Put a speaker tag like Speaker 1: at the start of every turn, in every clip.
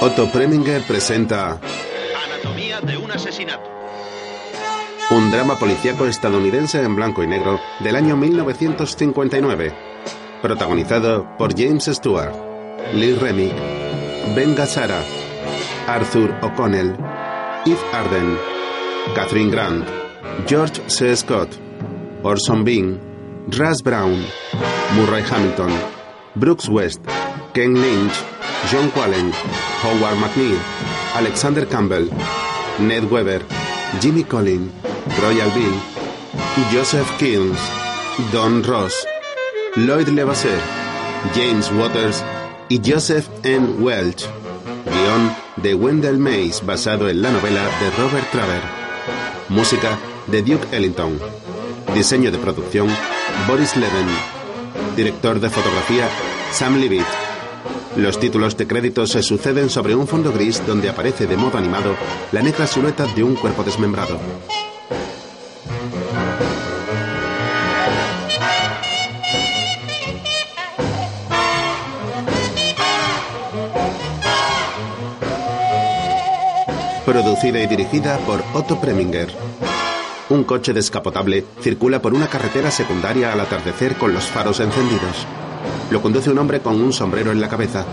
Speaker 1: Otto Preminger presenta
Speaker 2: Anatomía de un asesinato.
Speaker 1: un drama policíaco estadounidense en blanco y negro del año 1959, protagonizado por James Stewart, Lee Remick, Ben Gazzara, Arthur O'Connell, Eve Arden, Catherine Grant, George C. Scott, Orson Bean, Russ Brown, Murray Hamilton, Brooks West, Ken Lynch, John Qualen, Howard McNeil, Alexander Campbell, Ned Weber, Jimmy Collin, Royal Bill, Joseph Kings, Don Ross, Lloyd Levasseur, James Waters y Joseph N. Welch. Guión de Wendell Mays basado en la novela de Robert Traver. Música de Duke Ellington. Diseño de producción Boris Levin. Director de fotografía Sam Levitt. Los títulos de crédito se suceden sobre un fondo gris donde aparece de modo animado la negra silueta de un cuerpo desmembrado. Producida y dirigida por Otto Preminger. Un coche descapotable circula por una carretera secundaria al atardecer con los faros encendidos. Lo conduce un hombre con un sombrero en la cabeza.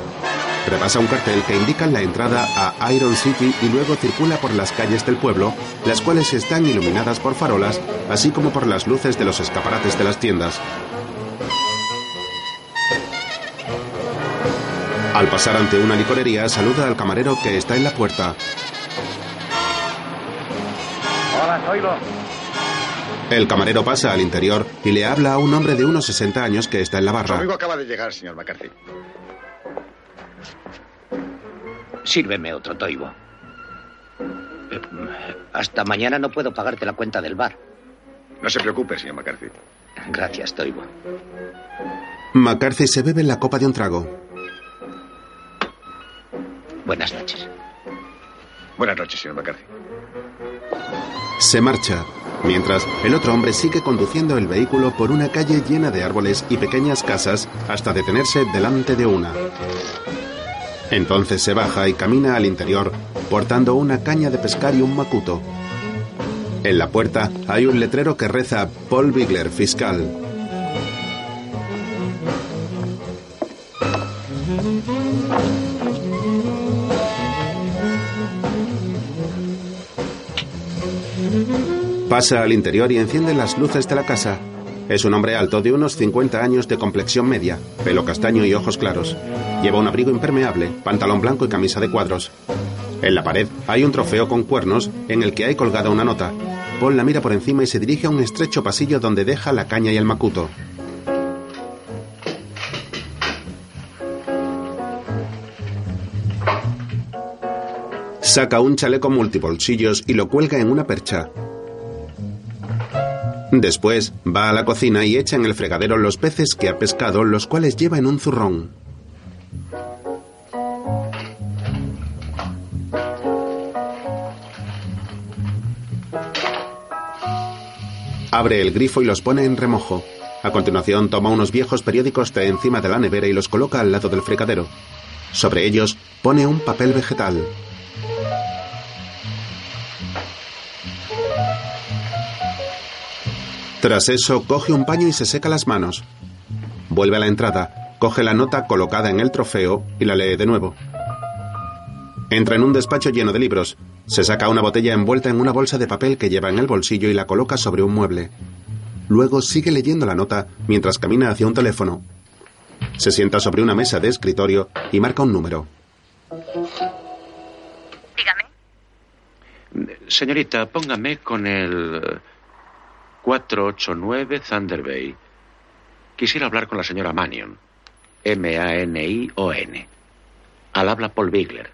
Speaker 1: Repasa un cartel que indica la entrada a Iron City y luego circula por las calles del pueblo, las cuales están iluminadas por farolas, así como por las luces de los escaparates de las tiendas. Al pasar ante una licorería, saluda al camarero que está en la puerta.
Speaker 3: Hola, soy vos.
Speaker 1: El camarero pasa al interior y le habla a un hombre de unos 60 años que está en la barra.
Speaker 4: acaba de llegar, señor McCarthy.
Speaker 5: Sírveme otro toibo. Eh, Hasta mañana no puedo pagarte la cuenta del bar.
Speaker 4: No se preocupe, señor McCarthy.
Speaker 5: Gracias, toibo.
Speaker 1: McCarthy se bebe la copa de un trago.
Speaker 5: Buenas noches.
Speaker 4: Buenas noches, señor McCarthy.
Speaker 1: Se marcha. Mientras, el otro hombre sigue conduciendo el vehículo por una calle llena de árboles y pequeñas casas hasta detenerse delante de una. Entonces se baja y camina al interior, portando una caña de pescar y un macuto. En la puerta hay un letrero que reza Paul Bigler, fiscal. Pasa al interior y enciende las luces de la casa. Es un hombre alto de unos 50 años de complexión media, pelo castaño y ojos claros. Lleva un abrigo impermeable, pantalón blanco y camisa de cuadros. En la pared hay un trofeo con cuernos en el que hay colgada una nota. Paul la mira por encima y se dirige a un estrecho pasillo donde deja la caña y el macuto. Saca un chaleco multibolsillos y lo cuelga en una percha. Después va a la cocina y echa en el fregadero los peces que ha pescado, los cuales lleva en un zurrón. Abre el grifo y los pone en remojo. A continuación toma unos viejos periódicos de encima de la nevera y los coloca al lado del fregadero. Sobre ellos pone un papel vegetal. Tras eso, coge un paño y se seca las manos. Vuelve a la entrada, coge la nota colocada en el trofeo y la lee de nuevo. Entra en un despacho lleno de libros. Se saca una botella envuelta en una bolsa de papel que lleva en el bolsillo y la coloca sobre un mueble. Luego sigue leyendo la nota mientras camina hacia un teléfono. Se sienta sobre una mesa de escritorio y marca un número.
Speaker 6: Dígame.
Speaker 2: Señorita, póngame con el eh, 489 Thunder Bay. Quisiera hablar con la señora Manion. M-A-N-I-O-N. Al habla Paul Bigler.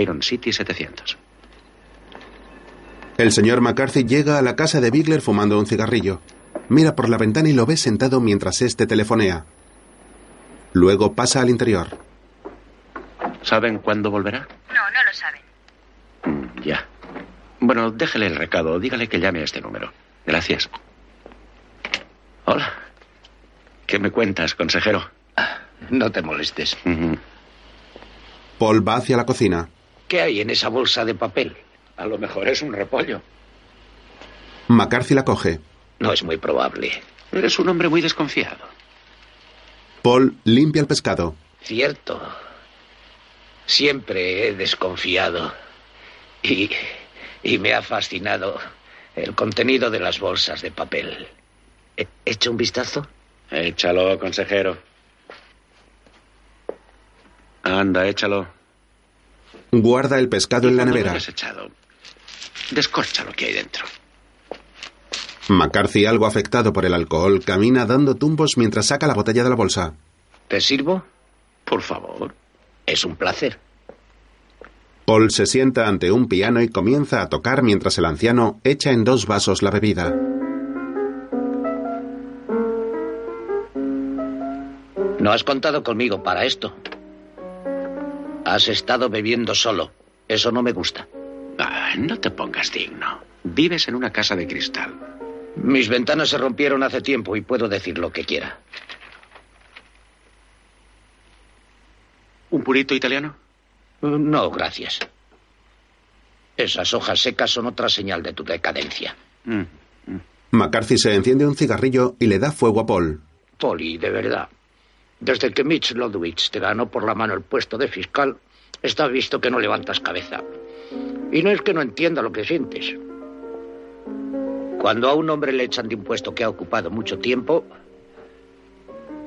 Speaker 2: Iron City 700.
Speaker 1: El señor McCarthy llega a la casa de Bigler fumando un cigarrillo. Mira por la ventana y lo ve sentado mientras este telefonea. Luego pasa al interior.
Speaker 2: ¿Saben cuándo volverá?
Speaker 6: No, no lo saben.
Speaker 2: Mm, Ya. Bueno, déjele el recado. Dígale que llame a este número. Gracias. Hola.
Speaker 7: Ah,
Speaker 2: ¿Qué me cuentas, consejero? Mm.
Speaker 5: No te molestes.
Speaker 2: Ujú.
Speaker 1: Paul va hacia la cocina.
Speaker 7: ¿Qué hay en esa bolsa de papel? A lo mejor es un repollo.
Speaker 1: McCarthy la coge.
Speaker 7: No es muy probable.
Speaker 2: Eres un hombre muy desconfiado.
Speaker 1: Paul limpia el pescado.
Speaker 7: Cierto. Siempre he desconfiado. Y, y me ha fascinado el contenido de las bolsas de papel. ¿E- ¿Echa un vistazo?
Speaker 2: Échalo, consejero. Anda, échalo.
Speaker 1: Guarda el pescado en la
Speaker 2: Cuando lo
Speaker 1: nevera.
Speaker 2: hayas echado, descorcha lo que hay dentro.
Speaker 1: McCarthy, algo afectado por el alcohol, camina dando tumbos mientras saca la botella de la bolsa.
Speaker 7: ¿Te sirvo?
Speaker 2: Por favor.
Speaker 7: Es un placer.
Speaker 1: Paul se sienta ante un piano y comienza a tocar mientras el anciano echa en dos vasos la bebida.
Speaker 7: No has contado conmigo para esto. Has estado bebiendo solo. Eso no me gusta.
Speaker 2: Ah, no te pongas digno. Vives en una casa de cristal.
Speaker 7: Mis ventanas se rompieron hace tiempo y puedo decir lo que quiera.
Speaker 2: ¿Un purito italiano?
Speaker 7: No, gracias. Esas hojas secas son otra señal de tu decadencia.
Speaker 2: Mm.
Speaker 1: McCarthy se enciende un cigarrillo y le da fuego a Paul.
Speaker 7: Poli, de verdad. Desde que Mitch Lodwich te ganó por la mano el puesto de fiscal, está visto que no levantas cabeza. Y no es que no entienda lo que sientes. Cuando a un hombre le echan de un puesto que ha ocupado mucho tiempo,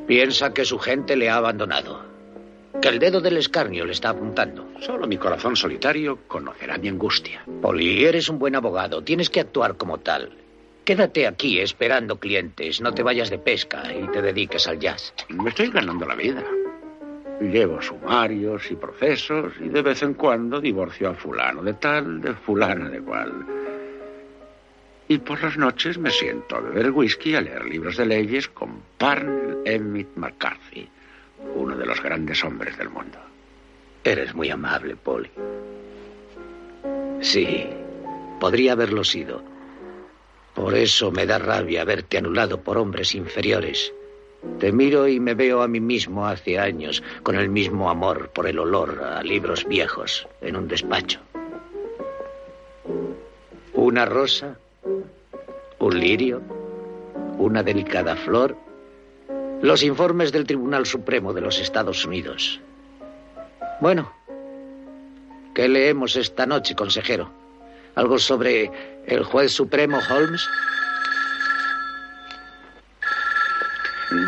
Speaker 7: piensa que su gente le ha abandonado. Que el dedo del escarnio le está apuntando.
Speaker 2: Solo mi corazón solitario conocerá mi angustia.
Speaker 7: Poli, eres un buen abogado. Tienes que actuar como tal. Quédate aquí esperando clientes. No te vayas de pesca y te dediques al jazz.
Speaker 2: Me estoy ganando la vida. Llevo sumarios y procesos y de vez en cuando divorcio a fulano de tal, de fulana de cual. Y por las noches me siento a beber whisky, a leer libros de leyes con Parnell Emmett McCarthy, uno de los grandes hombres del mundo.
Speaker 7: Eres muy amable, Polly. Sí, podría haberlo sido. Por eso me da rabia verte anulado por hombres inferiores. Te miro y me veo a mí mismo hace años, con el mismo amor por el olor a libros viejos en un despacho. Una rosa, un lirio, una delicada flor, los informes del Tribunal Supremo de los Estados Unidos. Bueno, ¿qué leemos esta noche, consejero? ¿Algo sobre el juez supremo Holmes?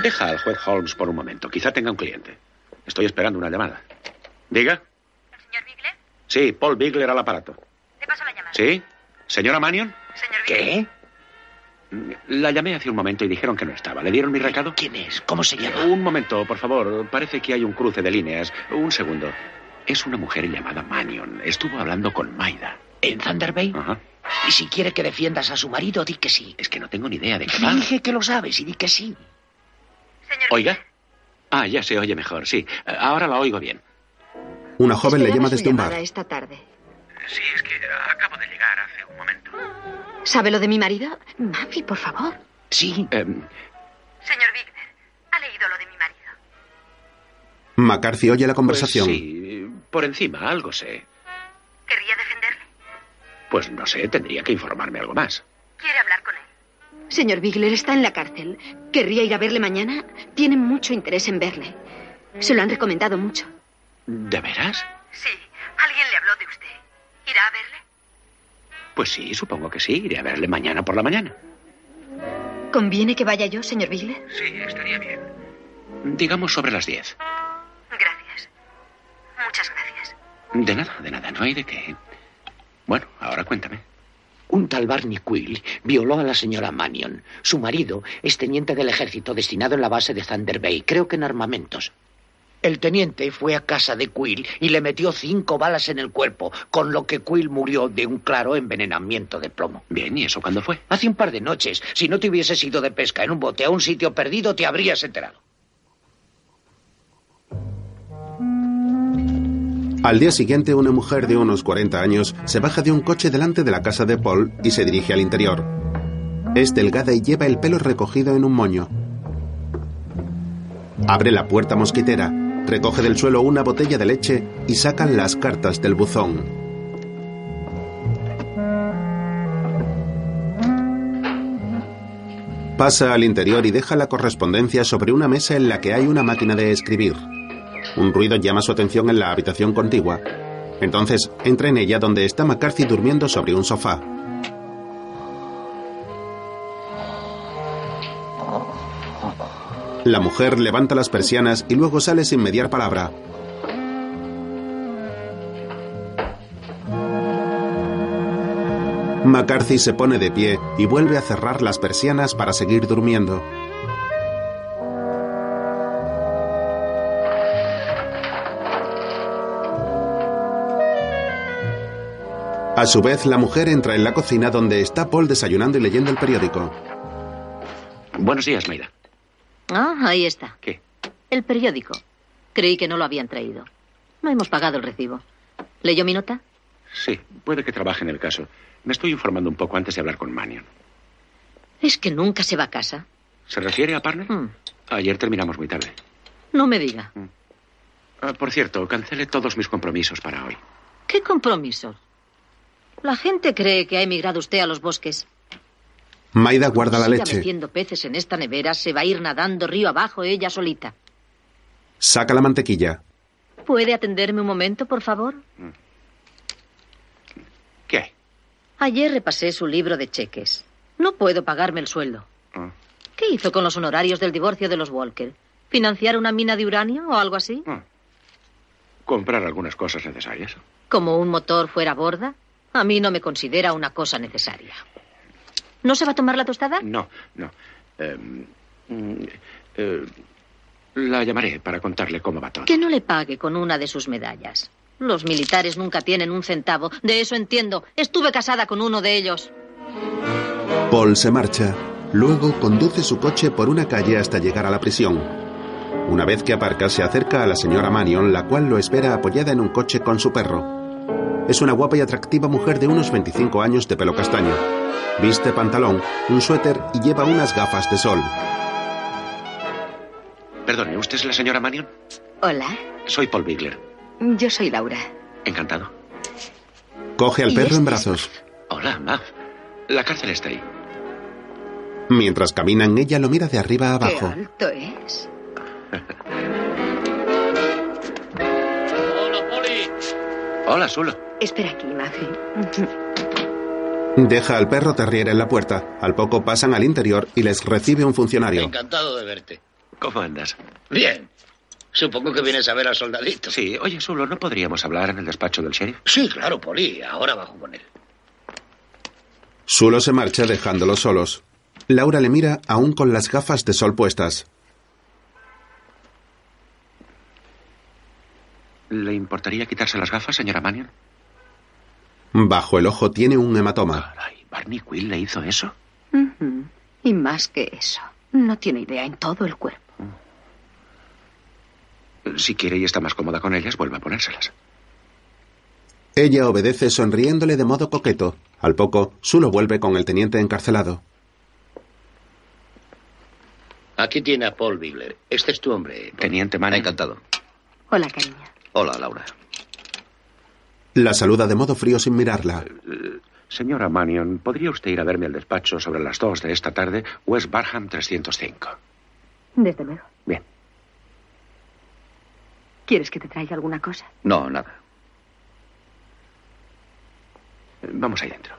Speaker 2: Deja al juez Holmes por un momento. Quizá tenga un cliente. Estoy esperando una llamada. ¿Diga?
Speaker 8: Señor Bigler,
Speaker 2: Sí, Paul Bigler al aparato.
Speaker 8: le paso la llamada.
Speaker 2: ¿Sí? ¿Señora Mannion?
Speaker 8: Señor Bigler.
Speaker 7: ¿Qué?
Speaker 2: La llamé hace un momento y dijeron que no estaba. ¿Le dieron mi recado?
Speaker 7: ¿Quién es? ¿Cómo se llama?
Speaker 2: Un momento, por favor. Parece que hay un cruce de líneas. Un segundo. Es una mujer llamada Manion. Estuvo hablando con Maida.
Speaker 7: ¿En Thunder Bay?
Speaker 2: Ajá.
Speaker 7: Y si quiere que defiendas a su marido, di que sí.
Speaker 2: Es que no tengo ni idea de qué va.
Speaker 7: Finge que lo sabes y di que sí.
Speaker 8: Señor
Speaker 2: Oiga. Ah, ya se oye mejor, sí. Eh, Ahora la oigo bien.
Speaker 1: Una joven Pues le llama
Speaker 9: Esperaba su
Speaker 1: desde un
Speaker 9: llamada
Speaker 1: bar.
Speaker 9: esta tarde.
Speaker 2: Sí, es que acabo de llegar hace un momento.
Speaker 9: ¿Sabe lo de mi marido? Mami, por favor.
Speaker 7: Sí.
Speaker 2: Em, pues
Speaker 8: Bigler. Señor Bigler, ha leído lo de mi marido.
Speaker 1: McCarthy oye la conversación.
Speaker 2: sí, por encima, algo sé.
Speaker 8: ¿Querría defenderle?
Speaker 2: Pues no sé, tendría que informarme algo más.
Speaker 8: Quiere hablar con él.
Speaker 9: Señor Bigler está en la cárcel. ¿Querría ir a verle mañana? Tienen mucho interés en verle. Se lo han recomendado mucho.
Speaker 2: ¿De veras?
Speaker 8: Sí, alguien le habló de usted. ¿Irá a verle?
Speaker 2: Pues sí, supongo que sí. Iré a verle mañana por la mañana.
Speaker 9: ¿Conviene que vaya yo, señor Bigler?
Speaker 2: Sí, estaría bien. Digamos sobre las 10.
Speaker 8: Gracias. Muchas gracias.
Speaker 2: De nada, de nada, no hay de qué. Bueno, ahora cuéntame.
Speaker 7: Un tal Barney Quill violó a la señora Mannion. Su marido es teniente del ejército destinado en la base de Thunder Bay, creo que en armamentos. El teniente fue a casa de Quill y le metió cinco balas en el cuerpo, con lo que Quill murió de un claro envenenamiento de plomo.
Speaker 2: Bien, ¿y eso cuándo fue?
Speaker 7: Hace un par de noches, si no te hubieses ido de pesca en un bote a un sitio perdido, te habrías enterado.
Speaker 1: Al día siguiente, una mujer de unos 40 años se baja de un coche delante de la casa de Paul y se dirige al interior. Es delgada y lleva el pelo recogido en un moño. Abre la puerta mosquitera. Recoge del suelo una botella de leche y sacan las cartas del buzón. Pasa al interior y deja la correspondencia sobre una mesa en la que hay una máquina de escribir. Un ruido llama su atención en la habitación contigua. Entonces entra en ella donde está McCarthy durmiendo sobre un sofá. La mujer levanta las persianas y luego sale sin mediar palabra. McCarthy se pone de pie y vuelve a cerrar las persianas para seguir durmiendo. A su vez, la mujer entra en la cocina donde está Paul desayunando y leyendo el periódico.
Speaker 2: Buenos días, Laida.
Speaker 10: Ah, ahí está.
Speaker 2: ¿Qué?
Speaker 10: El periódico. Creí que no lo habían traído. No hemos pagado el recibo. ¿Leyó mi nota?
Speaker 2: Sí, puede que trabaje en el caso. Me estoy informando un poco antes de hablar con Manion.
Speaker 10: Es que nunca se va a casa.
Speaker 2: ¿Se refiere a Parner?
Speaker 10: Mm,
Speaker 2: Ayer terminamos muy tarde.
Speaker 10: no me diga.
Speaker 2: Ah, por cierto, cancelé todos mis compromisos para hoy.
Speaker 10: ¿Qué compromisos? La gente cree que ha emigrado usted a los bosques.
Speaker 1: Maida guarda la
Speaker 10: Siga
Speaker 1: leche,
Speaker 10: metiendo peces en esta nevera, se va a ir nadando río abajo ella solita.
Speaker 1: saca la mantequilla,
Speaker 10: ¿Puede atenderme un momento, por favor?
Speaker 2: ¿Qué hay?
Speaker 10: Ayer repasé su libro de cheques. No puedo pagarme el sueldo.
Speaker 2: Ah.
Speaker 10: ¿Qué hizo con los honorarios del divorcio de los Walker? ¿Financiar una mina de uranio o algo así?
Speaker 2: Mm. Comprar algunas cosas necesarias.
Speaker 10: como un motor fuera borda, a mí no me considera una cosa necesaria. ¿No se va a tomar la tostada?
Speaker 2: No, no. Em, mm, eh, la llamaré para contarle cómo va todo.
Speaker 10: Que no le pague con una de sus medallas. Los militares nunca tienen un centavo. De eso entiendo. Estuve casada con uno de ellos.
Speaker 1: Paul se marcha. Luego conduce su coche por una calle hasta llegar a la prisión. Una vez que aparca, se acerca a la señora Manion, la cual lo espera apoyada en un coche con su perro. Es una guapa y atractiva mujer de unos 25 años de pelo castaño. Viste pantalón, un suéter y lleva unas gafas de sol.
Speaker 2: Perdone, ¿usted es la señora Manion?
Speaker 9: Hola,
Speaker 2: Soy Paul Bigler.
Speaker 9: yo soy Laura.
Speaker 2: Encantado.
Speaker 1: Coge al
Speaker 9: Y
Speaker 1: perro
Speaker 9: este
Speaker 1: en
Speaker 9: es
Speaker 1: brazos.
Speaker 2: Hola, Maf. La cárcel está ahí.
Speaker 1: Mientras caminan, ella lo mira de arriba a
Speaker 9: Qué
Speaker 1: abajo.
Speaker 9: alto es.
Speaker 2: Hola, Sulo.
Speaker 9: Espera aquí, Mafi.
Speaker 1: Deja al perro terrier en la puerta. Al poco pasan al interior y les recibe un funcionario.
Speaker 11: Encantado de verte.
Speaker 2: ¿Cómo andas?
Speaker 11: Bien. Supongo que vienes a ver al soldadito.
Speaker 2: Sí, oye, Sulo, ¿no podríamos hablar en el despacho del sheriff?
Speaker 11: Sí, claro, Poli. Ahora bajo con él.
Speaker 1: Sulo se marcha dejándolos solos. Laura le mira aún con las gafas de sol puestas.
Speaker 2: ¿Le importaría quitarse las gafas, señora Manion?
Speaker 1: Bajo el ojo tiene un hematoma.
Speaker 2: Caray, ¿Barney Quill le hizo eso?
Speaker 9: Ujú. Y más que eso, no tiene idea en todo el cuerpo.
Speaker 2: Si quiere y está más cómoda con ellas, vuelva a ponérselas.
Speaker 1: Ella obedece sonriéndole de modo coqueto. Al poco, Sulo vuelve con el teniente encarcelado.
Speaker 11: Aquí tiene a Paul Bigler. Este es tu hombre.
Speaker 2: Teniente Manion. Encantado.
Speaker 9: Hola, cariño.
Speaker 11: Hola, Laura.
Speaker 1: La saluda de modo frío sin mirarla.
Speaker 2: Señora Manion, ¿podría usted ir a verme al despacho sobre las dos de esta tarde, West Barham 305?
Speaker 9: Desde luego.
Speaker 2: Bien.
Speaker 9: ¿Quieres que te traiga alguna cosa?
Speaker 2: No, nada. Vamos ahí dentro.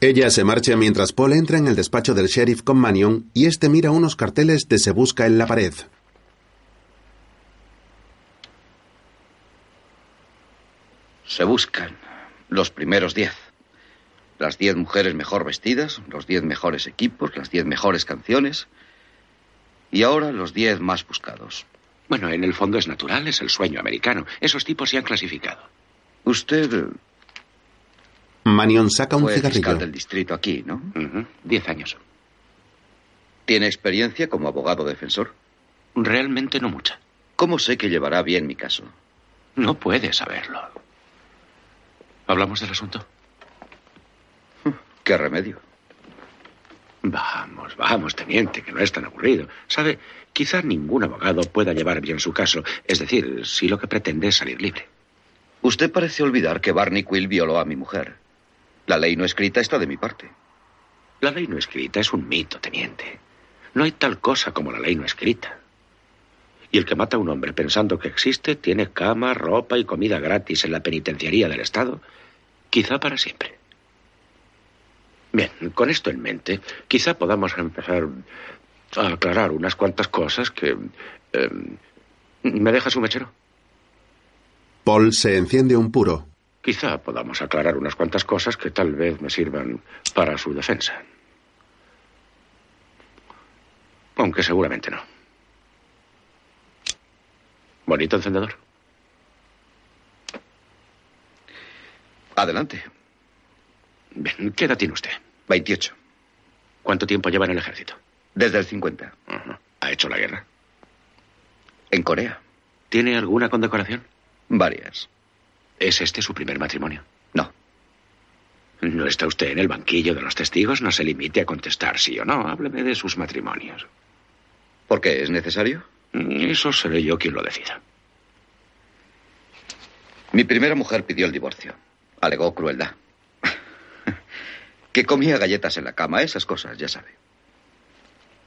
Speaker 1: Ella se marcha mientras Paul entra en el despacho del sheriff con Manion y este mira unos carteles de Se busca en la pared.
Speaker 7: Se buscan los primeros diez. Las diez mujeres mejor vestidas, los diez mejores equipos, las diez mejores canciones. Y ahora los diez más buscados.
Speaker 2: Bueno, en el fondo es natural, es el sueño americano. Esos tipos se han clasificado.
Speaker 7: Usted eh,
Speaker 1: Manion saca un
Speaker 7: fue
Speaker 1: cigarrillo.
Speaker 7: fiscal del distrito aquí, ¿no?
Speaker 2: Ujú, Diez años.
Speaker 7: ¿Tiene experiencia como abogado defensor?
Speaker 2: Realmente no mucha.
Speaker 7: ¿Cómo sé que llevará bien mi caso?
Speaker 2: No puede saberlo. ¿Hablamos del asunto?
Speaker 7: ¿Qué remedio?
Speaker 2: Vamos, vamos, teniente, que no es tan aburrido. Sabe, quizá ningún abogado pueda llevar bien su caso, es decir, si lo que pretende es salir libre.
Speaker 7: Usted parece olvidar que Barney Quill violó a mi mujer. La ley no escrita está de mi parte.
Speaker 2: La ley no escrita es un mito, teniente. No hay tal cosa como la ley no escrita. Y el que mata a un hombre pensando que existe tiene cama, ropa y comida gratis en la penitenciaría del Estado, quizá para siempre. Bien, con esto en mente, quizá podamos empezar a aclarar unas cuantas cosas que... eh, ¿Me deja su mechero?
Speaker 1: Paul se enciende un puro.
Speaker 2: Quizá podamos aclarar unas cuantas cosas que tal vez me sirvan para su defensa. Aunque seguramente no. Bonito encendedor.
Speaker 7: Adelante.
Speaker 2: Bien, ¿qué edad tiene usted?
Speaker 7: 28.
Speaker 2: ¿Cuánto tiempo lleva en el ejército?
Speaker 7: Desde el 50.
Speaker 2: Ajá. ¿Ha hecho la guerra?
Speaker 7: En Corea.
Speaker 2: ¿Tiene alguna condecoración?
Speaker 7: Varias.
Speaker 2: ¿Es este su primer matrimonio?
Speaker 7: No.
Speaker 2: No está usted en el banquillo de los testigos, no se limite a contestar sí o no. Hábleme de sus matrimonios.
Speaker 7: ¿Por qué? ¿Es necesario?
Speaker 2: Mm, Eso seré yo quien lo decida.
Speaker 7: Mi primera mujer pidió el divorcio. Alegó crueldad. que comía galletas en la cama, esas cosas, ya sabe.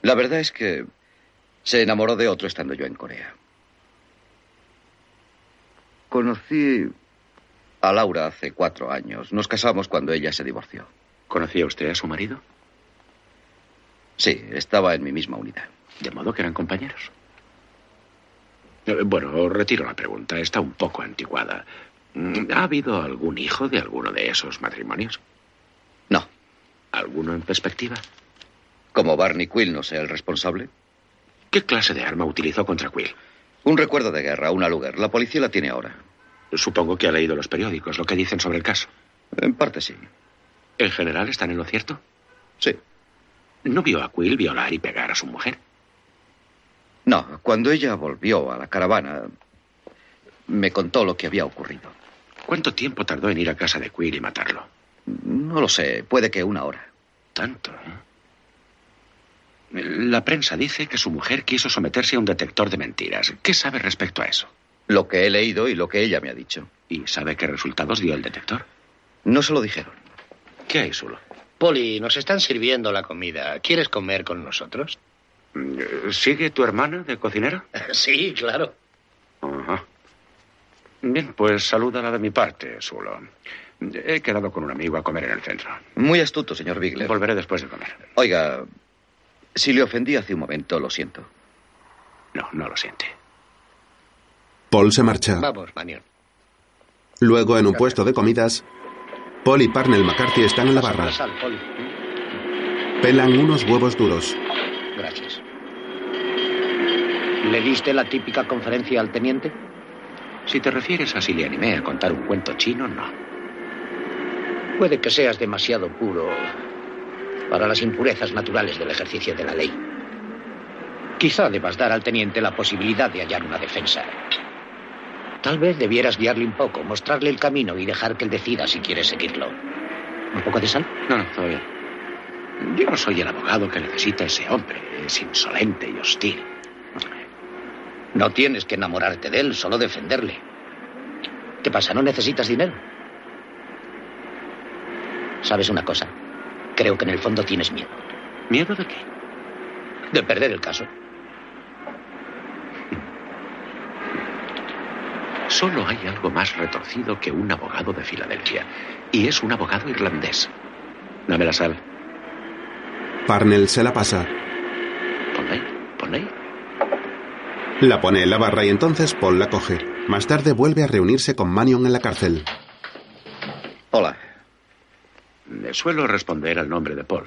Speaker 7: La verdad es que se enamoró de otro estando yo en Corea. Conocí a Laura hace cuatro años. Nos casamos cuando ella se divorció.
Speaker 2: ¿Conocía usted a su marido?
Speaker 7: Sí, estaba en mi misma unidad.
Speaker 2: De modo que eran compañeros. Eh, Bueno, retiro la pregunta. Está un poco anticuada. Mm, ¿Ha habido algún hijo de alguno de esos matrimonios?
Speaker 7: No.
Speaker 2: ¿Alguno en perspectiva?
Speaker 7: Como Barney Quill no sea el responsable.
Speaker 2: ¿Qué clase de arma utilizó contra Quill?
Speaker 7: Un recuerdo de guerra, una lugar. La policía la tiene ahora.
Speaker 2: Supongo que ha leído los periódicos, lo que dicen sobre el caso.
Speaker 7: En parte sí.
Speaker 2: ¿En general están en lo cierto?
Speaker 7: Sí.
Speaker 2: ¿No vio a Quill violar y pegar a su mujer?
Speaker 7: No, cuando ella volvió a la caravana, me contó lo que había ocurrido.
Speaker 2: ¿Cuánto tiempo tardó en ir a casa de Quill y matarlo?
Speaker 7: No lo sé, puede que una hora.
Speaker 2: Tanto, ¿eh? La prensa dice que su mujer quiso someterse a un detector de mentiras. ¿Qué sabe respecto a eso?
Speaker 7: Lo que he leído y lo que ella me ha dicho.
Speaker 2: ¿Y sabe qué resultados dio el detector?
Speaker 7: No se lo dijeron.
Speaker 2: ¿Qué hay, Sulo?
Speaker 11: Poli, nos están sirviendo la comida. Ah, ¿Quieres comer con nosotros?
Speaker 2: ¿Sigue tu hermana de cocinera?
Speaker 11: Sí, claro.
Speaker 2: Ajá. Bien, pues salúdala de mi parte, Sulo. He quedado con un amigo a comer en el centro.
Speaker 7: Muy astuto, señor Bigler.
Speaker 2: Volveré después de comer.
Speaker 7: Oiga, si le ofendí hace un momento, lo siento.
Speaker 2: No, no lo siente.
Speaker 1: Paul se marcha.
Speaker 11: Vamos, Manion.
Speaker 1: Luego, en un puesto de comidas, Paul y Parnell McCarthy están en la
Speaker 11: Pásame
Speaker 1: barra.
Speaker 11: la sal, Poli.
Speaker 1: Pelan unos huevos duros.
Speaker 11: Gracias. ¿Le diste la típica conferencia al teniente?
Speaker 2: Si te refieres a si le animé a contar un cuento chino, no.
Speaker 11: Puede que seas demasiado puro para las impurezas naturales del ejercicio de la ley. Quizá debas dar al teniente la posibilidad de hallar una defensa. Tal vez debieras guiarle un poco, mostrarle el camino y dejar que él decida si quiere seguirlo. ¿Un poco de sal?
Speaker 2: No, no, todavía. Yo no soy el abogado que necesita ese hombre. Es insolente y hostil.
Speaker 11: No tienes que enamorarte de él, solo defenderle. ¿Qué pasa? ¿No necesitas dinero? ¿Sabes una cosa? Creo que en el fondo tienes miedo
Speaker 2: ¿Miedo de qué?
Speaker 11: de perder el caso.
Speaker 2: Solo hay algo más retorcido que un abogado de Filadelfia. Y es un abogado irlandés. Dame la sal.
Speaker 1: Parnell se la pasa.
Speaker 2: Ponla ahí, ponla ahí.
Speaker 1: La pone en la barra y entonces Paul la coge. Más tarde vuelve a reunirse con Manion en la cárcel.
Speaker 7: Hola,
Speaker 2: Le suelo responder al nombre de Paul.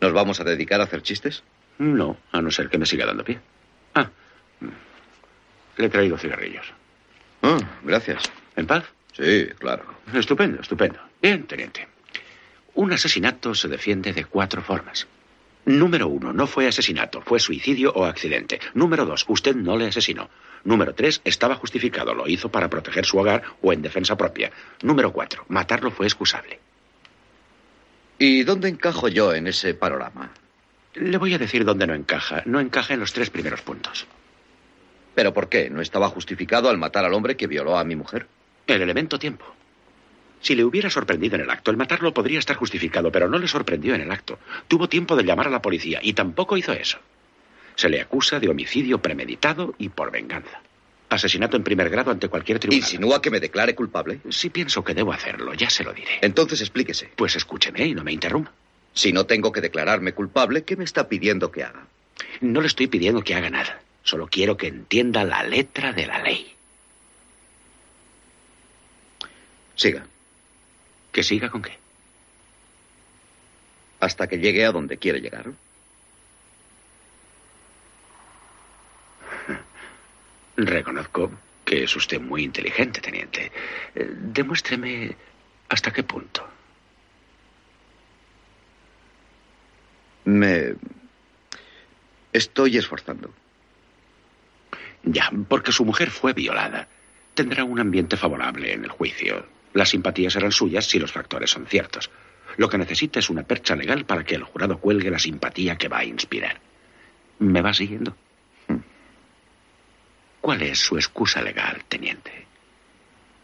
Speaker 7: ¿nos vamos a dedicar a hacer chistes?
Speaker 2: No, a no ser que me siga dando pie. Ah, le he traído cigarrillos.
Speaker 7: Ah, gracias.
Speaker 2: ¿En paz?
Speaker 7: Sí, claro.
Speaker 2: Estupendo, estupendo. Bien, teniente. Un asesinato se defiende de cuatro formas. Número uno, no fue asesinato, fue suicidio o accidente. Número dos, usted no le asesinó. Número tres, estaba justificado, lo hizo para proteger su hogar o en defensa propia. Número cuatro, matarlo fue excusable.
Speaker 7: ¿Y dónde encajo yo en ese panorama?
Speaker 2: Le voy a decir dónde no encaja. No encaja en los tres primeros puntos.
Speaker 7: ¿Pero por qué? ¿No estaba justificado al matar al hombre que violó a mi mujer?
Speaker 2: El elemento tiempo. Si le hubiera sorprendido en el acto, el matarlo podría estar justificado, pero no le sorprendió en el acto. Tuvo tiempo de llamar a la policía y tampoco hizo eso. Se le acusa de homicidio premeditado y por venganza. Asesinato en primer grado ante cualquier tribunal.
Speaker 7: ¿Insinúa que me declare culpable?
Speaker 2: Sí pienso que debo hacerlo, ya se lo diré.
Speaker 7: Entonces explíquese.
Speaker 2: Pues escúcheme y no me interrumpa.
Speaker 7: Si no tengo que declararme culpable, ¿qué me está pidiendo que haga?
Speaker 2: No le estoy pidiendo que haga nada. Solo quiero que entienda la letra de la ley.
Speaker 7: Siga.
Speaker 2: ¿Que siga con qué?
Speaker 7: Hasta que llegue a donde quiere llegar.
Speaker 2: Reconozco que es usted muy inteligente, teniente. Eh, Demuéstreme hasta qué punto.
Speaker 7: Me estoy esforzando.
Speaker 2: Ya, porque su mujer fue violada. Tendrá un ambiente favorable en el juicio. Las simpatías serán suyas si los factores son ciertos. Lo que necesita es una percha legal para que el jurado cuelgue la simpatía que va a inspirar. ¿Me va siguiendo? Hmm. ¿Cuál es su excusa legal, teniente?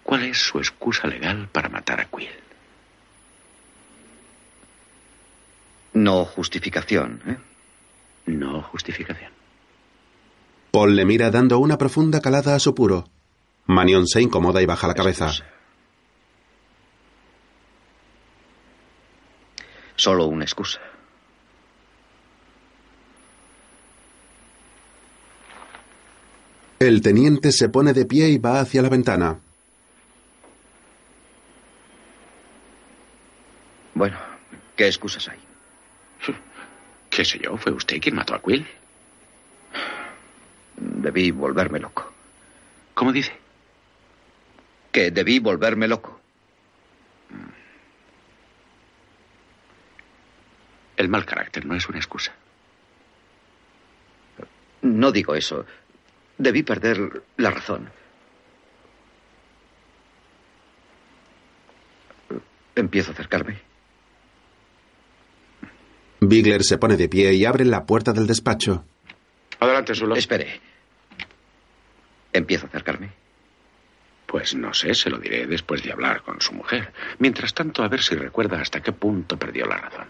Speaker 2: ¿Cuál es su excusa legal para matar a Quill?
Speaker 7: No justificación, ¿eh?
Speaker 2: No justificación.
Speaker 1: Paul le mira dando una profunda calada a su puro. Manion se incomoda y baja la cabeza.
Speaker 7: Solo una excusa.
Speaker 1: El teniente se pone de pie y va hacia la ventana.
Speaker 7: Bueno, ¿qué excusas hay?
Speaker 2: ¿Qué sé yo? ¿Fue usted quien mató a Quill?
Speaker 7: Debí volverme loco.
Speaker 2: ¿Cómo dice?
Speaker 7: Que debí volverme loco.
Speaker 2: El mal carácter no es una excusa.
Speaker 7: No digo eso. Debí perder la razón. Empiezo a acercarme.
Speaker 1: Bigler se pone de pie y abre la puerta del despacho.
Speaker 2: Adelante, Zulo.
Speaker 7: Espere. Empiezo a acercarme.
Speaker 2: Pues no sé, se lo diré después de hablar con su mujer. Mientras tanto, a ver si recuerda hasta qué punto perdió la razón.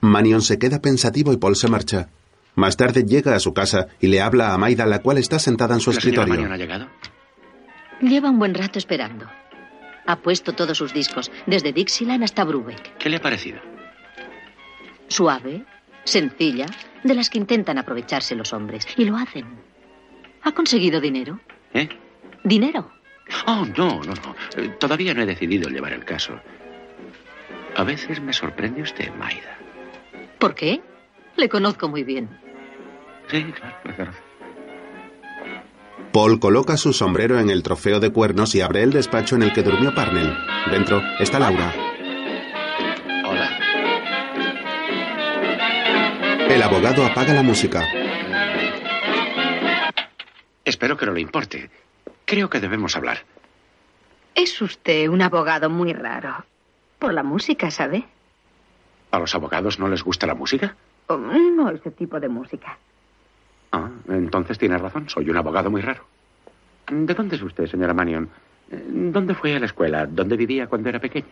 Speaker 1: Manion se queda pensativo y Paul se marcha. Más tarde llega a su casa y le habla a Maida, la cual está sentada en su
Speaker 2: ¿La
Speaker 1: escritorio.
Speaker 2: Manion ha llegado?
Speaker 10: Lleva un buen rato esperando. Ha puesto todos sus discos, desde Dixieland hasta Brubeck.
Speaker 2: ¿Qué le ha parecido?
Speaker 10: Suave, sencilla, de las que intentan aprovecharse los hombres. Y lo hacen. ¿Ha conseguido dinero?
Speaker 2: ¿Eh?
Speaker 10: ¿Dinero?
Speaker 2: Oh, no, no, no. Eh, Todavía no he decidido llevar el caso. A veces me sorprende usted, Maida.
Speaker 10: ¿Por qué? Le conozco muy bien.
Speaker 2: Sí, claro, me conoce.
Speaker 1: Paul coloca su sombrero en el trofeo de cuernos y abre el despacho en el que durmió Parnell. Dentro está Laura.
Speaker 2: Hola.
Speaker 1: El abogado apaga la música.
Speaker 2: Espero que no le importe. Creo que debemos hablar.
Speaker 9: Es usted un abogado muy raro. Por la música, ¿sabe?
Speaker 2: ¿A los abogados no les gusta la música?
Speaker 9: Oh, no ese tipo de música.
Speaker 2: Ah, entonces tiene razón. Soy un abogado muy raro. ¿De dónde es usted, señora Manion? ¿Dónde fue a la escuela? ¿Dónde vivía cuando era pequeña?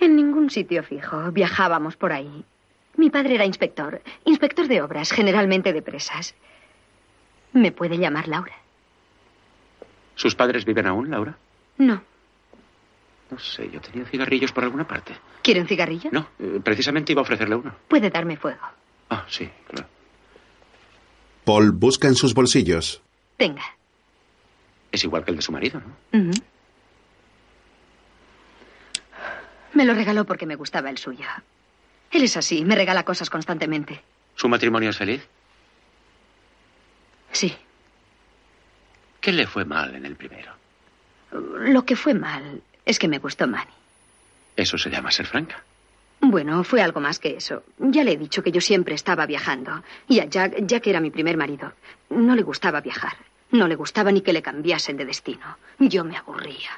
Speaker 9: En ningún sitio fijo. Viajábamos por ahí. Mi padre era inspector. Inspector de obras, generalmente de presas. ¿Me puede llamar Laura?
Speaker 2: ¿Sus padres viven aún, Laura?
Speaker 9: No.
Speaker 2: No sé, yo tenía cigarrillos por alguna parte.
Speaker 9: ¿Quiere un cigarrillo?
Speaker 2: No, eh, precisamente iba a ofrecerle uno.
Speaker 9: Puede darme fuego.
Speaker 2: Ah, sí, claro.
Speaker 1: Paul busca en sus bolsillos.
Speaker 9: Tenga.
Speaker 2: Es igual que el de su marido, ¿no?
Speaker 9: Ujú. Me lo regaló porque me gustaba el suyo. Él es así, me regala cosas constantemente.
Speaker 2: ¿Su matrimonio es feliz?
Speaker 9: Sí.
Speaker 2: ¿Qué le fue mal en el primero?
Speaker 9: Lo que fue mal es que me gustó Manny.
Speaker 2: Eso se llama ser franca.
Speaker 9: Bueno, fue algo más que eso. Ya le he dicho que yo siempre estaba viajando. Y a Jack, Jack era mi primer marido. No le gustaba viajar. No le gustaba ni que le cambiasen de destino. Yo me aburría.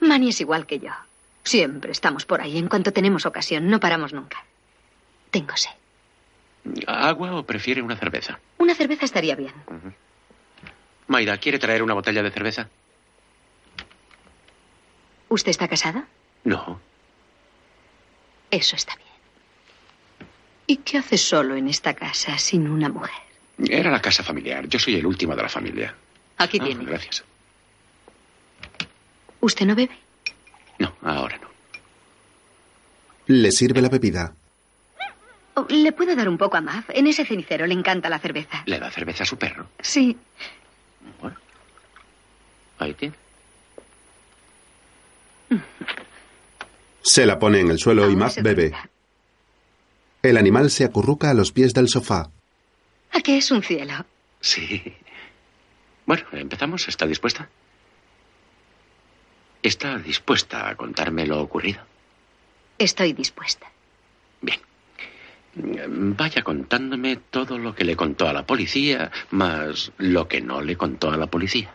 Speaker 9: Manny es igual que yo. Siempre estamos por ahí. En cuanto tenemos ocasión, no paramos nunca. Tengo sed.
Speaker 2: ¿Agua o prefiere una cerveza?
Speaker 9: Una cerveza estaría bien.
Speaker 2: Mayra, ¿quiere traer una botella de cerveza?
Speaker 9: ¿Usted está casada?
Speaker 2: No.
Speaker 9: Eso está bien. ¿Y qué hace solo en esta casa sin una mujer?
Speaker 2: Era la casa familiar. Yo soy el último de la familia.
Speaker 10: Aquí
Speaker 2: Ah,
Speaker 10: tiene.
Speaker 2: gracias.
Speaker 9: ¿Usted no bebe?
Speaker 2: No, ahora no.
Speaker 1: Le sirve la bebida.
Speaker 9: Oh, ¿Le puedo dar un poco a Maf? En ese cenicero le encanta la cerveza.
Speaker 2: ¿Le da cerveza a su perro?
Speaker 9: Sí.
Speaker 2: Ahí tiene.
Speaker 1: Se la pone en el suelo
Speaker 9: Ah,
Speaker 1: y Maf bebe. El animal se acurruca a los pies del sofá.
Speaker 9: ¿A qué es un cielo?
Speaker 2: Sí. Bueno, empezamos. ¿Está dispuesta? ¿Está dispuesta a contarme lo ocurrido?
Speaker 9: Estoy dispuesta.
Speaker 2: Mm, Vaya contándome todo lo que le contó a la policía, más lo que no le contó a la policía.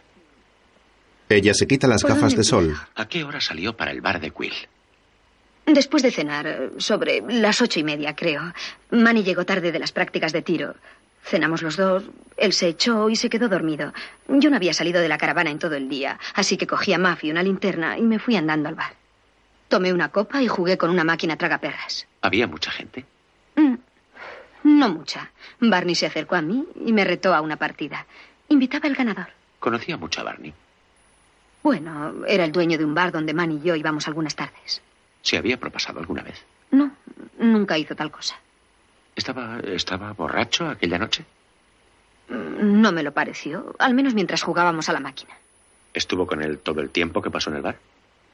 Speaker 1: Ella se quita las
Speaker 9: ¿Por
Speaker 1: gafas
Speaker 9: dónde
Speaker 1: de sol.
Speaker 2: ¿A qué hora salió para el bar de Quill?
Speaker 9: Después de cenar, eh, sobre las ocho y media, creo, Manny llegó tarde de las prácticas de tiro. Cenamos los dos, él se echó y se quedó dormido. Yo no había salido de la caravana en todo el día, así que cogí a Muffy una linterna y me fui andando al bar. Tomé una copa y jugué con una máquina tragaperras.
Speaker 2: Había mucha gente.
Speaker 9: Mm, No mucha. Barney se acercó a mí y me retó a una partida. Invitaba el ganador.
Speaker 2: Conocía mucho a Barney.
Speaker 9: Bueno, era el dueño de un bar donde Manny y yo íbamos algunas tardes.
Speaker 2: ¿Se había propasado alguna vez?
Speaker 9: No, nunca hizo tal cosa.
Speaker 2: ¿Estaba, estaba borracho aquella noche?
Speaker 9: No me lo pareció, al menos mientras jugábamos a la máquina.
Speaker 2: ¿Estuvo con él todo el tiempo que pasó en el bar?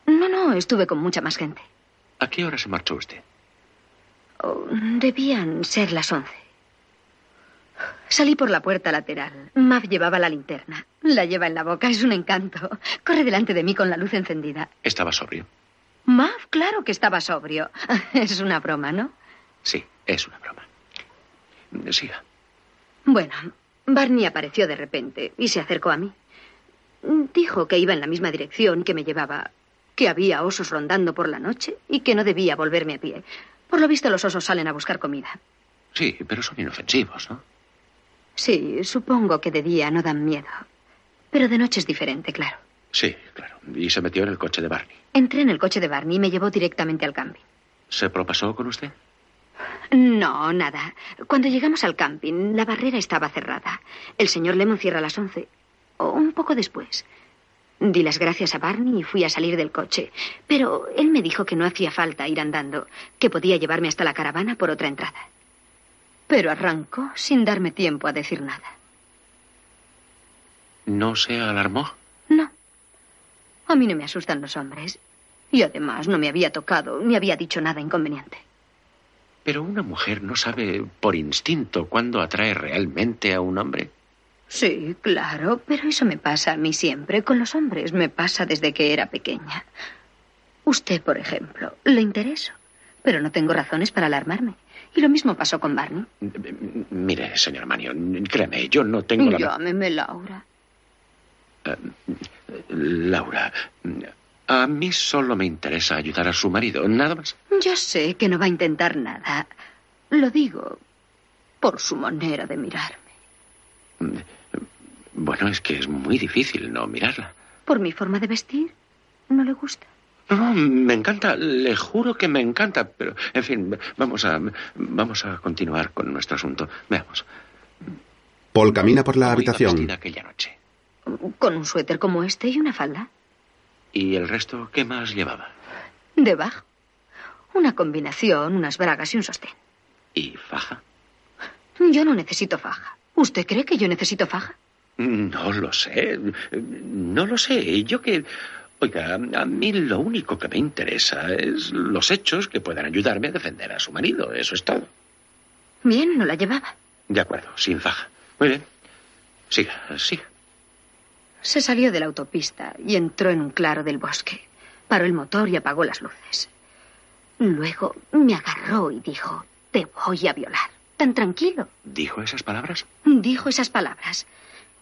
Speaker 9: No, no, estuve con mucha más gente.
Speaker 2: ¿A qué hora se marchó usted?
Speaker 9: Oh, debían ser las once. Salí por la puerta lateral. Mav llevaba la linterna. La lleva en la boca, es un encanto. Corre delante de mí con la luz encendida.
Speaker 2: Estaba sobrio.
Speaker 9: Mav, claro que estaba sobrio. Es una broma, ¿no?
Speaker 2: Sí, es una broma. Siga.
Speaker 9: Bueno, Barney apareció de repente y se acercó a mí. Dijo que iba en la misma dirección que me llevaba, que había osos rondando por la noche y que no debía volverme a pie. Por lo visto los osos salen a buscar comida.
Speaker 2: Sí, pero son inofensivos, ¿no?
Speaker 9: Sí, supongo que de día no dan miedo. Pero de noche es diferente, claro.
Speaker 2: Sí, claro. Y se metió en el coche de Barney.
Speaker 9: Entré en el coche de Barney y me llevó directamente al camping.
Speaker 2: ¿Se propasó con usted?
Speaker 9: No, nada. Cuando llegamos al camping, la barrera estaba cerrada. El señor Lemon cierra a las once. O un poco después. Di las gracias a Barney y fui a salir del coche. Pero él me dijo que no hacía falta ir andando, que podía llevarme hasta la caravana por otra entrada. Pero arrancó sin darme tiempo a decir nada.
Speaker 2: ¿No se alarmó?
Speaker 9: No. A mí no me asustan los hombres. Y además no me había tocado ni había dicho nada inconveniente.
Speaker 2: Pero una mujer no sabe por instinto cuándo atrae realmente a un hombre.
Speaker 9: Sí, claro, pero eso me pasa a mí siempre. Con los hombres me pasa desde que era pequeña. Usted, por ejemplo, le intereso, pero no tengo razones para alarmarme. Y lo mismo pasó con Barney.
Speaker 2: M- Mire, señor Manion, créame, yo no tengo la...
Speaker 9: Llámeme Laura.
Speaker 2: Eh, Laura, a mí solo me interesa ayudar a su marido, nada más.
Speaker 9: Yo sé que no va a intentar nada. Lo digo por su manera de mirar,
Speaker 2: Bueno, es que es muy difícil no mirarla.
Speaker 9: por mi forma de vestir. No le gusta.
Speaker 2: No, no, me encanta, le juro que me encanta, pero, en fin, vamos a, vamos a continuar con nuestro asunto. Veamos.
Speaker 1: Paul camina por la
Speaker 2: ¿Cómo iba
Speaker 1: habitación.
Speaker 2: vestida aquella noche?
Speaker 9: Con un suéter como este y una falda.
Speaker 2: ¿Y el resto qué más llevaba?
Speaker 9: Debajo. Una combinación, unas bragas y un sostén.
Speaker 2: ¿Y faja?
Speaker 9: Yo no necesito faja. ¿Usted cree que yo necesito faja?
Speaker 2: No lo sé, no lo sé. Yo que... Oiga, a mí lo único que me interesa es los hechos que puedan ayudarme a defender a su marido. Eso es todo.
Speaker 9: Bien, no la llevaba.
Speaker 2: De acuerdo, sin faja. Muy bien. Siga, siga.
Speaker 9: Se salió de la autopista y entró en un claro del bosque. Paró el motor y apagó las luces. Luego me agarró y dijo, te voy a violar. Tan tranquilo.
Speaker 2: ¿Dijo esas palabras?
Speaker 9: Dijo esas palabras.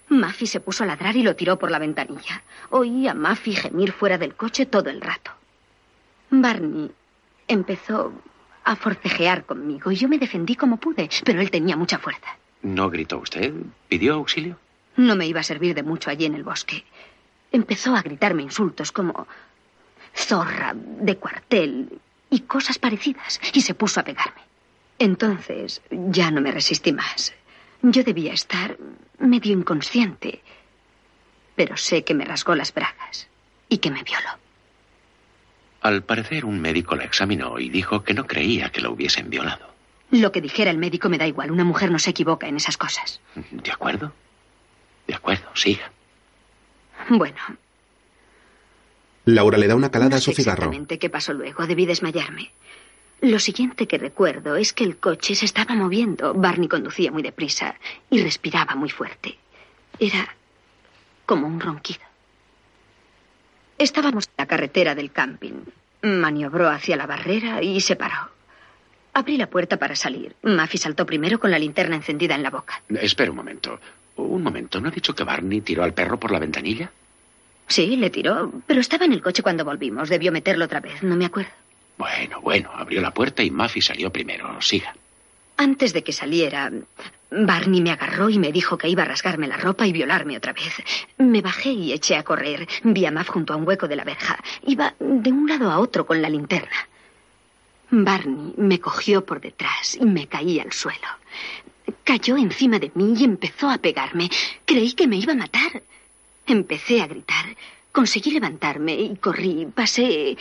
Speaker 9: Maffy se puso a ladrar y lo tiró por la ventanilla. Oí a Maffy gemir fuera del coche todo el rato.
Speaker 12: Barney empezó a forcejear conmigo y yo me defendí como pude, pero él tenía mucha fuerza.
Speaker 2: ¿No gritó usted? ¿Pidió auxilio?
Speaker 12: No me iba a servir de mucho allí en el bosque. Empezó a gritarme insultos como zorra, de cuartel y cosas parecidas y se puso a pegarme. Entonces ya no me resistí más. Yo debía estar medio inconsciente, pero sé que me rasgó las bragas y que me violó.
Speaker 2: Al parecer, un médico la examinó y dijo que no creía que la hubiesen violado.
Speaker 12: Lo que dijera el médico me da igual. Una mujer no se equivoca en esas cosas.
Speaker 2: ¿De acuerdo? De acuerdo, siga.
Speaker 12: Bueno,
Speaker 1: Laura le da una calada
Speaker 12: no
Speaker 1: a su
Speaker 12: sé
Speaker 1: cigarro.
Speaker 12: exactamente qué pasó luego. Debí desmayarme. Lo siguiente que recuerdo es que el coche se estaba moviendo. Barney conducía muy deprisa y respiraba muy fuerte. Era como un ronquido. Estábamos en la carretera del camping. Maniobró hacia la barrera y se paró. Abrí la puerta para salir. Maffy saltó primero con la linterna encendida en la boca.
Speaker 2: Espera un momento. Un momento. ¿No ha dicho que Barney tiró al perro por la ventanilla?
Speaker 12: Sí, le tiró, pero estaba en el coche cuando volvimos. Debió meterlo otra vez, no me acuerdo.
Speaker 2: Bueno, bueno. Abrió la puerta y Muffy salió primero. Siga.
Speaker 12: Antes de que saliera, Barney me agarró y me dijo que iba a rasgarme la ropa y violarme otra vez. Me bajé y eché a correr. Vi a Mav junto a un hueco de la verja. Iba de un lado a otro con la linterna. Barney me cogió por detrás y me caí al suelo. Cayó encima de mí y empezó a pegarme. Creí que me iba a matar. Empecé a gritar. Conseguí levantarme y corrí. Pasé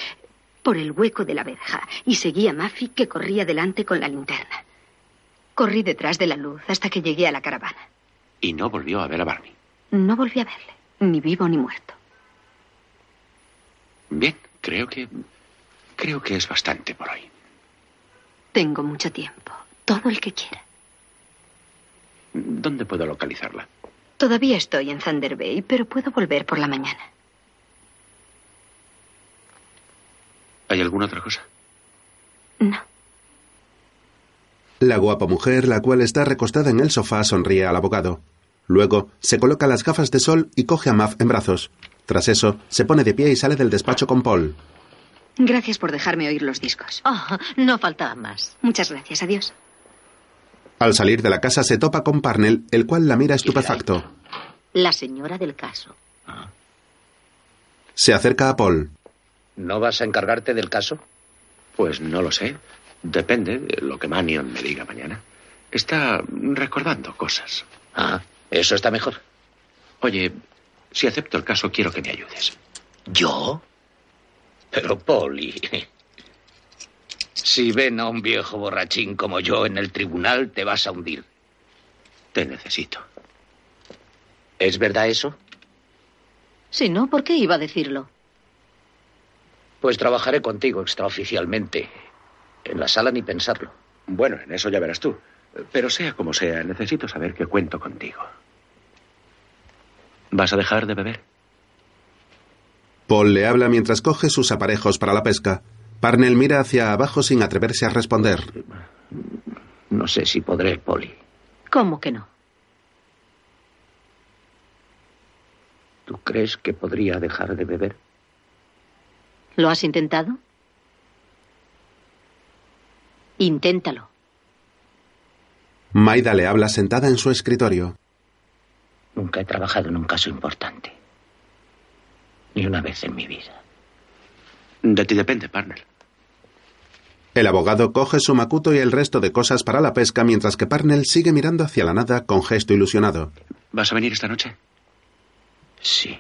Speaker 12: por el hueco de la verja y seguí a Maffy que corría delante con la linterna. Corrí detrás de la luz hasta que llegué a la caravana.
Speaker 2: Y no volvió a ver a Barney.
Speaker 12: No volví a verle, ni vivo ni muerto.
Speaker 2: Bien, creo que. Creo que es bastante por hoy.
Speaker 12: Tengo mucho tiempo, todo el que quiera.
Speaker 2: ¿Dónde puedo localizarla?
Speaker 12: Todavía estoy en Thunder Bay, pero puedo volver por la mañana.
Speaker 2: ¿Hay alguna otra cosa?
Speaker 1: La guapa mujer, la cual está recostada en el sofá, sonríe al abogado. Luego, se coloca las gafas de sol y coge a Muff en brazos. Tras eso, se pone de pie y sale del despacho con Paul.
Speaker 12: Gracias por dejarme oír los discos.
Speaker 9: Ah, no faltaba más.
Speaker 12: Muchas gracias, adiós.
Speaker 1: Al salir de la casa, se topa con Parnell, el cual la mira estupefacto.
Speaker 9: La señora del caso.
Speaker 1: Se acerca a Paul.
Speaker 7: ¿No vas a encargarte del caso?
Speaker 2: Pues no lo sé. Depende de lo que Manion me diga mañana. Está recordando cosas.
Speaker 7: Ah, eso está mejor.
Speaker 2: Oye, si acepto el caso, quiero que me ayudes.
Speaker 7: ¿Yo? Pero, Polly. Si ven a un viejo borrachín como yo en el tribunal, te vas a hundir.
Speaker 2: Te necesito.
Speaker 7: ¿Es verdad eso?
Speaker 9: Si no, ¿por qué iba a decirlo?
Speaker 7: Pues trabajaré contigo extraoficialmente. En la sala ni pensarlo.
Speaker 2: Bueno, en eso ya verás tú. Pero sea como sea, necesito saber que cuento contigo. ¿Vas a dejar de beber?
Speaker 1: Paul le habla mientras coge sus aparejos para la pesca. Parnell mira hacia abajo sin atreverse a responder.
Speaker 7: No sé si podré, Polly.
Speaker 9: ¿Cómo que no?
Speaker 7: ¿Tú crees que podría dejar de beber?
Speaker 9: ¿Lo has intentado? Inténtalo.
Speaker 1: Maida le habla sentada en su escritorio.
Speaker 7: Nunca he trabajado en un caso importante. Ni una vez en mi vida.
Speaker 2: De ti depende, partner.
Speaker 1: El abogado coge su macuto y el resto de cosas para la pesca mientras que Parnell sigue mirando hacia la nada con gesto ilusionado.
Speaker 2: ¿Vas a venir esta noche?
Speaker 7: Sí.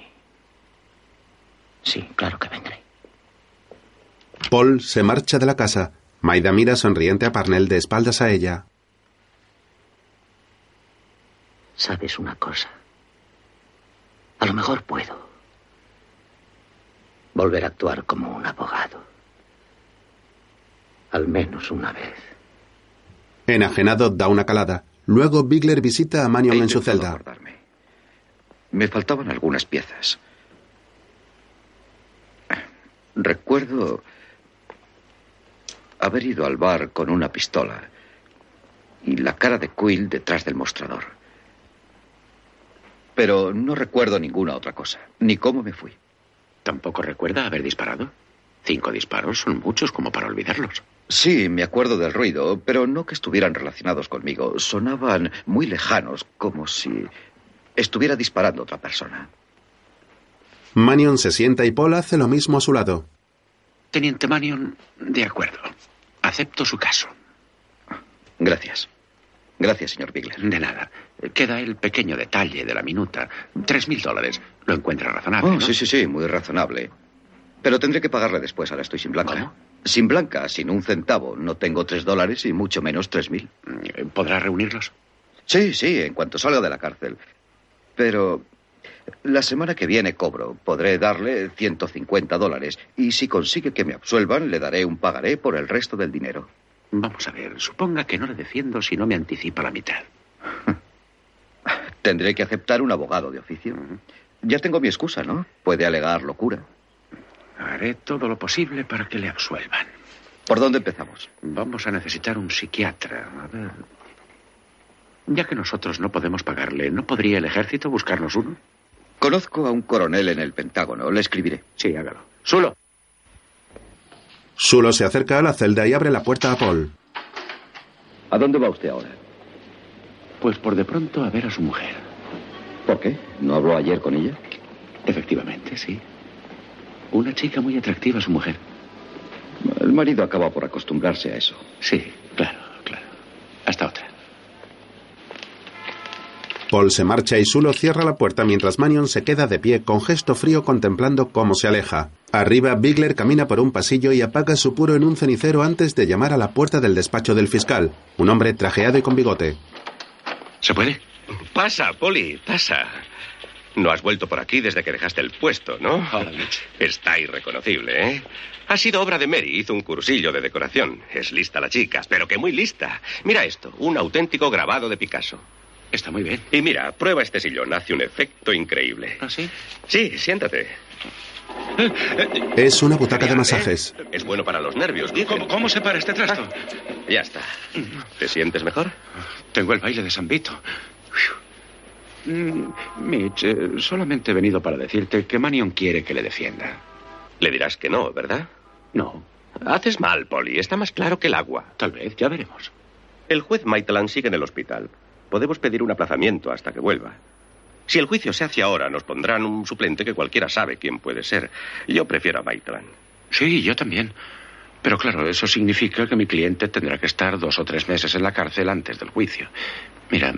Speaker 7: Sí, claro que vendré.
Speaker 1: Paul se marcha de la casa. Maida mira sonriente a Parnell de espaldas a ella.
Speaker 7: ¿Sabes una cosa? A lo mejor puedo. Volver a actuar como un abogado. Al menos una vez.
Speaker 1: Enajenado da una calada. Luego Bigler visita a Manion en su celda.
Speaker 13: Me faltaban algunas piezas. Recuerdo haber ido al bar con una pistola y la cara de Quill detrás del mostrador. Pero no recuerdo ninguna otra cosa, ni cómo me fui.
Speaker 2: ¿Tampoco recuerda haber disparado? Cinco disparos son muchos como para olvidarlos.
Speaker 7: Sí, me acuerdo del ruido, pero no que estuvieran relacionados conmigo. Sonaban muy lejanos, como si estuviera disparando otra persona.
Speaker 1: Manion se sienta y Paul hace lo mismo a su lado.
Speaker 2: Teniente Manion, de acuerdo. Acepto su caso.
Speaker 7: Gracias. Gracias, señor Bigler.
Speaker 2: De nada. Queda el pequeño detalle de la minuta. Tres mil dólares. Lo encuentra razonable.
Speaker 7: Oh,
Speaker 2: ¿no?
Speaker 7: Sí, sí, sí, muy razonable. Pero tendré que pagarle después. Ahora estoy sin blanca.
Speaker 2: ¿Cómo?
Speaker 7: Sin blanca, sin un centavo. No tengo tres dólares y mucho menos tres mil.
Speaker 2: ¿Podrá reunirlos?
Speaker 7: Sí, sí, en cuanto salga de la cárcel. Pero la semana que viene cobro. Podré darle 150 dólares. Y si consigue que me absuelvan, le daré un pagaré por el resto del dinero.
Speaker 2: Vamos a ver. Suponga que no le defiendo si no me anticipa la mitad.
Speaker 7: Tendré que aceptar un abogado de oficio. Ya tengo mi excusa, ¿no? Puede alegar locura.
Speaker 2: Haré todo lo posible para que le absuelvan.
Speaker 7: ¿Por dónde empezamos?
Speaker 2: Vamos a necesitar un psiquiatra. A ver. Ya que nosotros no podemos pagarle, ¿no podría el ejército buscarnos uno?
Speaker 7: Conozco a un coronel en el Pentágono. Le escribiré.
Speaker 2: Sí, hágalo. Solo.
Speaker 1: Sulo se acerca a la celda y abre la puerta a Paul.
Speaker 7: ¿A dónde va usted ahora?
Speaker 2: Pues por de pronto a ver a su mujer.
Speaker 7: ¿Por qué? ¿No habló ayer con ella?
Speaker 2: Efectivamente, sí. Una chica muy atractiva, su mujer.
Speaker 7: El marido acaba por acostumbrarse a eso.
Speaker 2: Sí, claro, claro. Hasta otra.
Speaker 1: Paul se marcha y Sulo cierra la puerta mientras Manion se queda de pie con gesto frío contemplando cómo se aleja. Arriba, Bigler camina por un pasillo y apaga su puro en un cenicero antes de llamar a la puerta del despacho del fiscal, un hombre trajeado y con bigote.
Speaker 14: ¿Se puede?
Speaker 6: Pasa, Polly, pasa. No has vuelto por aquí desde que dejaste el puesto, ¿no? Está irreconocible, ¿eh? Ha sido obra de Mary, hizo un cursillo de decoración. Es lista la chica, pero que muy lista. Mira esto, un auténtico grabado de Picasso.
Speaker 2: Está muy bien.
Speaker 6: Y mira, prueba este sillón, hace un efecto increíble.
Speaker 2: ¿Ah, sí?
Speaker 6: Sí, siéntate.
Speaker 1: Es una butaca de masajes.
Speaker 6: Es bueno para los nervios, dicen.
Speaker 14: ¿Cómo, cómo se para este trasto?
Speaker 2: Ah.
Speaker 6: Ya está. ¿Te sientes mejor?
Speaker 14: Tengo el baile de San Vito.
Speaker 2: Mm, Mitch, eh, solamente he venido para decirte que Manion quiere que le defienda.
Speaker 6: Le dirás que no, ¿verdad?
Speaker 2: No,
Speaker 6: Haces mal, Polly. Está más claro que el agua.
Speaker 2: tal vez, ya veremos.
Speaker 6: El juez Maitland sigue en el hospital. Podemos pedir un aplazamiento hasta que vuelva. Si el juicio se hace ahora, nos pondrán un suplente que cualquiera sabe quién puede ser. Yo prefiero a Maitland.
Speaker 2: Sí, yo también. Pero claro, eso significa que mi cliente tendrá que estar dos o tres meses en la cárcel antes del juicio. Mira,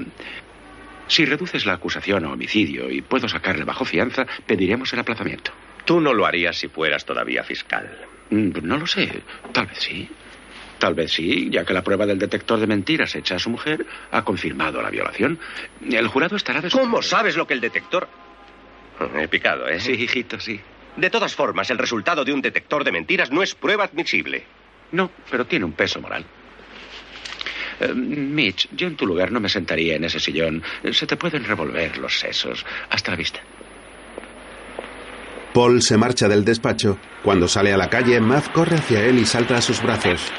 Speaker 2: si reduces la acusación a homicidio y puedo sacarle bajo fianza, pediremos el aplazamiento.
Speaker 6: Tú no lo harías si fueras todavía fiscal.
Speaker 2: Mm, No lo sé. Tal vez sí. Tal vez sí, ya que la prueba del detector de mentiras hecha a su mujer ha confirmado la violación. El jurado estará de...
Speaker 6: ¿Cómo sabes lo que el detector... He picado, ¿eh?
Speaker 2: Sí, hijito, sí.
Speaker 6: De todas formas, el resultado de un detector de mentiras no es prueba admisible.
Speaker 2: No, pero tiene un peso moral. Eh, Mitch, yo en tu lugar no me sentaría en ese sillón. Eh, Se te pueden revolver los sesos. Hasta la vista.
Speaker 1: Paul se marcha del despacho. Cuando sale a la calle, Mav corre hacia él y salta a sus brazos.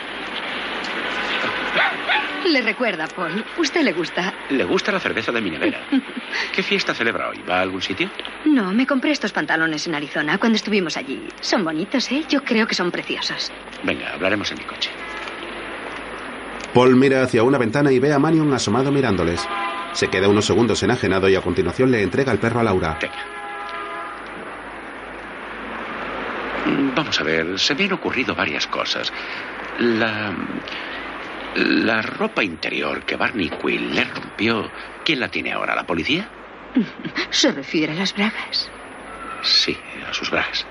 Speaker 12: Le recuerda, Paul. Usted le gusta.
Speaker 2: Le gusta la cerveza de mi nevera. ¿Qué fiesta celebra hoy? ¿Va a algún sitio?
Speaker 12: No, me compré estos pantalones en Arizona cuando estuvimos allí. Son bonitos, ¿eh? Yo creo que son preciosos.
Speaker 2: Venga, hablaremos en mi coche.
Speaker 1: Paul mira hacia una ventana y ve a Manion asomado mirándoles. Se queda unos segundos enajenado y a continuación le entrega el perro a Laura.
Speaker 2: Mm, Vamos a ver, se me han ocurrido varias cosas. La. La ropa interior que Barney Quill le rompió, ¿quién la tiene ahora? ¿La policía?
Speaker 12: ¿Se refiere a las bragas?
Speaker 2: Sí, a sus bras.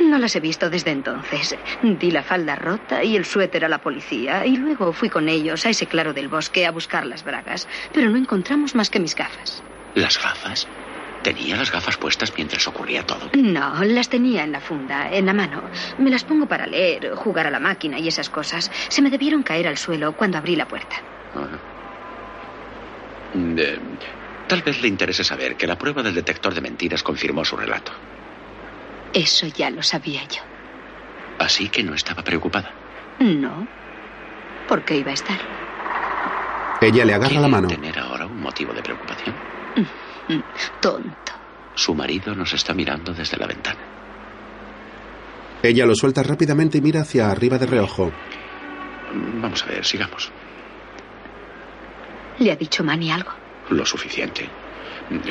Speaker 12: No las he visto desde entonces. Di la falda rota y el suéter a la policía y luego fui con ellos a ese claro del bosque a buscar las bragas, pero no encontramos más que mis gafas.
Speaker 2: ¿Las gafas? ¿Tenía las gafas puestas mientras ocurría todo?
Speaker 12: No, las tenía en la funda, en la mano. Me las pongo para leer, jugar a la máquina y esas cosas. Se me debieron caer al suelo cuando abrí la puerta.
Speaker 2: Ajá. Mm, eh, tal vez le interese saber que la prueba del detector de mentiras confirmó su relato.
Speaker 12: Eso ya lo sabía yo.
Speaker 2: Así que no estaba preocupada.
Speaker 12: No. ¿Por qué iba a estar?
Speaker 1: Ella le agarra la mano.
Speaker 2: tener ahora un motivo de preocupación?
Speaker 12: Mm, Tonto.
Speaker 2: Su marido nos está mirando desde la ventana.
Speaker 1: Ella lo suelta rápidamente y mira hacia arriba de reojo.
Speaker 2: Vamos a ver, sigamos.
Speaker 12: ¿Le ha dicho Manny algo?
Speaker 2: Lo suficiente.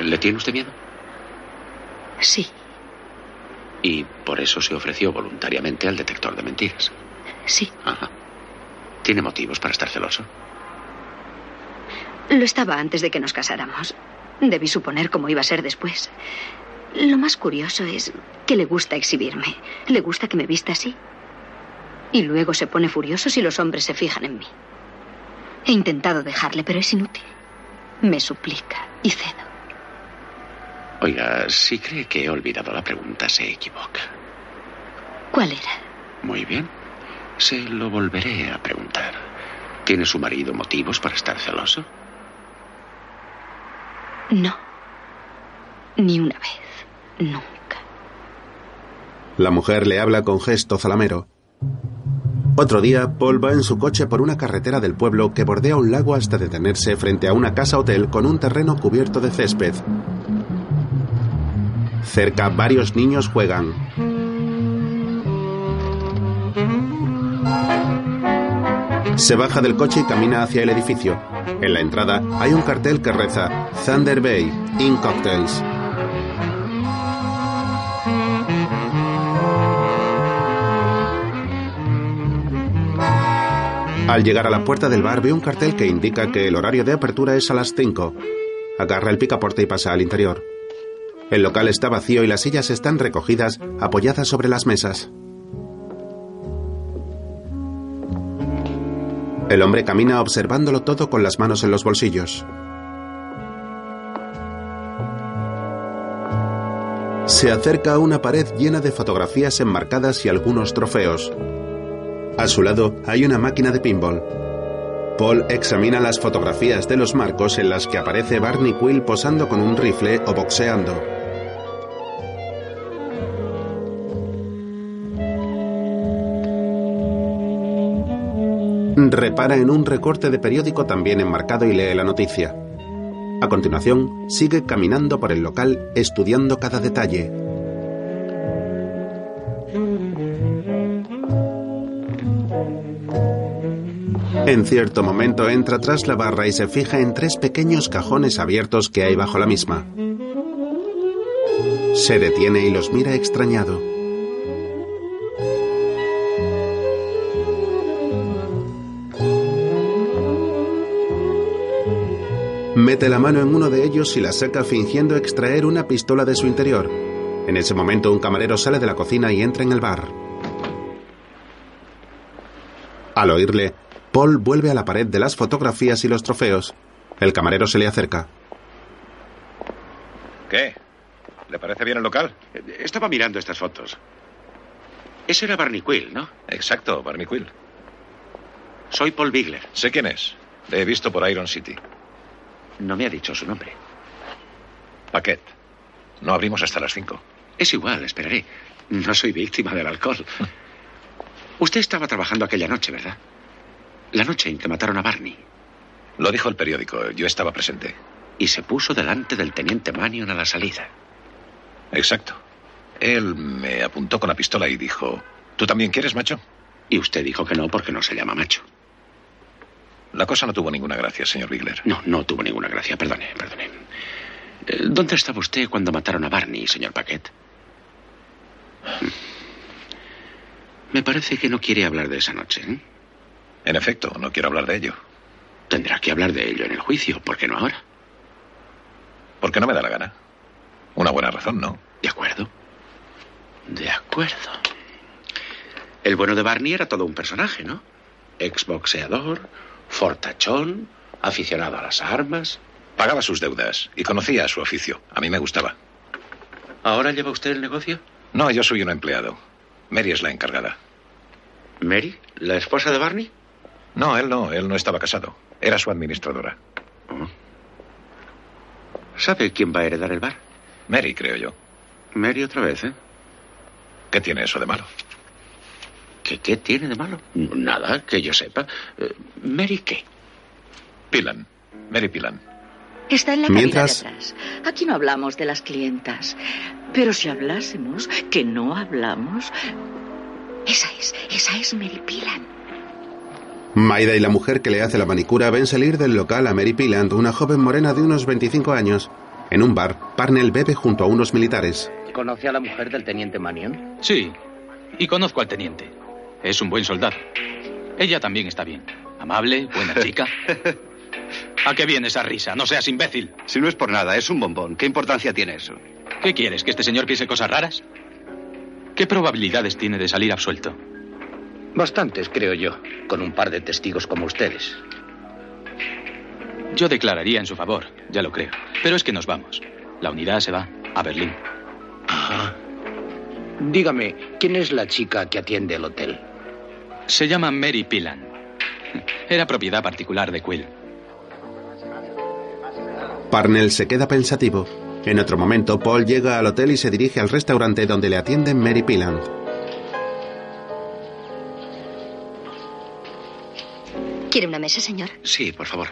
Speaker 2: ¿Le tiene usted miedo?
Speaker 12: Sí,
Speaker 2: Y por eso se ofreció voluntariamente al detector de mentiras.
Speaker 12: sí.
Speaker 2: Ajá. ¿Tiene motivos para estar celoso?
Speaker 12: Lo estaba antes de que nos casáramos. Debí suponer cómo iba a ser después. Lo más curioso es que le gusta exhibirme. Le gusta que me vista así. Y luego se pone furioso si los hombres se fijan en mí. He intentado dejarle, pero es inútil. Me suplica y cedo.
Speaker 2: Oiga, si cree que he olvidado la pregunta, se equivoca.
Speaker 12: ¿Cuál era?
Speaker 2: Muy bien. Se lo volveré a preguntar. ¿Tiene su marido motivos para estar celoso?
Speaker 12: No. Ni una vez. No.
Speaker 1: La mujer le habla con gesto zalamero. Otro día, Paul va en su coche por una carretera del pueblo que bordea un lago hasta detenerse frente a una casa hotel con un terreno cubierto de césped. Cerca, varios niños juegan. Se baja del coche y camina hacia el edificio. En la entrada hay un cartel que reza Thunder Bay, In Cocktails. Al llegar a la puerta del bar ve un cartel que indica que el horario de apertura es a las 5. Agarra el picaporte y pasa al interior. El local está vacío y las sillas están recogidas, apoyadas sobre las mesas. El hombre camina observándolo todo con las manos en los bolsillos. Se acerca a una pared llena de fotografías enmarcadas y algunos trofeos. A su lado hay una máquina de pinball. Paul examina las fotografías de los marcos en las que aparece Barney Quill posando con un rifle o boxeando. Repara en un recorte de periódico también enmarcado y lee la noticia. A continuación, sigue caminando por el local estudiando cada detalle. En cierto momento entra tras la barra y se fija en tres pequeños cajones abiertos que hay bajo la misma. Se detiene y los mira extrañado. Mete la mano en uno de ellos y la saca fingiendo extraer una pistola de su interior. En ese momento un camarero sale de la cocina y entra en el bar. Al oírle, Paul vuelve a la pared de las fotografías y los trofeos. El camarero se le acerca.
Speaker 6: ¿Qué? ¿Le parece bien el local?
Speaker 2: Eh, Estaba mirando estas fotos. Ese era Barney Quill, ¿no?
Speaker 6: Exacto, Barney Quill.
Speaker 2: Soy Paul Bigler.
Speaker 6: Sé quién es. Le he visto por Iron City.
Speaker 2: No me ha dicho su nombre.
Speaker 6: Paquet. No abrimos hasta las 5.
Speaker 2: Es igual, esperaré. No soy víctima del alcohol. Usted estaba trabajando aquella noche, ¿verdad? La noche en que mataron a Barney.
Speaker 6: Lo dijo el periódico. Yo estaba presente.
Speaker 2: Y se puso delante del teniente Mannion a la salida.
Speaker 6: Exacto. Él me apuntó con la pistola y dijo, ¿tú también quieres, macho?
Speaker 2: Y usted dijo que no porque no se llama macho.
Speaker 6: La cosa no tuvo ninguna gracia, señor Bigler.
Speaker 2: No, no tuvo ninguna gracia. Perdone, perdone. Eh, ¿Dónde estaba usted cuando mataron a Barney, señor Paquet? Hmm. Me parece que no quiere hablar de esa noche. ¿eh?
Speaker 6: En efecto, no quiero hablar de ello.
Speaker 2: Tendrá que hablar de ello en el juicio. ¿Por qué no ahora?
Speaker 6: Porque no me da la gana. Una buena razón, ¿no?
Speaker 2: De acuerdo. De acuerdo. El bueno de Barney era todo un personaje, ¿no? Exboxeador, fortachón, aficionado a las armas.
Speaker 6: Pagaba sus deudas y conocía su oficio. A mí me gustaba.
Speaker 2: ¿Ahora lleva usted el negocio?
Speaker 6: No, yo soy un empleado. Mary es la encargada.
Speaker 2: ¿Mary? ¿La esposa de Barney?
Speaker 6: No, él no. Él no estaba casado. Era su administradora.
Speaker 2: ¿Sabe quién va a heredar el bar?
Speaker 6: Mary, creo yo.
Speaker 2: Mary otra vez, ¿eh?
Speaker 6: ¿Qué tiene eso de malo?
Speaker 2: ¿Qué, qué tiene de malo? Nada, que yo sepa. Eh, ¿Mary qué?
Speaker 6: Pilan. Mary Pilan.
Speaker 15: Está en la cabina
Speaker 1: Mientras-
Speaker 15: de atrás. Aquí no hablamos de las clientas. Pero si hablásemos, que no hablamos,
Speaker 12: Esa es, esa es Mary Pilan.
Speaker 1: Maida y la mujer que le hace la manicura ven salir del local a Mary Piland, una joven morena de unos 25 años. En un bar, Parnell bebe junto a unos militares.
Speaker 16: ¿Conoce a la mujer del teniente Manion?
Speaker 17: Sí, y conozco al teniente. Es un buen soldado. Ella también está bien. Amable, buena chica. ¿A qué viene esa risa? No seas imbécil.
Speaker 18: Si no es por nada, es un bombón. ¿Qué importancia tiene eso?
Speaker 17: ¿Qué quieres? ¿Que este señor piense cosas raras? ¿Qué probabilidades tiene de salir absuelto?
Speaker 16: Bastantes, creo yo, con un par de testigos como ustedes.
Speaker 17: Yo declararía en su favor, ya lo creo. Pero es que nos vamos. La unidad se va a Berlín.
Speaker 16: Dígame, ¿quién es la chica que atiende el hotel?
Speaker 17: Se llama Mary Pilan. Era propiedad particular de Quill.
Speaker 1: Parnell se queda pensativo. En otro momento, Paul llega al hotel y se dirige al restaurante donde le atiende Mary Pilan.
Speaker 12: ¿Quiere una mesa, señor?
Speaker 2: Sí, por favor.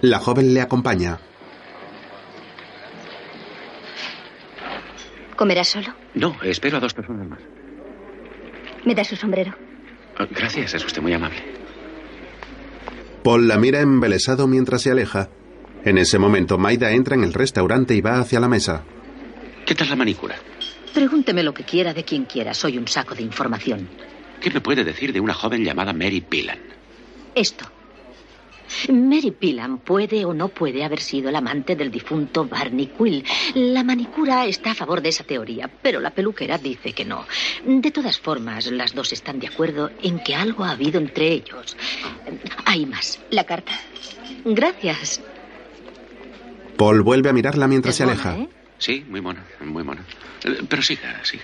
Speaker 1: La joven le acompaña.
Speaker 12: ¿Comerá solo?
Speaker 2: No, espero a dos personas más.
Speaker 12: ¿Me da su sombrero?
Speaker 2: Ah, Gracias, es usted muy amable.
Speaker 1: Paul la mira embelesado mientras se aleja. En ese momento, Maida entra en el restaurante y va hacia la mesa.
Speaker 2: ¿Qué tal la manicura?
Speaker 9: Pregúnteme lo que quiera de quien quiera. Soy un saco de información.
Speaker 2: ¿Qué me puede decir de una joven llamada Mary Pilan?
Speaker 9: Esto. Mary Pilan puede o no puede haber sido el amante del difunto Barney Quill. La manicura está a favor de esa teoría, pero la peluquera dice que no. De todas formas, las dos están de acuerdo en que algo ha habido entre ellos. Hay más.
Speaker 12: La carta.
Speaker 9: Gracias.
Speaker 1: Paul vuelve a mirarla mientras se aleja.
Speaker 2: Sí, muy mona, muy mona. Eh, Pero siga, sí.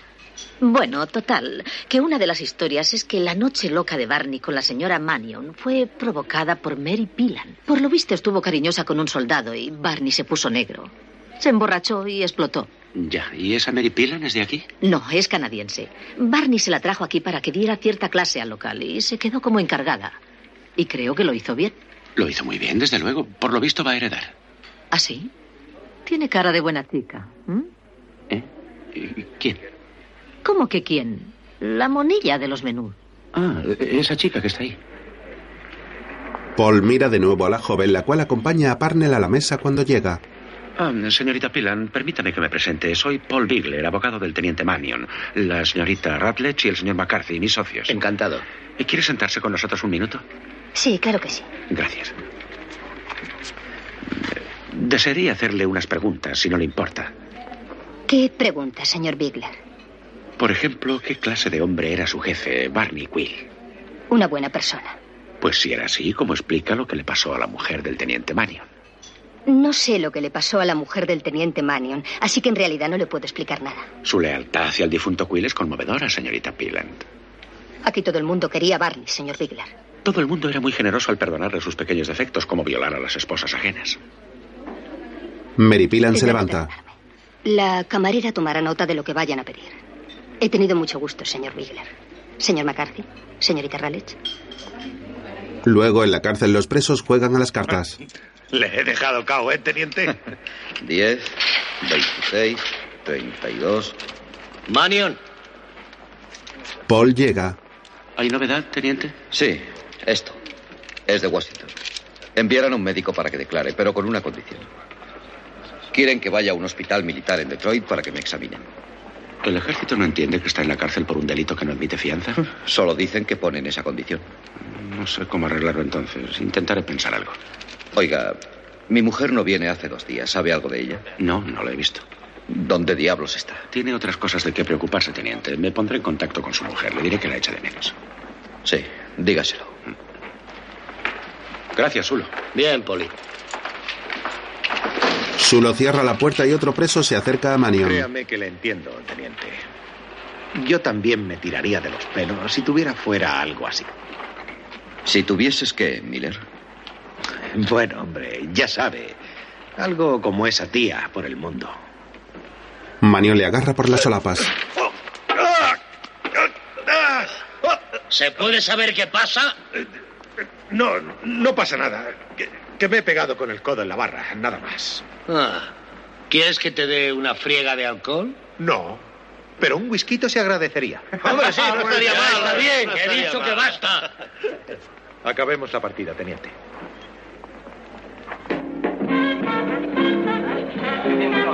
Speaker 9: Bueno, total, que una de las historias es que la noche loca de Barney con la señora Mannion fue provocada por Mary Pilan. Por lo visto estuvo cariñosa con un soldado y Barney se puso negro. Se emborrachó y explotó.
Speaker 2: Ya, ¿y esa Mary Pilan es de aquí?
Speaker 9: No, es canadiense. Barney se la trajo aquí para que diera cierta clase al local y se quedó como encargada. Y creo que lo hizo bien.
Speaker 2: Lo hizo muy bien, desde luego. Por lo visto va a heredar.
Speaker 9: ¿Ah, sí? Tiene cara de buena chica. ¿m?
Speaker 2: ¿Eh? ¿Y ¿Quién?
Speaker 9: ¿Cómo que quién? La monilla de los menús.
Speaker 2: Ah, esa chica que está ahí.
Speaker 1: Paul mira de nuevo a la joven, la cual acompaña a Parnell a la mesa cuando llega.
Speaker 2: Ah, señorita Pilan, permítame que me presente. Soy Paul Bigler, abogado del teniente Mannion, la señorita Rutledge y el señor McCarthy, mis socios. ¿Eh,
Speaker 16: Encantado.
Speaker 2: ¿Quiere sentarse con nosotros un minuto?
Speaker 12: Sí, claro que sí.
Speaker 2: Gracias. Desearía hacerle unas preguntas, si no le importa.
Speaker 12: ¿Qué pregunta, señor Bigler?
Speaker 2: Por ejemplo, ¿qué clase de hombre era su jefe, Barney Quill?
Speaker 12: Una buena persona.
Speaker 2: Pues si era así, ¿cómo explica lo que le pasó a la mujer del teniente Mannion?
Speaker 12: No sé lo que le pasó a la mujer del teniente Mannion, así que en realidad no le puedo explicar nada.
Speaker 2: Su lealtad hacia el difunto Quill es conmovedora, señorita Pilan.
Speaker 12: Aquí todo el mundo quería a Barney, señor Bigler.
Speaker 2: Todo el mundo era muy generoso al perdonarle sus pequeños defectos, como violar a las esposas ajenas.
Speaker 1: Mary Pilan se levanta.
Speaker 12: La camarera tomará nota de lo que vayan a pedir. He tenido mucho gusto, señor Bigler. Señor McCarthy, señorita Raleigh.
Speaker 1: Luego, en la cárcel, los presos juegan a las cartas.
Speaker 6: Le he dejado cao, ¿eh, teniente?
Speaker 7: 10, 26, 32.
Speaker 16: Manion.
Speaker 1: Paul llega.
Speaker 2: ¿Hay novedad, teniente?
Speaker 7: Sí, esto. Es de Washington. Enviarán a un médico para que declare, pero con una condición. Quieren que vaya a un hospital militar en Detroit para que me examinen.
Speaker 2: ¿El ejército no entiende que está en la cárcel por un delito que no admite fianza?
Speaker 7: Solo dicen que ponen esa condición.
Speaker 2: No sé cómo arreglarlo entonces. Intentaré pensar algo.
Speaker 7: Oiga, mi mujer no viene hace dos días. ¿Sabe algo de ella?
Speaker 2: No, no la he visto.
Speaker 7: ¿Dónde diablos está?
Speaker 2: Tiene otras cosas de qué preocuparse, teniente. Me pondré en contacto con su mujer. Le diré que la echa de menos.
Speaker 7: Sí, dígaselo.
Speaker 2: Gracias, Zulo.
Speaker 16: Bien, Poli.
Speaker 1: Sulo cierra la puerta y otro preso se acerca a Manion.
Speaker 6: Créame que le entiendo, teniente. Yo también me tiraría de los pelos si tuviera fuera algo así.
Speaker 7: Si tuvieses que, Miller.
Speaker 6: Bueno, hombre, ya sabe. Algo como esa tía por el mundo.
Speaker 1: Manion le agarra por las solapas.
Speaker 19: ¿Se puede saber qué pasa?
Speaker 6: No, no pasa nada. Que, que me he pegado con el codo en la barra, nada más.
Speaker 19: Ah, ¿Quieres que te dé una friega de alcohol?
Speaker 6: No,
Speaker 7: Pero un whisky se agradecería.
Speaker 20: Hombre, sí, no
Speaker 7: Hombre,
Speaker 20: estaría
Speaker 7: ya
Speaker 20: mal.
Speaker 7: está bien,
Speaker 20: No
Speaker 7: he
Speaker 20: estaría
Speaker 7: dicho
Speaker 20: mal.
Speaker 7: que basta. Acabemos la partida, teniente.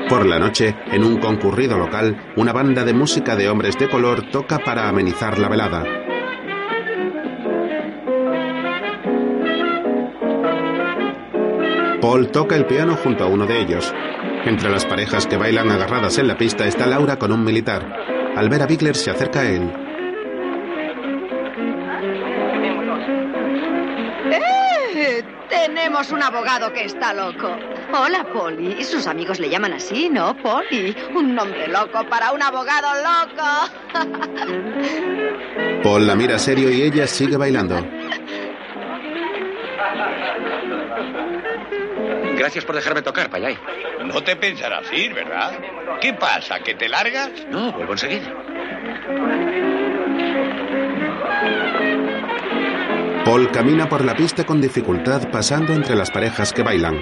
Speaker 1: Por la noche, en un concurrido local, una banda de música de hombres de color toca para amenizar la velada. Paul toca el piano junto a uno de ellos. Entre las parejas que bailan agarradas en la pista está Laura con un militar. Al ver a Bigler se acerca a él.
Speaker 21: ¡Eh! Tenemos un abogado que está loco. Hola, Polly. Sus amigos le llaman así, ¿no, Polly? Un nombre loco para un abogado loco.
Speaker 1: Paul la mira serio y ella sigue bailando.
Speaker 2: Gracias por dejarme tocar, Payay.
Speaker 6: No te pensarás ir, ¿verdad? ¿Qué pasa? ¿Que te largas?
Speaker 2: No, vuelvo enseguida.
Speaker 1: Paul camina por la pista con dificultad pasando entre las parejas que bailan.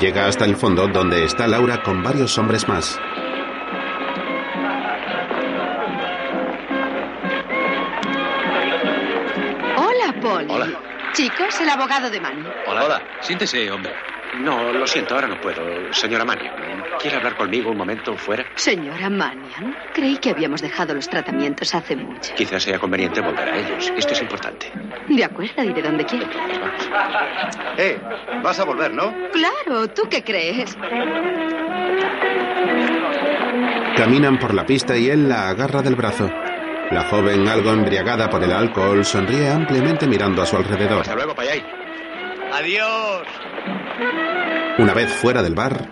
Speaker 1: Llega hasta el fondo donde está Laura con varios hombres más.
Speaker 21: Hola, Polly.
Speaker 17: Hola.
Speaker 21: Chicos, el abogado de Manny.
Speaker 2: Hola.
Speaker 17: Siéntese, hombre.
Speaker 2: No, lo siento, ahora no puedo. Señora Mannion, ¿quiere hablar conmigo un momento fuera?
Speaker 21: Señora Mannion, creí que habíamos dejado los tratamientos hace mucho.
Speaker 2: Quizás sea conveniente volver a ellos. Esto es importante.
Speaker 21: De acuerdo, iré donde quiera.
Speaker 2: Eh, vas a volver, ¿no?
Speaker 21: Claro, ¿tú qué crees?
Speaker 1: Caminan por la pista y él la agarra del brazo. La joven, algo embriagada por el alcohol, sonríe ampliamente mirando a su alrededor.
Speaker 6: luego, Payay. Adiós.
Speaker 1: Una vez fuera del bar,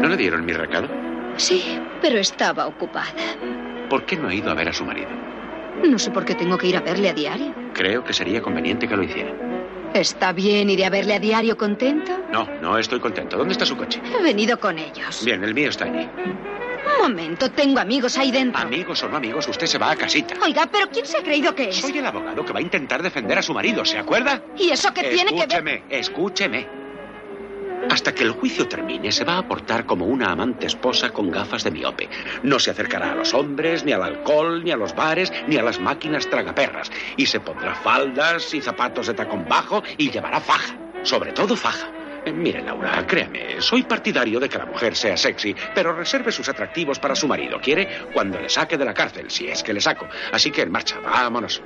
Speaker 2: ¿No le dieron mi recado?
Speaker 22: Sí, pero estaba ocupada.
Speaker 2: ¿Por qué no ha ido a ver a su marido?
Speaker 22: No sé por qué tengo que ir a verle a diario.
Speaker 2: Creo que sería conveniente que lo hiciera.
Speaker 22: Está bien, iré a verle a diario contento.
Speaker 2: No, no estoy contento. ¿Dónde está su coche?
Speaker 22: He venido con ellos.
Speaker 2: Bien, el mío está allí.
Speaker 22: Un momento, tengo amigos ahí dentro.
Speaker 2: Amigos o no amigos, usted se va a casita.
Speaker 22: Oiga, pero ¿quién se ha creído
Speaker 12: Pues
Speaker 22: que es?
Speaker 2: Soy el abogado que va a intentar defender a su marido, ¿se acuerda?
Speaker 22: ¿Y eso qué tiene que ver?
Speaker 2: Escúcheme, escúcheme. Hasta que el juicio termine, se va a portar como una amante esposa con gafas de miope. No se acercará a los hombres, ni al alcohol, ni a los bares, ni a las máquinas tragaperras. Y se pondrá faldas y zapatos de tacón bajo y llevará faja. Sobre todo faja. Eh, Mire, Laura, créame, soy partidario de que la mujer sea sexy, pero reserve sus atractivos para su marido, ¿quiere? Cuando le saque de la cárcel, si es que le saco. Así que en marcha, vámonos.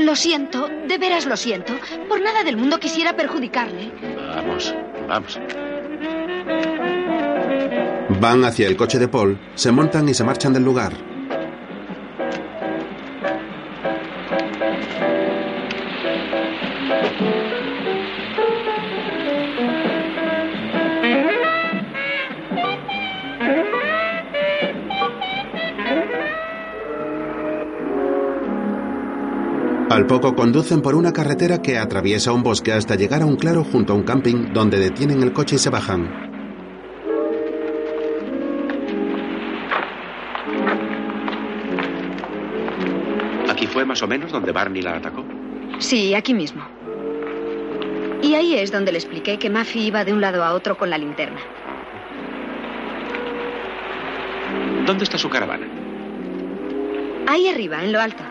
Speaker 22: Lo siento, de veras lo siento. Por nada del mundo quisiera perjudicarle.
Speaker 2: Vamos, vamos.
Speaker 1: van hacia el coche de Paul, se montan y se marchan del lugar. Al poco conducen por una carretera que atraviesa un bosque hasta llegar a un claro junto a un camping donde detienen el coche y se bajan.
Speaker 2: Aquí fue más o menos donde Barney la atacó.
Speaker 12: Sí, aquí mismo. Y ahí es donde le expliqué que Maffy iba de un lado a otro con la linterna.
Speaker 2: ¿Dónde está su caravana?
Speaker 12: Ahí arriba, en lo alto.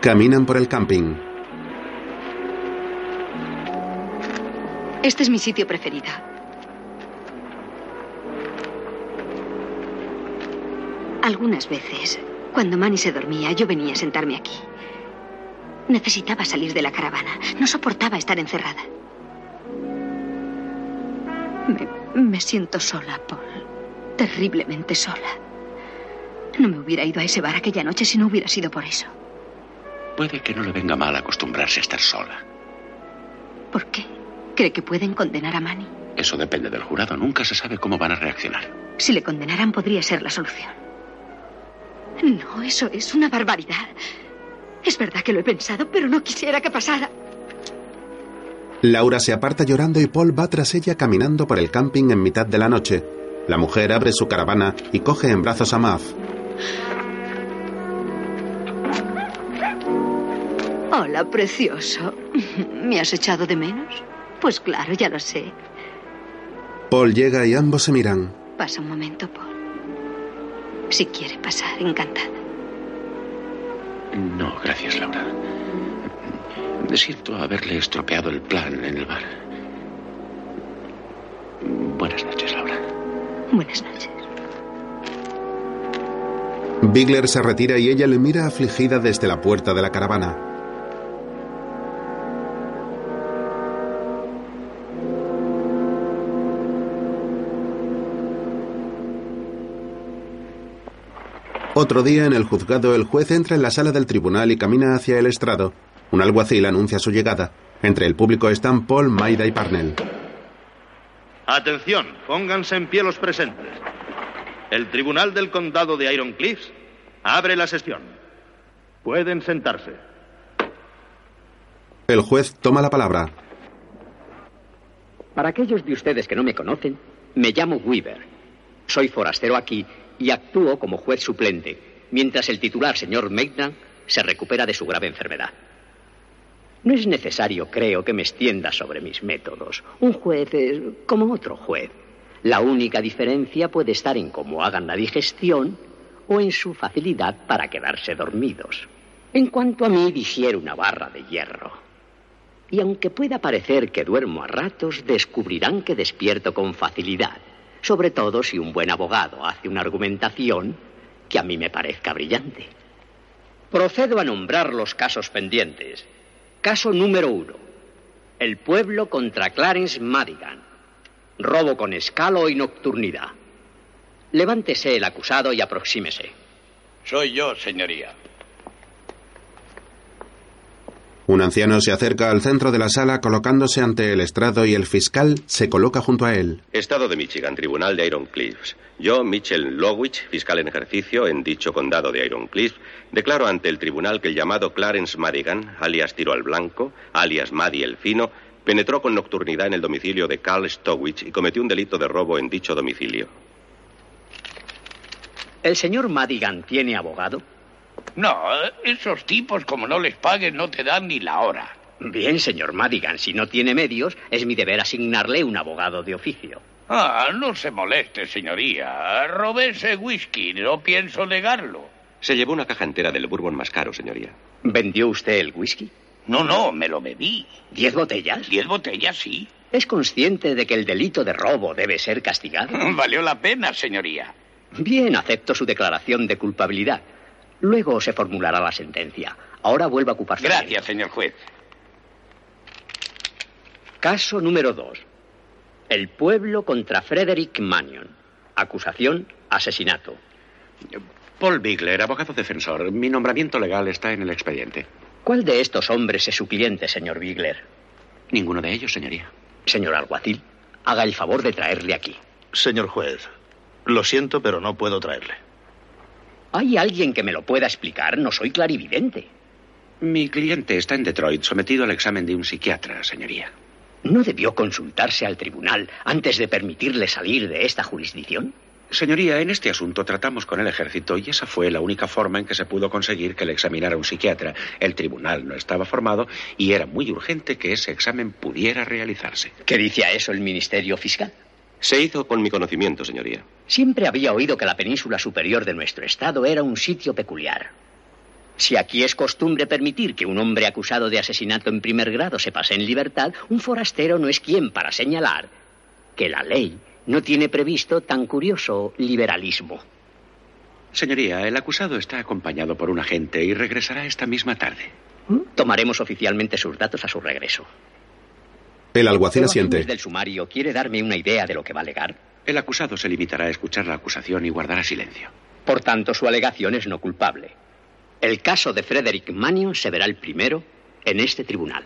Speaker 1: Caminan por el camping.
Speaker 12: Este es mi sitio preferido. Algunas veces, cuando Manny se dormía, yo venía a sentarme aquí. Necesitaba salir de la caravana. No soportaba estar encerrada. Me, me siento sola, Paul. Terriblemente sola. No me hubiera ido a ese bar aquella noche si no hubiera sido por eso.
Speaker 2: Puede que no le venga mal acostumbrarse a estar sola.
Speaker 12: ¿Por qué? ¿Cree que pueden condenar a Manny?
Speaker 2: Eso depende del jurado. Nunca se sabe cómo van a reaccionar.
Speaker 12: Si le condenaran podría ser la solución. No, eso es una barbaridad. Es verdad que lo he pensado, pero no quisiera que pasara.
Speaker 1: Laura se aparta llorando y Paul va tras ella caminando por el camping en mitad de la noche. La mujer abre su caravana y coge en brazos a Mav.
Speaker 21: Hola, precioso. ¿Me has echado de menos? Pues claro, ya lo sé.
Speaker 1: Paul llega y ambos se miran.
Speaker 12: Pasa un momento, Paul. Si quiere pasar, encantada.
Speaker 2: No, gracias, Laura. Siento haberle estropeado el plan en el bar. Buenas noches, Laura.
Speaker 12: Buenas noches.
Speaker 1: Bigler se retira y ella le mira afligida desde la puerta de la caravana. Otro día en el juzgado, el juez entra en la sala del tribunal y camina hacia el estrado. Un alguacil anuncia su llegada. Entre el público están Paul, Maida y Parnell.
Speaker 23: Atención, pónganse en pie los presentes. El Tribunal del Condado de Iron Cliffs abre la sesión. Pueden sentarse.
Speaker 1: El juez toma la palabra.
Speaker 7: Para aquellos de ustedes que no me conocen, me llamo Weaver. Soy forastero aquí y actúo como juez suplente, mientras el titular, señor Maitland, se recupera de su grave enfermedad. No es necesario, creo, que me extienda sobre mis métodos. Un juez es como otro juez. La única diferencia puede estar en cómo hagan la digestión o en su facilidad para quedarse dormidos. En cuanto a mí, digiero una barra de hierro. Y aunque pueda parecer que duermo a ratos, descubrirán que despierto con facilidad sobre todo si un buen abogado hace una argumentación que a mí me parezca brillante. Procedo a nombrar los casos pendientes. Caso número uno. El pueblo contra Clarence Madigan. Robo con escalo y nocturnidad. Levántese el acusado y aproxímese.
Speaker 6: Soy yo, señoría.
Speaker 1: Un anciano se acerca al centro de la sala colocándose ante el estrado y el fiscal se coloca junto a él.
Speaker 24: Estado de Michigan, Tribunal de Iron Cliffs. Yo, Mitchell Lowich, fiscal en ejercicio en dicho condado de Iron Cliffs, declaro ante el tribunal que el llamado Clarence Madigan, alias Tiro al Blanco, alias Maddy el Fino, penetró con nocturnidad en el domicilio de Carl Stowich y cometió un delito de robo en dicho domicilio.
Speaker 7: ¿El señor Madigan tiene abogado?
Speaker 6: No, esos tipos, como no les paguen, no te dan ni la hora.
Speaker 7: Bien, señor Madigan, si no tiene medios, es mi deber asignarle un abogado de oficio.
Speaker 6: Ah, no se moleste, señoría. Robé ese whisky, no pienso negarlo.
Speaker 24: Se llevó una caja entera del bourbon más caro, señoría.
Speaker 7: ¿Vendió usted el whisky?
Speaker 6: No, no, me lo bebí.
Speaker 7: ¿Diez botellas?
Speaker 6: Diez botellas, sí.
Speaker 7: ¿Es consciente de que el delito de robo debe ser castigado?
Speaker 6: Valió la pena, señoría.
Speaker 7: Bien, acepto su declaración de culpabilidad. Luego se formulará la sentencia. Ahora vuelva a ocuparse.
Speaker 6: Gracias, señor juez.
Speaker 7: Caso número 2. El pueblo contra Frederick Mannion. Acusación, asesinato.
Speaker 2: Paul Bigler, abogado defensor. Mi nombramiento legal está en el expediente.
Speaker 7: ¿Cuál de estos hombres es su cliente, señor Bigler?
Speaker 2: Ninguno de ellos, señoría.
Speaker 7: Señor alguacil, haga el favor de traerle aquí.
Speaker 25: Señor juez, lo siento, pero no puedo traerle.
Speaker 7: ¿Hay alguien que me lo pueda explicar? No soy clarividente.
Speaker 2: Mi cliente está en Detroit, sometido al examen de un psiquiatra, señoría.
Speaker 7: ¿No debió consultarse al tribunal antes de permitirle salir de esta jurisdicción?
Speaker 2: Señoría, en este asunto tratamos con el ejército y esa fue la única forma en que se pudo conseguir que le examinara un psiquiatra. El tribunal no estaba formado y era muy urgente que ese examen pudiera realizarse.
Speaker 7: ¿Qué dice a eso el Ministerio Fiscal?
Speaker 24: Se hizo con mi conocimiento, señoría.
Speaker 7: Siempre había oído que la península superior de nuestro estado era un sitio peculiar. Si aquí es costumbre permitir que un hombre acusado de asesinato en primer grado se pase en libertad, un forastero no es quien para señalar que la ley no tiene previsto tan curioso liberalismo.
Speaker 2: Señoría, el acusado está acompañado por un agente y regresará esta misma tarde.
Speaker 7: Tomaremos oficialmente sus datos a su regreso.
Speaker 1: El alguacil asiente.
Speaker 7: del sumario quiere darme una idea de lo que va a alegar?
Speaker 2: El acusado se limitará a escuchar la acusación y guardará silencio.
Speaker 7: Por tanto, su alegación es no culpable. El caso de Frederick Mannion se verá el primero en este tribunal.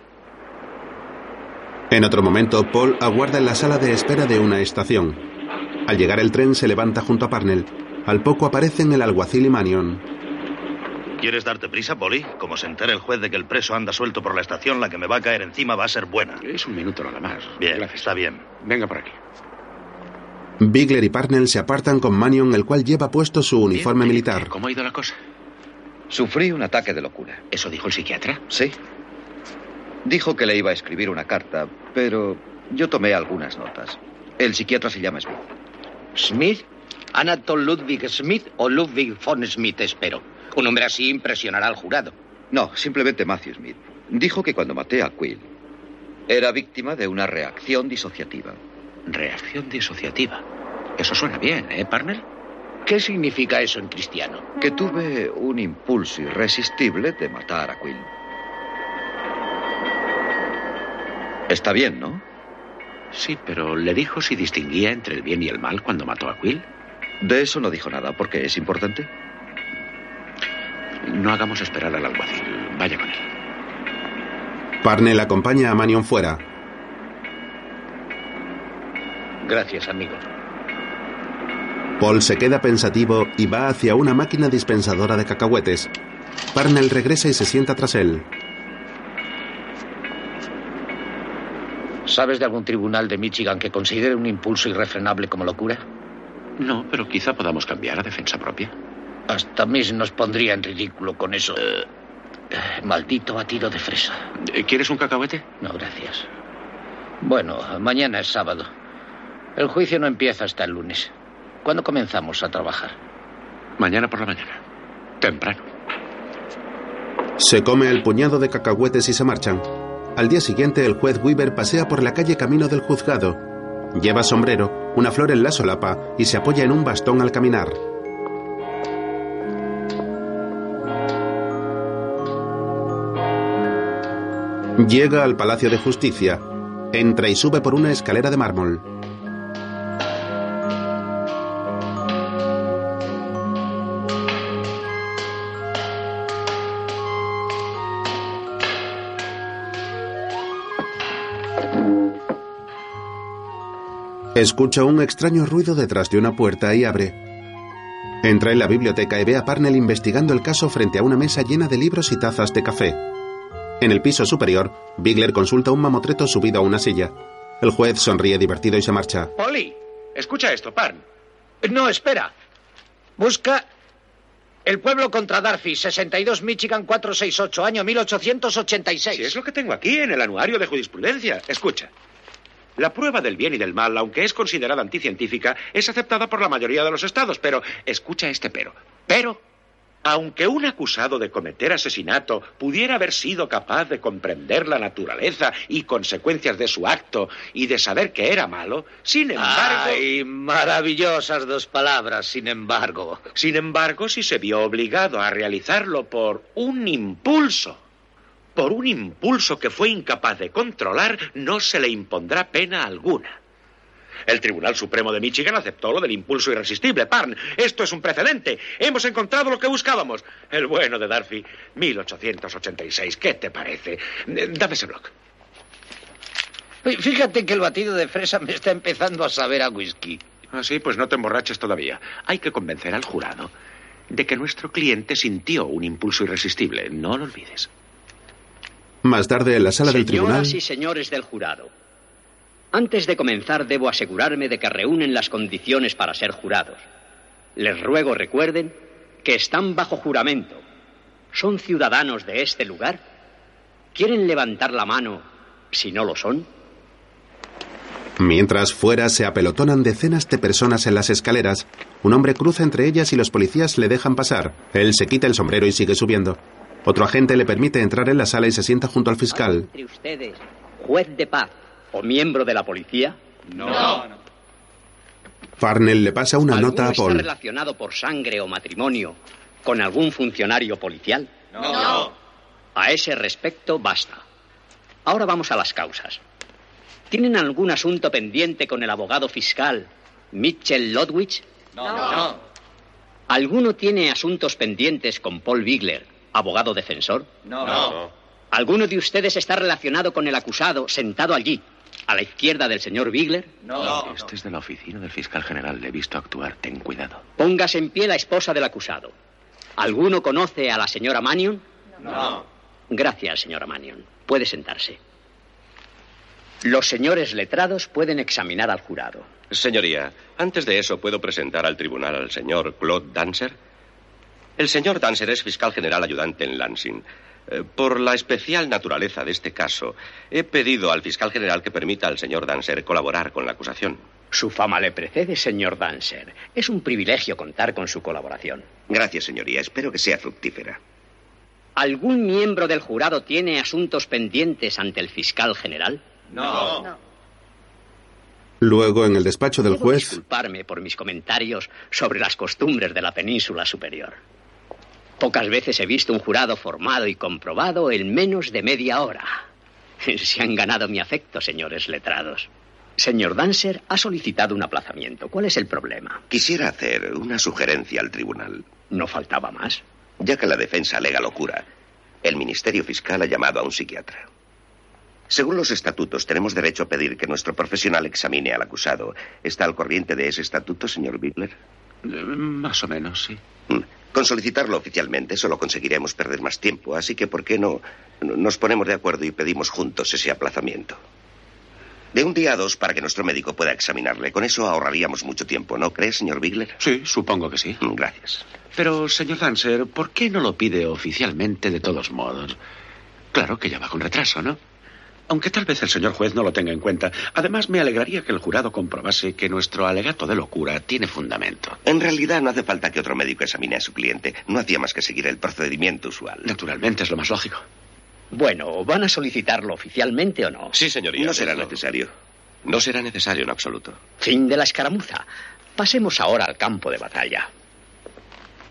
Speaker 1: En otro momento, Paul aguarda en la sala de espera de una estación. Al llegar el tren, se levanta junto a Parnell. Al poco aparecen el alguacil y Mannion.
Speaker 25: ¿Quieres darte prisa, Polly? Como se entere el juez de que el preso anda suelto por la estación, la que me va a caer encima va a ser buena.
Speaker 2: Es un minuto nada más.
Speaker 25: Bien, Gracias. está bien.
Speaker 2: Venga por aquí.
Speaker 1: Bigler y Parnell se apartan con Manion, el cual lleva puesto su uniforme
Speaker 2: Bien,
Speaker 1: militar.
Speaker 2: ¿Cómo ha ido la cosa?
Speaker 26: Sufrí un ataque de locura.
Speaker 2: ¿Eso dijo el psiquiatra?
Speaker 26: Sí. Dijo que le iba a escribir una carta, pero yo tomé algunas notas.
Speaker 27: El psiquiatra se llama Smith.
Speaker 24: ¿Smith? Anatol Ludwig Smith o Ludwig von Smith, espero. Un hombre así impresionará al jurado.
Speaker 27: No, simplemente Matthew Smith. Dijo que cuando maté a Quill era víctima de una reacción disociativa.
Speaker 24: Reacción disociativa. Eso suena bien, ¿eh, partner? ¿Qué significa eso en cristiano?
Speaker 27: Que tuve un impulso irresistible de matar a Quill. Está bien, ¿no?
Speaker 2: Sí, pero ¿le dijo si distinguía entre el bien y el mal cuando mató a Quill?
Speaker 27: De eso no dijo nada, porque es importante.
Speaker 2: No hagamos esperar al alguacil. Vaya con él.
Speaker 1: Parnell acompaña a Manion fuera.
Speaker 24: Gracias, amigo.
Speaker 1: Paul se queda pensativo y va hacia una máquina dispensadora de cacahuetes. Parnell regresa y se sienta tras él.
Speaker 24: ¿Sabes de algún tribunal de Michigan que considere un impulso irrefrenable como locura?
Speaker 2: No, pero quizá podamos cambiar a defensa propia.
Speaker 24: Hasta Miss nos pondría en ridículo con eso.
Speaker 27: Eh.
Speaker 24: Eh, Maldito batido de fresa.
Speaker 2: Eh, ¿Quieres un cacahuete?
Speaker 24: No, gracias. Bueno, mañana es sábado. El juicio no empieza hasta el lunes. ¿Cuándo comenzamos a trabajar?
Speaker 2: Mañana por la mañana. Temprano.
Speaker 1: Se come el puñado de cacahuetes y se marchan. Al día siguiente, el juez Weaver pasea por la calle camino del juzgado. Lleva sombrero, una flor en la solapa y se apoya en un bastón al caminar. Llega al Palacio de Justicia. Entra y sube por una escalera de mármol. Escucha un extraño ruido detrás de una puerta y abre. Entra en la biblioteca y ve a Parnell investigando el caso frente a una mesa llena de libros y tazas de café. En el piso superior, Bigler consulta un mamotreto subido a una silla. El juez sonríe divertido y se marcha.
Speaker 24: Polly, escucha esto, Parn. No, espera. Busca el pueblo contra Darcy, 62 Michigan 468, año 1886.
Speaker 2: Si es lo que tengo aquí en el anuario de jurisprudencia. Escucha. La prueba del bien y del mal, aunque es considerada anticientífica, es aceptada por la mayoría de los estados, pero escucha este pero. Pero aunque un acusado de cometer asesinato pudiera haber sido capaz de comprender la naturaleza y consecuencias de su acto y de saber que era malo, sin embargo.
Speaker 24: ¡Ay, maravillosas dos palabras, sin embargo!
Speaker 2: Sin embargo, si se vio obligado a realizarlo por un impulso, por un impulso que fue incapaz de controlar, no se le impondrá pena alguna. El Tribunal Supremo de Michigan aceptó lo del impulso irresistible, Parn. Esto es un precedente. Hemos encontrado lo que buscábamos. El bueno de Darcy, 1886. ¿Qué te parece? Eh, Dame ese bloc.
Speaker 24: Fíjate que el batido de fresa me está empezando a saber a whisky.
Speaker 2: Así, pues no te emborraches todavía. Hay que convencer al jurado de que nuestro cliente sintió un impulso irresistible. No lo olvides.
Speaker 1: Más tarde, en la sala
Speaker 7: Señoras
Speaker 1: del tribunal.
Speaker 7: y señores del jurado, antes de comenzar, debo asegurarme de que reúnen las condiciones para ser jurados. Les ruego recuerden que están bajo juramento. ¿Son ciudadanos de este lugar? ¿Quieren levantar la mano si no lo son?
Speaker 1: Mientras fuera se apelotonan decenas de personas en las escaleras. Un hombre cruza entre ellas y los policías le dejan pasar. Él se quita el sombrero y sigue subiendo. Otro agente le permite entrar en la sala y se sienta junto al fiscal.
Speaker 7: ¿Entre ustedes, juez de paz, o miembro de la policía?
Speaker 24: No. no.
Speaker 1: Farnell le pasa una nota a
Speaker 7: está
Speaker 1: Paul.
Speaker 7: relacionado por sangre o matrimonio con algún funcionario policial?
Speaker 24: No.
Speaker 7: A ese respecto basta. Ahora vamos a las causas. ¿Tienen algún asunto pendiente con el abogado fiscal Mitchell Lodwich?
Speaker 24: No.
Speaker 7: ¿Alguno tiene asuntos pendientes con Paul Bigler, abogado defensor?
Speaker 24: No. No.
Speaker 7: ¿Alguno de ustedes está relacionado con el acusado sentado allí, a la izquierda del señor Bigler?
Speaker 24: No.
Speaker 2: Este es de la oficina del fiscal general. Le he visto actuar. Ten cuidado.
Speaker 7: Póngase en pie la esposa del acusado. ¿Alguno conoce a la señora Mannion?
Speaker 24: No.
Speaker 7: Gracias, señora Mannion. Puede sentarse. Los señores letrados pueden examinar al jurado.
Speaker 28: Señoría, antes de eso, ¿puedo presentar al tribunal al señor Claude Dancer? El señor Dancer es fiscal general ayudante en Lansing. Eh, Por la especial naturaleza de este caso, he pedido al fiscal general que permita al señor Dancer colaborar con la acusación.
Speaker 7: Su fama le precede, señor Dancer. Es un privilegio contar con su colaboración.
Speaker 29: Gracias, señoría. Espero que sea fructífera.
Speaker 7: ¿Algún miembro del jurado tiene asuntos pendientes ante el fiscal general?
Speaker 30: No.
Speaker 1: Luego, en el despacho del
Speaker 7: Debo
Speaker 1: juez,
Speaker 7: disculparme por mis comentarios sobre las costumbres de la península superior. Pocas veces he visto un jurado formado y comprobado en menos de media hora. Se han ganado mi afecto, señores letrados. Señor Dancer ha solicitado un aplazamiento. ¿Cuál es el problema?
Speaker 29: Quisiera hacer una sugerencia al tribunal.
Speaker 7: ¿No faltaba más?
Speaker 29: Ya que la defensa alega locura, el Ministerio Fiscal ha llamado a un psiquiatra. Según los estatutos, tenemos derecho a pedir que nuestro profesional examine al acusado. ¿Está al corriente de ese estatuto, señor Bigler?
Speaker 2: Mm, Más o menos, sí.
Speaker 29: Con solicitarlo oficialmente solo conseguiremos perder más tiempo, así que ¿por qué no nos ponemos de acuerdo y pedimos juntos ese aplazamiento? De un día a dos para que nuestro médico pueda examinarle. Con eso ahorraríamos mucho tiempo, ¿no cree, señor Bigler? Mm,
Speaker 2: Sí, supongo que sí.
Speaker 29: Gracias.
Speaker 2: Pero, señor Dancer, ¿por qué no lo pide oficialmente de todos modos? Claro que ya va con retraso, ¿no? Aunque tal vez el señor juez no lo tenga en cuenta. Además, me alegraría que el jurado comprobase que nuestro alegato de locura tiene fundamento.
Speaker 29: En realidad no hace falta que otro médico examine a su cliente. No hacía más que seguir el procedimiento usual.
Speaker 2: Naturalmente es lo más lógico.
Speaker 7: Bueno, ¿van a solicitarlo oficialmente o no?
Speaker 29: Sí, señoría. No será necesario.
Speaker 7: No será necesario en absoluto. Fin de la escaramuza. Pasemos ahora al campo de batalla.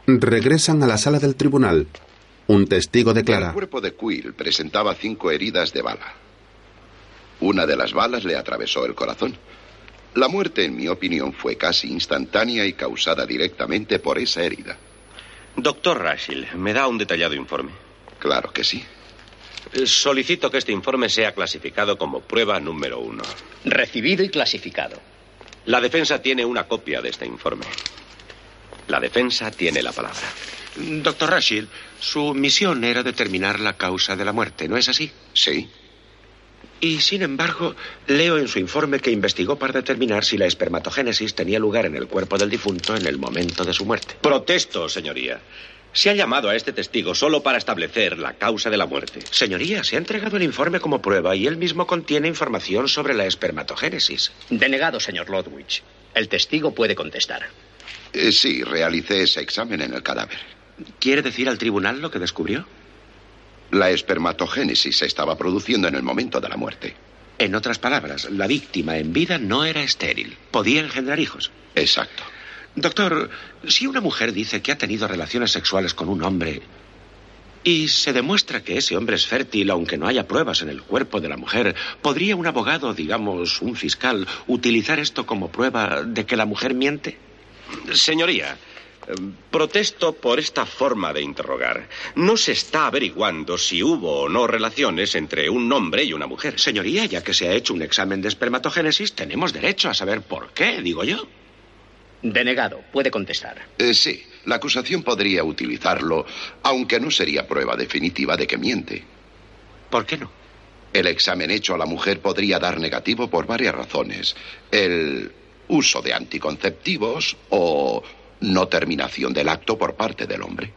Speaker 1: regresan a la sala del tribunal. Un testigo
Speaker 6: El
Speaker 1: declara.
Speaker 6: cuerpo de Quill presentaba cinco heridas de bala. Una de las balas le atravesó el corazón. La muerte, en mi opinión, fue casi instantánea y causada directamente por esa herida.
Speaker 24: Doctor Rashil, ¿me da un detallado informe?
Speaker 6: Claro que sí.
Speaker 24: Solicito que este informe sea clasificado como prueba número uno.
Speaker 7: Recibido y clasificado.
Speaker 24: La defensa tiene una copia de este informe. La defensa tiene la palabra.
Speaker 2: Doctor Rashid, su misión era determinar la causa de la muerte, ¿no es así?
Speaker 6: Sí.
Speaker 2: Y sin embargo, leo en su informe que investigó para determinar si la espermatogénesis tenía lugar en el cuerpo del difunto en el momento de su muerte.
Speaker 24: Protesto, señoría. Se ha llamado a este testigo solo para establecer la causa de la muerte.
Speaker 2: Señoría, se ha entregado el informe como prueba y él mismo contiene información sobre la espermatogénesis.
Speaker 7: Denegado, señor Lodwich. El testigo puede contestar.
Speaker 6: Eh, sí, realicé ese examen en el cadáver.
Speaker 2: ¿Quiere decir al tribunal lo que descubrió?
Speaker 6: La espermatogénesis se estaba produciendo en el momento de la muerte.
Speaker 2: En otras palabras, la víctima en vida no era estéril. Podía engendrar hijos.
Speaker 6: Exacto.
Speaker 2: Doctor, si una mujer dice que ha tenido relaciones sexuales con un hombre y se demuestra que ese hombre es fértil, aunque no haya pruebas en el cuerpo de la mujer, ¿podría un abogado, digamos un fiscal, utilizar esto como prueba de que la mujer miente?
Speaker 24: Señoría, eh, protesto por esta forma de interrogar. No se está averiguando si hubo o no relaciones entre un hombre y una mujer.
Speaker 2: Señoría, ya que se ha hecho un examen de espermatogénesis, tenemos derecho a saber por qué, digo yo.
Speaker 7: Denegado, puede contestar.
Speaker 6: Eh, sí, la acusación podría utilizarlo, aunque no sería prueba definitiva de que miente.
Speaker 2: ¿Por qué no?
Speaker 6: El examen hecho a la mujer podría dar negativo por varias razones. El uso de anticonceptivos o no terminación del acto por parte del hombre.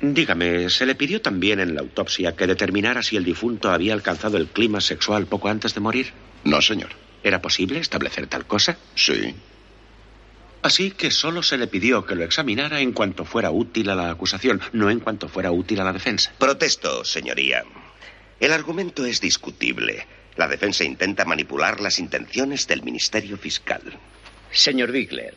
Speaker 2: Dígame, ¿se le pidió también en la autopsia que determinara si el difunto había alcanzado el clima sexual poco antes de morir?
Speaker 6: No, señor.
Speaker 2: ¿Era posible establecer tal cosa?
Speaker 6: Sí.
Speaker 2: Así que solo se le pidió que lo examinara en cuanto fuera útil a la acusación, no en cuanto fuera útil a la defensa.
Speaker 29: Protesto, señoría. El argumento es discutible. La defensa intenta manipular las intenciones del Ministerio Fiscal.
Speaker 7: Señor Bigler,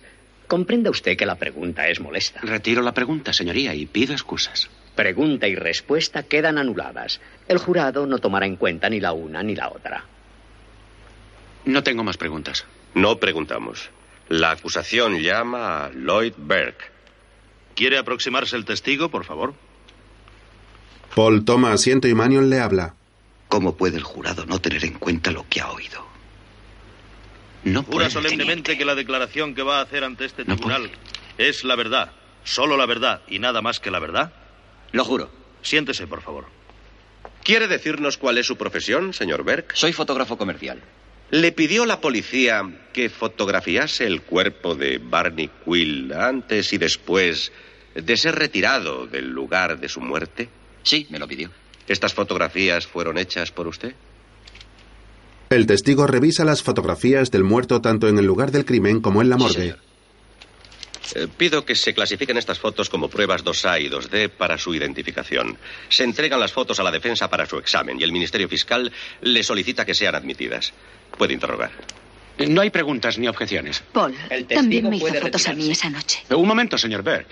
Speaker 7: comprenda usted que la pregunta es molesta.
Speaker 2: Retiro la pregunta, señoría, y pido excusas.
Speaker 7: Pregunta y respuesta quedan anuladas. El jurado no tomará en cuenta ni la una ni la otra.
Speaker 2: No tengo más preguntas.
Speaker 24: No preguntamos. La acusación llama a Lloyd Berg.
Speaker 31: ¿Quiere aproximarse el testigo, por favor?
Speaker 1: Paul toma asiento y Manion le habla.
Speaker 29: ¿Cómo puede el jurado no tener en cuenta lo que ha oído?
Speaker 2: No
Speaker 29: Pues,
Speaker 31: Jura solemnemente que la declaración que va a hacer ante este tribunal es la verdad, solo la verdad y nada más que la verdad.
Speaker 32: Lo juro.
Speaker 31: Siéntese, por favor.
Speaker 24: ¿Quiere decirnos cuál es su profesión, señor Berg?
Speaker 32: Soy fotógrafo comercial.
Speaker 24: ¿Le pidió la policía que fotografiase el cuerpo de Barney Quill antes y después de ser retirado del lugar de su muerte?
Speaker 32: Sí, me lo pidió.
Speaker 24: ¿Estas fotografías fueron hechas por usted?
Speaker 1: El testigo revisa las fotografías del muerto tanto en el lugar del crimen como en la morgue.
Speaker 24: Eh, Pido que se clasifiquen estas fotos como pruebas 2A y 2D para su identificación. Se entregan las fotos a la defensa para su examen y el Ministerio Fiscal le solicita que sean admitidas. Puede interrogar.
Speaker 2: No hay preguntas ni objeciones.
Speaker 12: Paul,
Speaker 2: El testigo
Speaker 12: también me hizo
Speaker 2: puede
Speaker 12: fotos a mí esa noche.
Speaker 2: Eh, Un momento, señor Berg.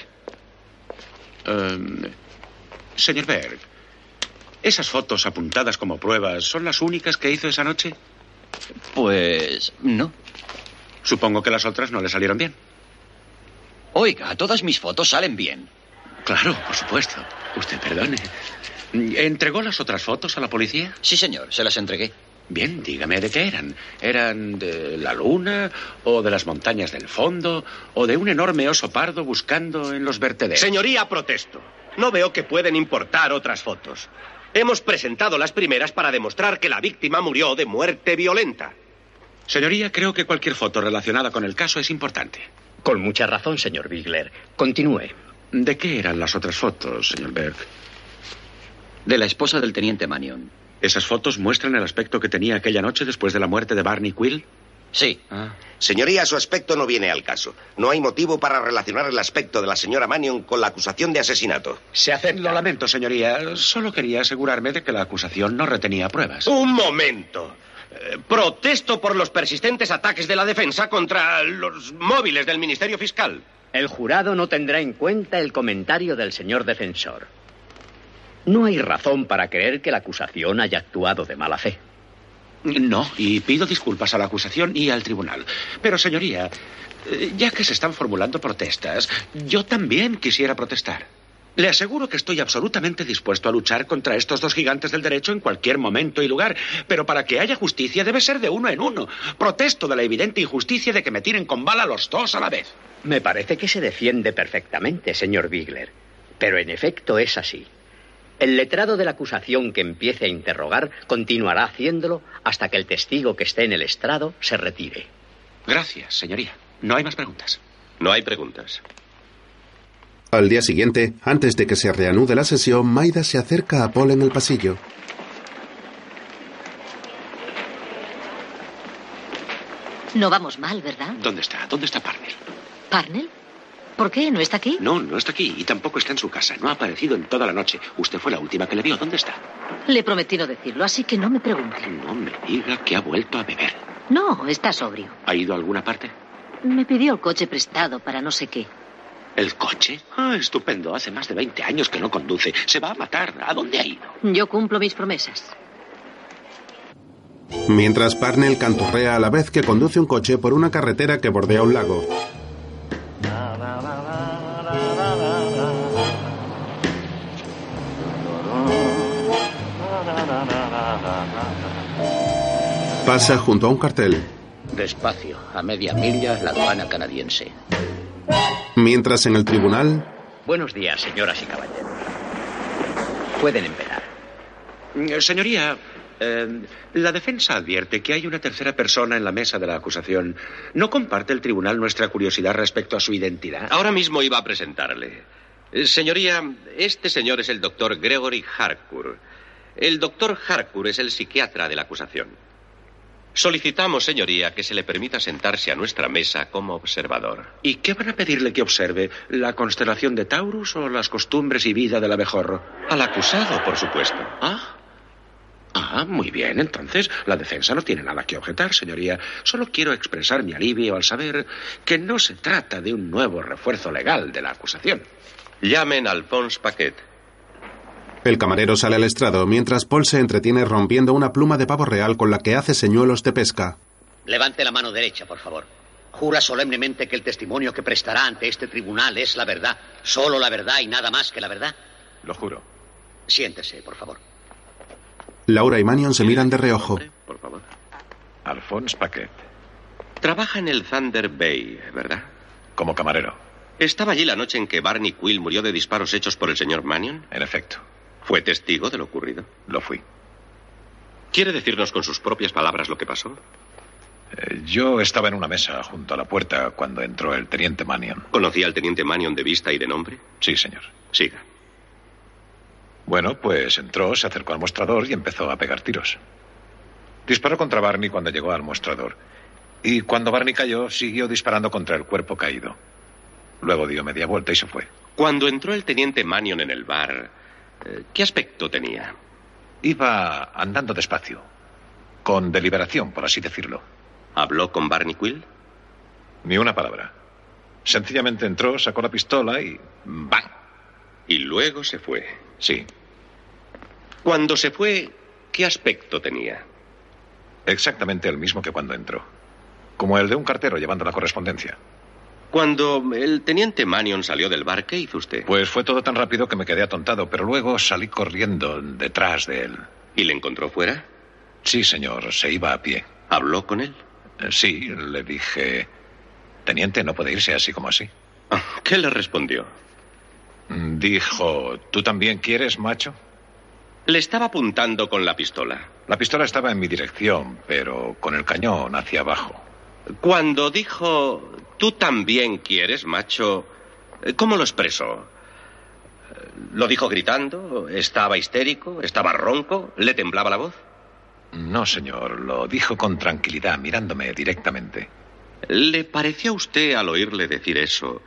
Speaker 2: Em, señor Berg, ¿esas fotos apuntadas como pruebas son las únicas que hizo esa noche?
Speaker 6: Pues no.
Speaker 2: Supongo que las otras no le salieron bien.
Speaker 6: Oiga, todas mis fotos salen bien.
Speaker 2: Claro, por supuesto. Usted perdone. ¿Entregó las otras fotos a la policía?
Speaker 6: Sí, señor, se las entregué.
Speaker 2: Bien, dígame de qué eran. ¿Eran de la luna o de las montañas del fondo o de un enorme oso pardo buscando en los vertederos?
Speaker 24: Señoría, protesto. No veo que pueden importar otras fotos. Hemos presentado las primeras para demostrar que la víctima murió de muerte violenta.
Speaker 2: Señoría, creo que cualquier foto relacionada con el caso es importante.
Speaker 7: Con mucha razón, señor Bigler. Continúe.
Speaker 2: ¿De qué eran las otras fotos, señor Berg?
Speaker 6: De la esposa del teniente Manion.
Speaker 2: ¿Esas fotos muestran el aspecto que tenía aquella noche después de la muerte de Barney Quill? Ah.
Speaker 6: Sí.
Speaker 33: Señoría, su aspecto no viene al caso. No hay motivo para relacionar el aspecto de la señora Mannion con la acusación de asesinato.
Speaker 2: Se acepta. Lo lamento, señoría. Solo quería asegurarme de que la acusación no retenía pruebas.
Speaker 24: Un momento. Eh, Protesto por los persistentes ataques de la defensa contra los móviles del Ministerio Fiscal.
Speaker 7: El jurado no tendrá en cuenta el comentario del señor defensor. No hay razón para creer que la acusación haya actuado de mala fe.
Speaker 2: No, y pido disculpas a la acusación y al tribunal. Pero, señoría, eh, ya que se están formulando protestas, yo también quisiera protestar. Le aseguro que estoy absolutamente dispuesto a luchar contra estos dos gigantes del derecho en cualquier momento y lugar, pero para que haya justicia debe ser de uno en uno. Protesto de la evidente injusticia de que me tiren con bala los dos a la vez.
Speaker 7: Me parece que se defiende perfectamente, señor Bigler. Pero en efecto es así. El letrado de la acusación que empiece a interrogar continuará haciéndolo hasta que el testigo que esté en el estrado se retire.
Speaker 2: Gracias, señoría. No hay más preguntas.
Speaker 24: No hay preguntas.
Speaker 1: Al día siguiente, antes de que se reanude la sesión, Maida se acerca a Paul en el pasillo.
Speaker 9: No vamos mal, ¿verdad?
Speaker 2: ¿Dónde está? ¿Dónde está Parnell?
Speaker 9: ¿Parnell? ¿Por qué? ¿No está aquí?
Speaker 2: No, no está aquí y tampoco está en su casa. No ha aparecido en toda la noche. Usted fue la última que le vio. ¿Dónde está?
Speaker 9: Le prometí no decirlo, así que no me pregunte.
Speaker 2: No me diga que ha vuelto a beber.
Speaker 9: No, está sobrio.
Speaker 2: ¿Ha ido a alguna parte?
Speaker 9: Me pidió el coche prestado para no sé qué.
Speaker 2: ¿El coche? Ah, estupendo. Hace más de 20 años que no conduce. Se va a matar. ¿A dónde ha ido?
Speaker 9: Yo cumplo mis promesas.
Speaker 1: Mientras Parnell canturrea a la vez que conduce un coche por una carretera que bordea un lago. Pasa junto a un cartel.
Speaker 34: Despacio, a media milla, la aduana canadiense.
Speaker 1: Mientras en el tribunal,
Speaker 7: Buenos días, señoras y caballeros. Pueden empezar.
Speaker 2: Eh, Señoría, eh, la defensa advierte que hay una tercera persona en la mesa de la acusación. ¿No comparte el tribunal nuestra curiosidad respecto a su identidad?
Speaker 24: Ahora mismo iba a presentarle. Eh, Señoría, este señor es el doctor Gregory Harcourt. El doctor Harcourt es el psiquiatra de la acusación. Solicitamos, señoría, que se le permita sentarse a nuestra mesa como observador.
Speaker 2: ¿Y qué van a pedirle que observe? ¿La constelación de Taurus o las costumbres y vida del abejorro?
Speaker 24: Al acusado, por supuesto.
Speaker 2: Ah. Ah, muy bien. Entonces, la defensa no tiene nada que objetar, señoría. Solo quiero expresar mi alivio al saber que no se trata de un nuevo refuerzo legal de la acusación.
Speaker 24: Llamen a Alphonse Paquet.
Speaker 1: el camarero sale al estrado mientras Paul se entretiene rompiendo una pluma de pavo real con la que hace señuelos de pesca.
Speaker 34: Levante la mano derecha, por favor. Jura solemnemente que el testimonio que prestará ante este tribunal es la verdad. Solo la verdad y nada más que la verdad.
Speaker 24: Lo juro.
Speaker 34: Siéntese, por favor.
Speaker 1: Laura y Manion se miran de reojo.
Speaker 24: Por favor.
Speaker 17: Alphonse Paquet,
Speaker 24: Trabaja en el Thunder Bay, ¿verdad?
Speaker 17: como camarero.
Speaker 24: ¿Estaba allí la noche en que Barney Quill murió de disparos hechos por el señor Mannion?
Speaker 17: En efecto,
Speaker 24: ¿Fue testigo de lo ocurrido?
Speaker 17: lo fui.
Speaker 24: ¿Quiere decirnos con sus propias palabras lo que pasó?
Speaker 17: Eh, Yo estaba en una mesa junto a la puerta cuando entró el teniente Mannion.
Speaker 24: ¿Conocía al teniente Mannion de vista y de nombre?
Speaker 17: Sí, señor.
Speaker 24: Siga.
Speaker 17: Bueno, pues entró, se acercó al mostrador y empezó a pegar tiros.
Speaker 24: Disparó contra Barney cuando llegó al mostrador. Y cuando Barney cayó, siguió disparando contra el cuerpo caído. Luego dio media vuelta y se fue.
Speaker 7: Cuando entró el teniente Mannion en el bar, eh, ¿qué aspecto tenía?
Speaker 24: Iba andando despacio. Con deliberación, por así decirlo.
Speaker 7: ¿Habló con Barney Quill?
Speaker 24: Ni una palabra. Sencillamente entró, sacó la pistola y. ¡Bang!
Speaker 7: Y luego se fue.
Speaker 24: Sí.
Speaker 7: Cuando se fue, ¿qué aspecto tenía?
Speaker 24: Exactamente el mismo que cuando entró. Como el de un cartero llevando la correspondencia.
Speaker 7: Cuando el teniente Mannion salió del bar, ¿qué hizo usted?
Speaker 24: Pues fue todo tan rápido que me quedé atontado, pero luego salí corriendo detrás de él.
Speaker 7: ¿Y le encontró fuera?
Speaker 24: Sí, señor, se iba a pie.
Speaker 7: ¿Habló con él?
Speaker 24: Sí, le dije. Teniente, no puede irse así como así. Ah,
Speaker 7: ¿Qué le respondió?
Speaker 24: Dijo, ¿tú también quieres, macho?
Speaker 7: Le estaba apuntando con la pistola.
Speaker 24: La pistola estaba en mi dirección, pero con el cañón hacia abajo.
Speaker 7: Cuando dijo, tú también quieres, macho, ¿cómo lo expresó? ¿Lo dijo gritando? ¿Estaba histérico? ¿Estaba ronco? ¿Le temblaba la voz?
Speaker 24: No, señor, lo dijo con tranquilidad, mirándome directamente.
Speaker 7: ¿Le pareció a usted, al oírle decir eso,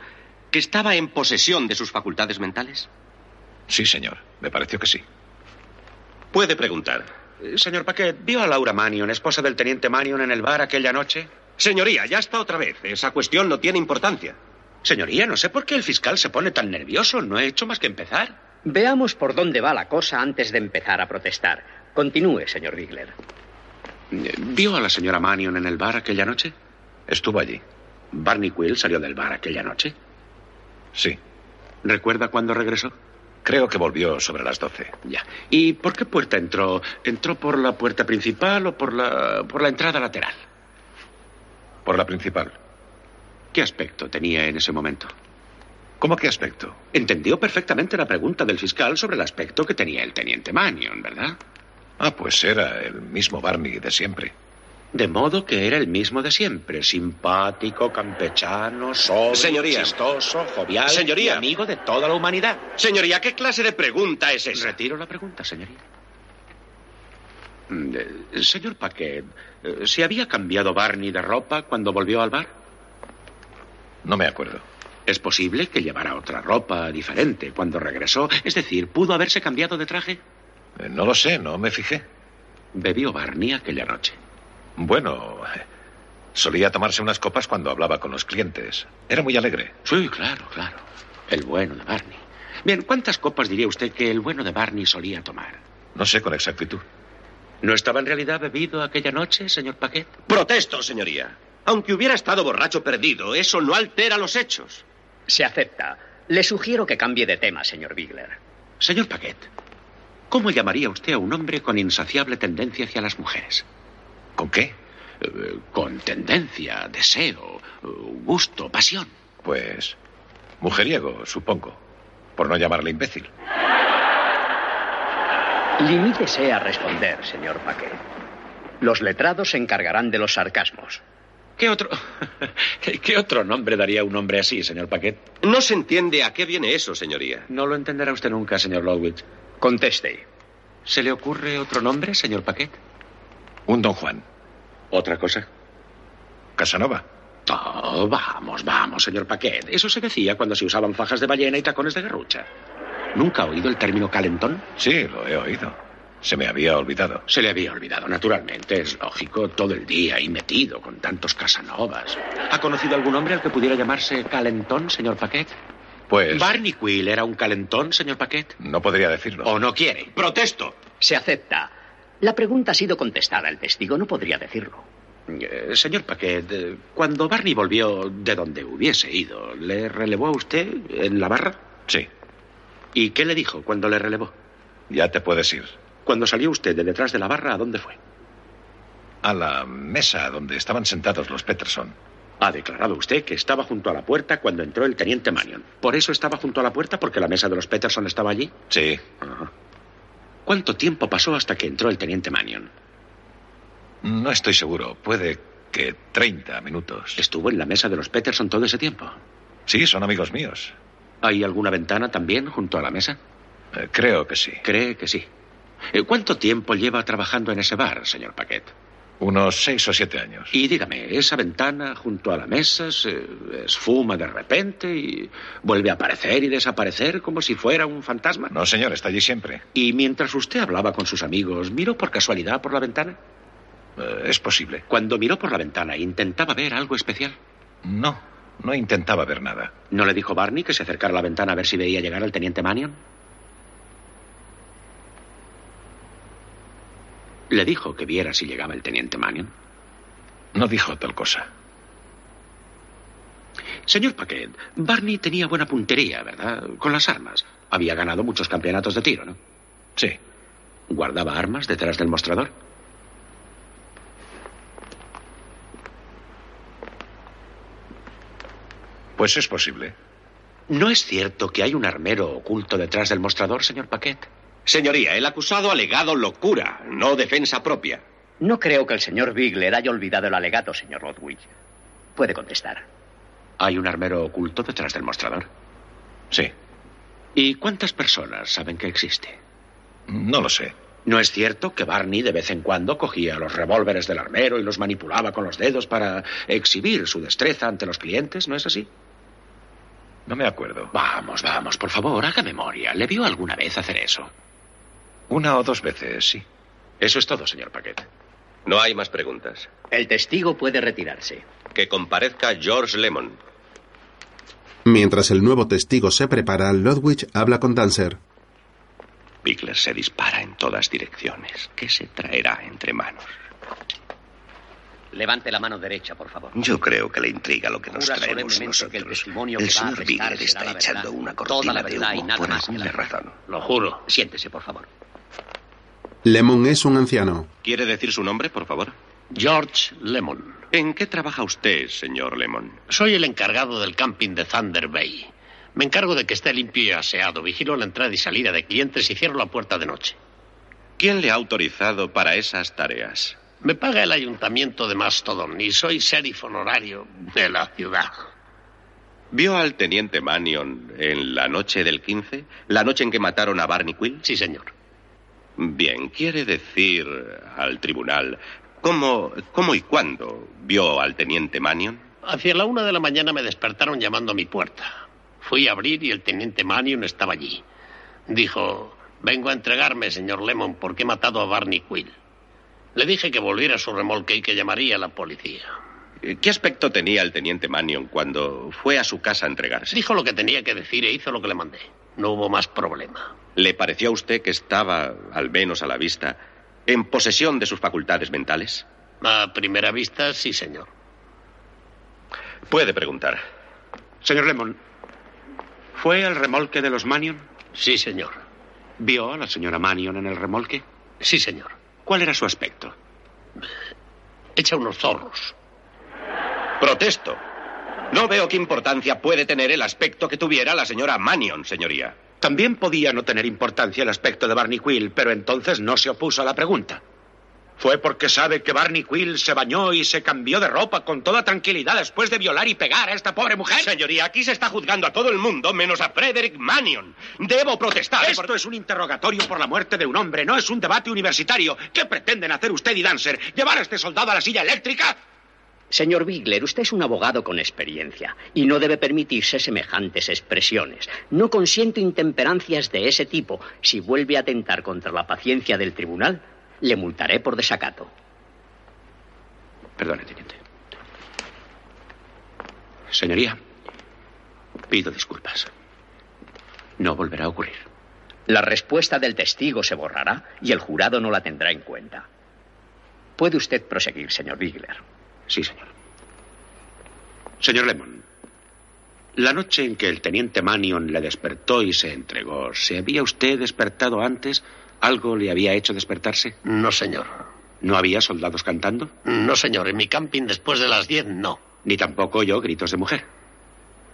Speaker 7: que estaba en posesión de sus facultades mentales?
Speaker 24: Sí, señor, me pareció que sí.
Speaker 7: Puede preguntar.
Speaker 2: Eh, Señor Paquet, ¿vio a Laura Mannion, esposa del teniente Mannion, en el bar aquella noche?
Speaker 7: Señoría, ya está otra vez. Esa cuestión no tiene importancia.
Speaker 2: Señoría, no sé por qué el fiscal se pone tan nervioso. No he hecho más que empezar.
Speaker 35: Veamos por dónde va la cosa antes de empezar a protestar. Continúe, señor Bigler.
Speaker 2: ¿Vio a la señora Mannion en el bar aquella noche?
Speaker 24: Estuvo allí.
Speaker 2: ¿Barney Quill salió del bar aquella noche?
Speaker 24: Sí.
Speaker 2: ¿Recuerda cuándo regresó?
Speaker 24: Creo que volvió sobre las doce.
Speaker 2: Ya. ¿Y por qué puerta entró? ¿Entró por la puerta principal o por la, por la entrada lateral?
Speaker 24: Por la principal.
Speaker 2: ¿Qué aspecto tenía en ese momento?
Speaker 24: ¿Cómo qué aspecto?
Speaker 2: Entendió perfectamente la pregunta del fiscal sobre el aspecto que tenía el teniente Mannion, ¿verdad?
Speaker 24: Ah, pues era el mismo Barney de siempre.
Speaker 2: De modo que era el mismo de siempre, simpático, campechano, sobrio,
Speaker 7: Señoría.
Speaker 2: chistoso, jovial,
Speaker 7: Señoría.
Speaker 2: y amigo de toda la humanidad.
Speaker 7: Señoría, ¿qué clase de pregunta es esa?
Speaker 2: Retiro la pregunta, señoría. Mm, eh, señor Paquet, eh, ¿se había cambiado Barney de ropa cuando volvió al bar?
Speaker 24: No me acuerdo.
Speaker 2: Es posible que llevara otra ropa diferente cuando regresó. Es decir, ¿pudo haberse cambiado de traje?
Speaker 24: Eh, No lo sé, no me fijé.
Speaker 2: Bebió Barney aquella noche.
Speaker 24: Bueno, solía tomarse unas copas cuando hablaba con los clientes. Era muy alegre.
Speaker 2: Sí, claro, claro. El bueno de Barney. Bien, ¿cuántas copas diría usted que el bueno de Barney solía tomar?
Speaker 24: No sé con exactitud.
Speaker 2: ¿No estaba en realidad bebido aquella noche, señor Paquet?
Speaker 7: Protesto, señoría. Aunque hubiera estado borracho perdido, eso no altera los hechos.
Speaker 35: Se acepta. Le sugiero que cambie de tema, señor Bigler.
Speaker 2: Señor Paquet, ¿cómo llamaría usted a un hombre con insaciable tendencia hacia las mujeres?
Speaker 24: ¿Con qué?
Speaker 2: Eh, con tendencia, deseo, eh, gusto, pasión.
Speaker 24: Pues mujeriego, supongo. Por no llamarle imbécil.
Speaker 35: Limítese a responder, señor Paquet. Los letrados se encargarán de los sarcasmos.
Speaker 2: ¿Qué otro, ¿Qué otro nombre daría un hombre así, señor Paquet?
Speaker 7: No se entiende a qué viene eso, señoría.
Speaker 2: No lo entenderá usted nunca, señor Lowitz.
Speaker 35: Conteste.
Speaker 2: ¿Se le ocurre otro nombre, señor Paquet?
Speaker 24: Un don Juan.
Speaker 2: ¿Otra cosa?
Speaker 24: Casanova.
Speaker 2: Oh, vamos, vamos, señor Paquet. Eso se decía cuando se usaban fajas de ballena y tacones de garrucha. ¿Nunca ha oído el término calentón?
Speaker 24: Sí, lo he oído. Se me había olvidado.
Speaker 2: Se le había olvidado, naturalmente, es lógico, todo el día ahí metido con tantos Casanovas. ¿Ha conocido algún hombre al que pudiera llamarse calentón, señor Paquet?
Speaker 24: Pues
Speaker 2: ¿Barney Quill era un calentón, señor Paquet?
Speaker 24: no podría decirlo.
Speaker 6: Oh,
Speaker 2: ¿O no quiere?
Speaker 7: Protesto.
Speaker 35: Se acepta. La pregunta ha sido contestada. El testigo no podría decirlo.
Speaker 2: Eh, señor Paquet, eh, cuando Barney volvió de donde hubiese ido, ¿le relevó a usted en la barra?
Speaker 24: Sí,
Speaker 2: ¿Y qué le dijo cuando le relevó?
Speaker 24: ya te puedes ir.
Speaker 2: Cuando salió usted de detrás de la barra, ¿a dónde fue?
Speaker 24: A la mesa donde estaban sentados los Peterson.
Speaker 2: Ha declarado usted que estaba junto a la puerta cuando entró el teniente Mannion. ¿Por eso estaba junto a la puerta? ¿Porque la mesa de los Peterson estaba allí?
Speaker 24: Sí,
Speaker 2: Ajá. ¿Cuánto tiempo pasó hasta que entró el teniente Mannion?
Speaker 24: no estoy seguro. Puede que 30 minutos.
Speaker 2: ¿Estuvo en la mesa de los Peterson todo ese tiempo?
Speaker 24: Sí, son amigos míos.
Speaker 2: ¿Hay alguna ventana también junto a la mesa?
Speaker 24: Eh, creo que sí.
Speaker 2: Cree que sí. Eh, ¿Cuánto tiempo lleva trabajando en ese bar, señor Paquet?
Speaker 36: Unos seis o siete años.
Speaker 2: Y dígame, esa ventana junto a la mesa se esfuma de repente y vuelve a aparecer y desaparecer como si fuera un fantasma.
Speaker 36: No, señor, está allí siempre.
Speaker 2: Y mientras usted hablaba con sus amigos, ¿miró por casualidad por la ventana?
Speaker 36: Eh, es posible.
Speaker 2: Cuando miró por la ventana, ¿intentaba ver algo especial?
Speaker 36: No, no intentaba ver nada.
Speaker 2: ¿No le dijo Barney que se acercara a la ventana a ver si veía llegar al teniente Mannion? ¿Le dijo que viera si llegaba el teniente Mannion?
Speaker 36: No dijo tal cosa.
Speaker 2: Señor Paquet, Barney tenía buena puntería, ¿verdad? Con las armas. Había ganado muchos campeonatos de tiro, ¿no?
Speaker 36: Sí.
Speaker 2: ¿Guardaba armas detrás del mostrador?
Speaker 36: Pues es posible.
Speaker 2: ¿No es cierto que hay un armero oculto detrás del mostrador, señor Paquet?
Speaker 6: Señoría, el acusado ha alegado locura, no defensa propia.
Speaker 7: No creo que el señor Bigler haya olvidado el alegato, señor Rodwich. Puede contestar.
Speaker 2: ¿Hay un armero oculto detrás del mostrador?
Speaker 36: Sí.
Speaker 2: ¿Y cuántas personas saben que existe?
Speaker 36: No lo sé.
Speaker 2: ¿No es cierto que Barney de vez en cuando cogía los revólveres del armero y los manipulaba con los dedos para exhibir su destreza ante los clientes? ¿No es así?
Speaker 36: No me acuerdo.
Speaker 2: Vamos, vamos, por favor, haga memoria. ¿Le vio alguna vez hacer eso?
Speaker 36: Una o dos veces, sí.
Speaker 2: Eso es todo, señor Paquet.
Speaker 6: No hay más preguntas.
Speaker 7: El testigo puede retirarse.
Speaker 6: Que comparezca George Lemon.
Speaker 1: Mientras el nuevo testigo se prepara, Ludwig habla con Dancer.
Speaker 6: Pickler se dispara en todas direcciones. ¿Qué se traerá entre manos?
Speaker 7: Levante la mano derecha, por favor.
Speaker 37: Yo creo que le intriga lo que nos traemos nosotros. Que el, testimonio el señor Bigler está echando una cortina de humo y nada por más alguna la razón.
Speaker 7: Lo juro. Siéntese, por favor.
Speaker 1: Lemon es un anciano.
Speaker 6: ¿Quiere decir su nombre, por favor?
Speaker 24: George Lemon.
Speaker 6: ¿En qué trabaja usted, señor Lemon?
Speaker 24: Soy el encargado del camping de Thunder Bay. Me encargo de que esté limpio y aseado, vigilo la entrada y salida de clientes y cierro la puerta de noche.
Speaker 6: ¿Quién le ha autorizado para esas tareas?
Speaker 24: Me paga el ayuntamiento de Mastodon y soy sheriff honorario de la ciudad.
Speaker 6: ¿Vio al teniente Mannion en la noche del 15? ¿La noche en que mataron a Barney Quill?
Speaker 24: Sí, señor.
Speaker 6: Bien, quiere decir al tribunal cómo, cómo y cuándo vio al teniente Mannion.
Speaker 24: Hacia la una de la mañana me despertaron llamando a mi puerta. Fui a abrir y el teniente Mannion estaba allí. Dijo: Vengo a entregarme, señor Lemon, porque he matado a Barney Quill. Le dije que volviera a su remolque y que llamaría a la policía.
Speaker 6: Eh, ¿Qué aspecto tenía el teniente Mannion cuando fue a su casa a entregarse?
Speaker 24: Dijo lo que tenía que decir e hizo lo que le mandé. No hubo más problema.
Speaker 6: ¿Le pareció a usted que estaba, al menos a la vista, en posesión de sus facultades mentales?
Speaker 24: A primera vista, sí, señor.
Speaker 6: Puede preguntar.
Speaker 2: Señor Lemon, ¿fue al remolque de los Mannion?
Speaker 24: Sí, señor.
Speaker 2: ¿Vio a la señora Mannion en el remolque?
Speaker 24: Sí, señor.
Speaker 2: ¿Cuál era su aspecto?
Speaker 24: Echa unos zorros.
Speaker 6: Protesto. No veo qué importancia puede tener el aspecto que tuviera la señora Mannion, señoría.
Speaker 2: También podía no tener importancia el aspecto de Barney Quill, pero entonces no se opuso a la pregunta. Fue porque sabe que Barney Quill se bañó y se cambió de ropa con toda tranquilidad después de violar y pegar a esta pobre mujer.
Speaker 6: Señoría, aquí se está juzgando a todo el mundo menos a Frederick Mannion. Debo protestar.
Speaker 2: Esto por... es un interrogatorio por la muerte de un hombre, no es un debate universitario. ¿Qué pretenden hacer usted y Dancer? ¿Llevar a este soldado a la silla eléctrica?
Speaker 7: Señor Bigler, usted es un abogado con experiencia y no debe permitirse semejantes expresiones. No consiento intemperancias de ese tipo. Si vuelve a atentar contra la paciencia del tribunal, le multaré por desacato.
Speaker 2: Perdone, teniente. Señoría, pido disculpas. No volverá a ocurrir.
Speaker 7: La respuesta del testigo se borrará y el jurado no la tendrá en cuenta. Puede usted proseguir, señor Bigler.
Speaker 2: Sí, señor. Señor Lemon, la noche en que el teniente Mannion le despertó y se entregó, ¿se había usted despertado antes ¿Algo le había hecho despertarse?
Speaker 24: No, señor.
Speaker 2: ¿No había soldados cantando?
Speaker 24: No, señor. En mi camping después de las diez, no.
Speaker 2: Ni tampoco yo gritos de mujer.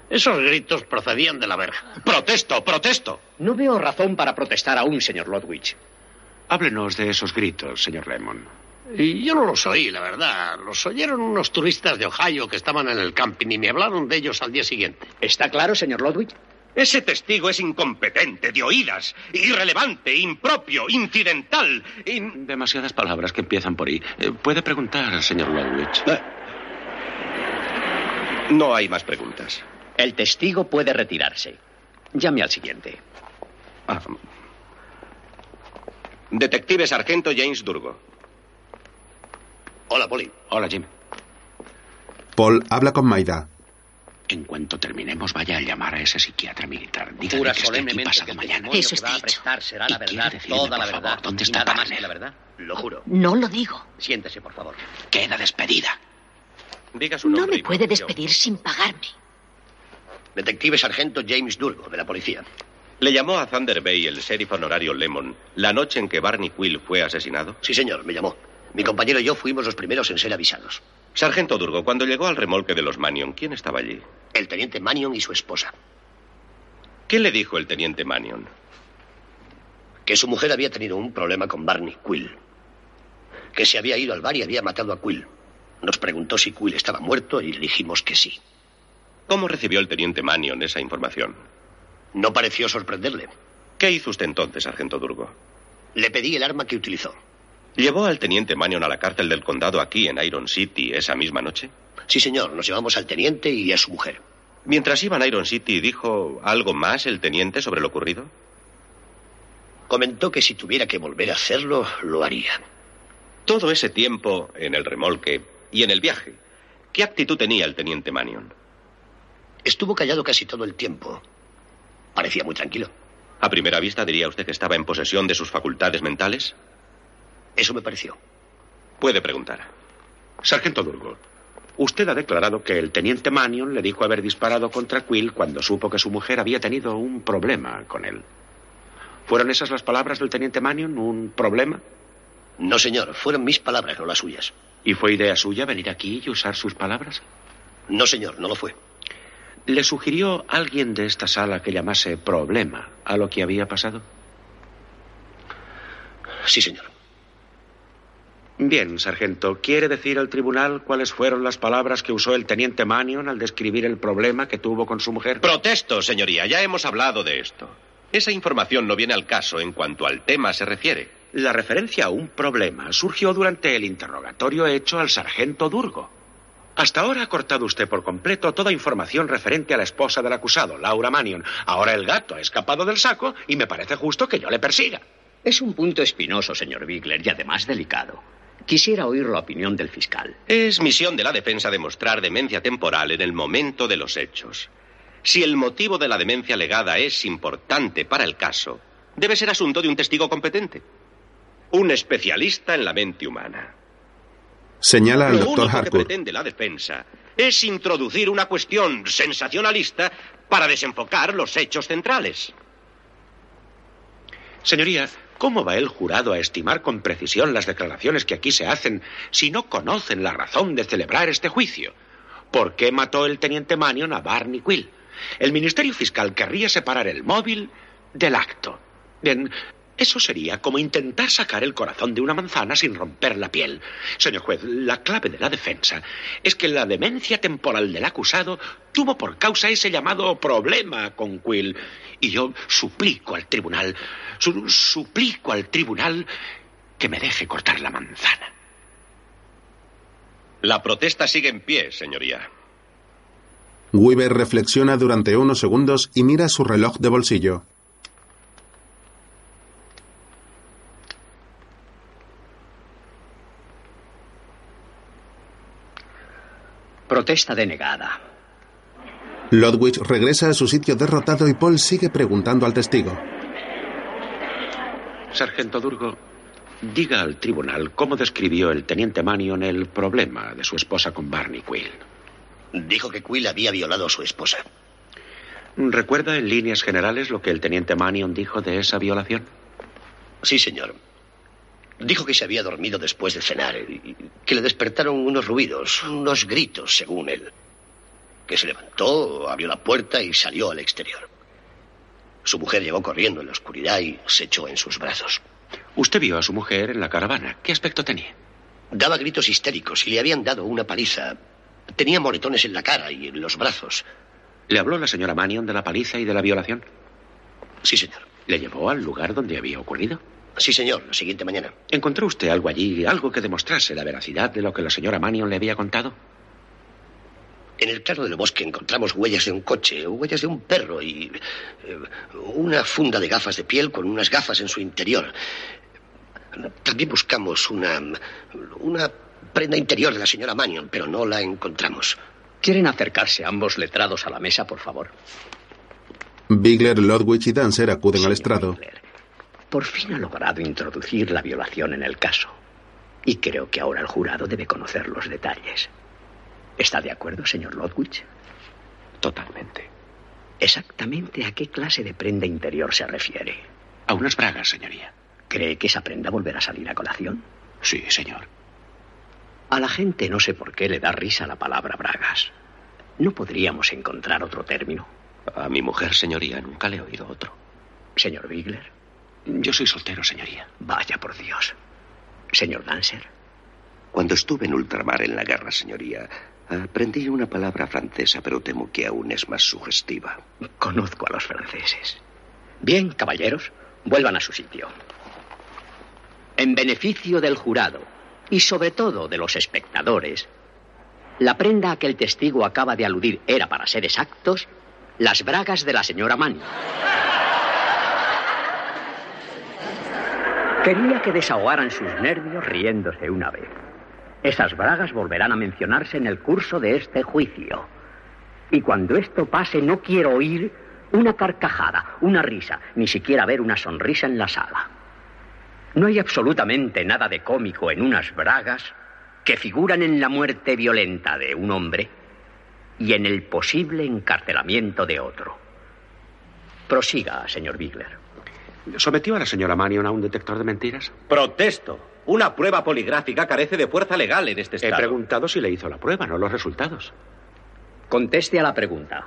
Speaker 24: Esos gritos procedían de la verja.
Speaker 6: ¡Protesto, protesto!
Speaker 7: No veo razón para protestar aún, señor Lodwich.
Speaker 2: Háblenos de esos gritos, señor Lemon.
Speaker 24: Yo no los oí, la verdad. Los oyeron unos turistas de Ohio que estaban en el camping y me hablaron de ellos al día siguiente.
Speaker 7: ¿Está claro, señor Lodwich?
Speaker 6: Ese testigo es incompetente, de oídas, irrelevante, impropio, incidental. in-
Speaker 2: Demasiadas palabras que empiezan por I. Eh, ¿Puede preguntar, señor Longwich?
Speaker 24: Eh.
Speaker 6: No hay más preguntas.
Speaker 38: El testigo puede retirarse. Llame al siguiente.
Speaker 6: Ah. Detective Sargento James Durgo.
Speaker 39: Hola, Poli.
Speaker 2: Hola, Jim.
Speaker 1: Paul habla con Maida.
Speaker 2: En cuanto terminemos, vaya a llamar a ese psiquiatra militar. Dígale
Speaker 38: Jura
Speaker 2: que estoy aquí
Speaker 38: solemnemente
Speaker 2: pasado
Speaker 38: que el
Speaker 2: mañana.
Speaker 38: testimonio que va a prestar será la verdad,
Speaker 2: decirme,
Speaker 38: toda la
Speaker 2: por
Speaker 38: verdad.
Speaker 2: favor, dónde
Speaker 38: y
Speaker 2: está
Speaker 38: nada más
Speaker 2: Banner?
Speaker 38: que la verdad. Lo juro.
Speaker 9: No lo digo.
Speaker 38: Siéntese, por favor.
Speaker 6: Queda despedida. Diga su
Speaker 9: No
Speaker 6: nombre.
Speaker 9: me puede despedir sin pagarme.
Speaker 6: Detective Sargento James Durgo, de la policía. ¿Le llamó a Thunder Bay el sheriff honorario Lemon la noche en que Barney Quill fue asesinado?
Speaker 7: Sí, señor, me llamó. Mi compañero y yo fuimos los primeros en ser avisados.
Speaker 6: Sargento Durgo, cuando llegó al remolque de los Manion, ¿quién estaba allí?
Speaker 7: El teniente Mannion y su esposa.
Speaker 6: ¿Qué le dijo el teniente Manion?
Speaker 7: Que su mujer había tenido un problema con Barney Quill. Que se había ido al bar y había matado a Quill. Nos preguntó si Quill estaba muerto y le dijimos que sí.
Speaker 6: ¿Cómo recibió el teniente Manion esa información?
Speaker 7: No pareció sorprenderle.
Speaker 6: ¿Qué hizo usted entonces, Sargento Durgo?
Speaker 7: Le pedí el arma que utilizó.
Speaker 6: ¿Llevó al teniente Manion a la cárcel del condado aquí, en Iron City, esa misma noche?
Speaker 7: Sí, señor, nos llevamos al teniente y a su mujer.
Speaker 6: Mientras iban a Iron City, ¿dijo algo más el teniente sobre lo ocurrido?
Speaker 7: Comentó que si tuviera que volver a hacerlo, lo haría.
Speaker 6: Todo ese tiempo en el remolque y en el viaje, ¿qué actitud tenía el teniente Manion?
Speaker 7: Estuvo callado casi todo el tiempo. Parecía muy tranquilo.
Speaker 6: A primera vista diría usted que estaba en posesión de sus facultades mentales.
Speaker 7: Eso me pareció.
Speaker 6: Puede preguntar.
Speaker 2: Sargento Durgo, usted ha declarado que el teniente Mannion le dijo haber disparado contra Quill cuando supo que su mujer había tenido un problema con él. ¿Fueron esas las palabras del teniente Mannion, un problema?
Speaker 7: No, señor, fueron mis palabras, no las suyas.
Speaker 2: ¿Y fue idea suya venir aquí y usar sus palabras?
Speaker 7: No, señor, no lo fue.
Speaker 2: ¿Le sugirió alguien de esta sala que llamase problema a lo que había pasado?
Speaker 7: Sí, señor.
Speaker 2: Bien, sargento, ¿quiere decir al tribunal cuáles fueron las palabras que usó el teniente Mannion al describir el problema que tuvo con su mujer?
Speaker 6: Protesto, señoría, ya hemos hablado de esto. Esa información no viene al caso en cuanto al tema se refiere.
Speaker 2: La referencia a un problema surgió durante el interrogatorio hecho al sargento Durgo. Hasta ahora ha cortado usted por completo toda información referente a la esposa del acusado, Laura Mannion. Ahora el gato ha escapado del saco y me parece justo que yo le persiga.
Speaker 38: Es un punto espinoso, señor Bigler, y además delicado. Quisiera oír la opinión del fiscal.
Speaker 6: Es misión de la defensa demostrar demencia temporal en el momento de los hechos. Si el motivo de la demencia legada es importante para el caso, debe ser asunto de un testigo competente. Un especialista en la mente humana.
Speaker 1: Señala al
Speaker 6: Lo
Speaker 1: doctor
Speaker 6: único que
Speaker 1: Harcourt.
Speaker 6: pretende la defensa es introducir una cuestión sensacionalista para desenfocar los hechos centrales.
Speaker 2: Señoría, ¿cómo va el jurado a estimar con precisión las declaraciones que aquí se hacen si no conocen la razón de celebrar este juicio? ¿Por qué mató el teniente Mannion a Barney Quill? El Ministerio Fiscal querría separar el móvil del acto. Bien, eso sería como intentar sacar el corazón de una manzana sin romper la piel. Señor juez, la clave de la defensa es que la demencia temporal del acusado tuvo por causa ese llamado problema con Quill. Y yo suplico al tribunal, su- suplico al tribunal que me deje cortar la manzana.
Speaker 6: La protesta sigue en pie, señoría.
Speaker 1: Weaver reflexiona durante unos segundos y mira su reloj de bolsillo.
Speaker 38: Protesta denegada.
Speaker 1: Lodwich regresa a su sitio derrotado y Paul sigue preguntando al testigo.
Speaker 2: Sargento Durgo, diga al tribunal cómo describió el teniente Mannion el problema de su esposa con Barney Quill.
Speaker 7: Dijo que Quill había violado a su esposa.
Speaker 2: ¿Recuerda en líneas generales lo que el teniente Mannion dijo de esa violación?
Speaker 7: Sí, señor. Dijo que se había dormido después de cenar, y que le despertaron unos ruidos, unos gritos, según él. Que se levantó, abrió la puerta y salió al exterior. Su mujer llegó corriendo en la oscuridad y se echó en sus brazos.
Speaker 2: Usted vio a su mujer en la caravana. ¿Qué aspecto tenía?
Speaker 7: Daba gritos histéricos y le habían dado una paliza. Tenía moretones en la cara y en los brazos.
Speaker 2: ¿Le habló la señora Mannion de la paliza y de la violación?
Speaker 40: Sí, señor.
Speaker 2: ¿Le llevó al lugar donde había ocurrido?
Speaker 40: Sí, señor, la siguiente mañana.
Speaker 2: ¿Encontró usted algo allí, algo que demostrase la veracidad de lo que la señora Mannion le había contado?
Speaker 40: En el claro del bosque encontramos huellas de un coche, huellas de un perro y eh, una funda de gafas de piel con unas gafas en su interior. También buscamos una, una prenda interior de la señora Mannion, pero no la encontramos.
Speaker 7: ¿Quieren acercarse ambos letrados a la mesa, por favor?
Speaker 1: Bigler, Lodwich y Dancer acuden al estrado.
Speaker 7: Por fin ha logrado introducir la violación en el caso. Y creo que ahora el jurado debe conocer los detalles. ¿Está de acuerdo, señor Lodwich?
Speaker 2: Totalmente.
Speaker 7: ¿Exactamente a qué clase de prenda interior se refiere?
Speaker 2: A unas bragas, señoría.
Speaker 7: ¿Cree que esa prenda volverá a salir a colación?
Speaker 2: Sí, señor.
Speaker 7: A la gente no sé por qué le da risa la palabra bragas. ¿No podríamos encontrar otro término?
Speaker 2: A mi mujer, señoría, nunca le he oído otro.
Speaker 7: Señor Bigler.
Speaker 2: Yo soy soltero, señoría.
Speaker 7: Vaya por Dios. Señor Dancer.
Speaker 41: Cuando estuve en ultramar en la guerra, señoría, aprendí una palabra francesa, pero temo que aún es más sugestiva.
Speaker 7: Conozco a los franceses. Bien, caballeros, vuelvan a su sitio. En beneficio del jurado, y sobre todo de los espectadores, la prenda a que el testigo acaba de aludir era, para ser exactos, las bragas de la señora Mann. Quería que desahogaran sus nervios riéndose una vez. Esas bragas volverán a mencionarse en el curso de este juicio. Y cuando esto pase no quiero oír una carcajada, una risa, ni siquiera ver una sonrisa en la sala. No hay absolutamente nada de cómico en unas bragas que figuran en la muerte violenta de un hombre y en el posible encarcelamiento de otro. Prosiga, señor Bigler.
Speaker 2: ¿Sometió a la señora Manion a un detector de mentiras?
Speaker 42: Protesto. Una prueba poligráfica carece de fuerza legal en este estado.
Speaker 2: He preguntado si le hizo la prueba, no los resultados.
Speaker 7: Conteste a la pregunta.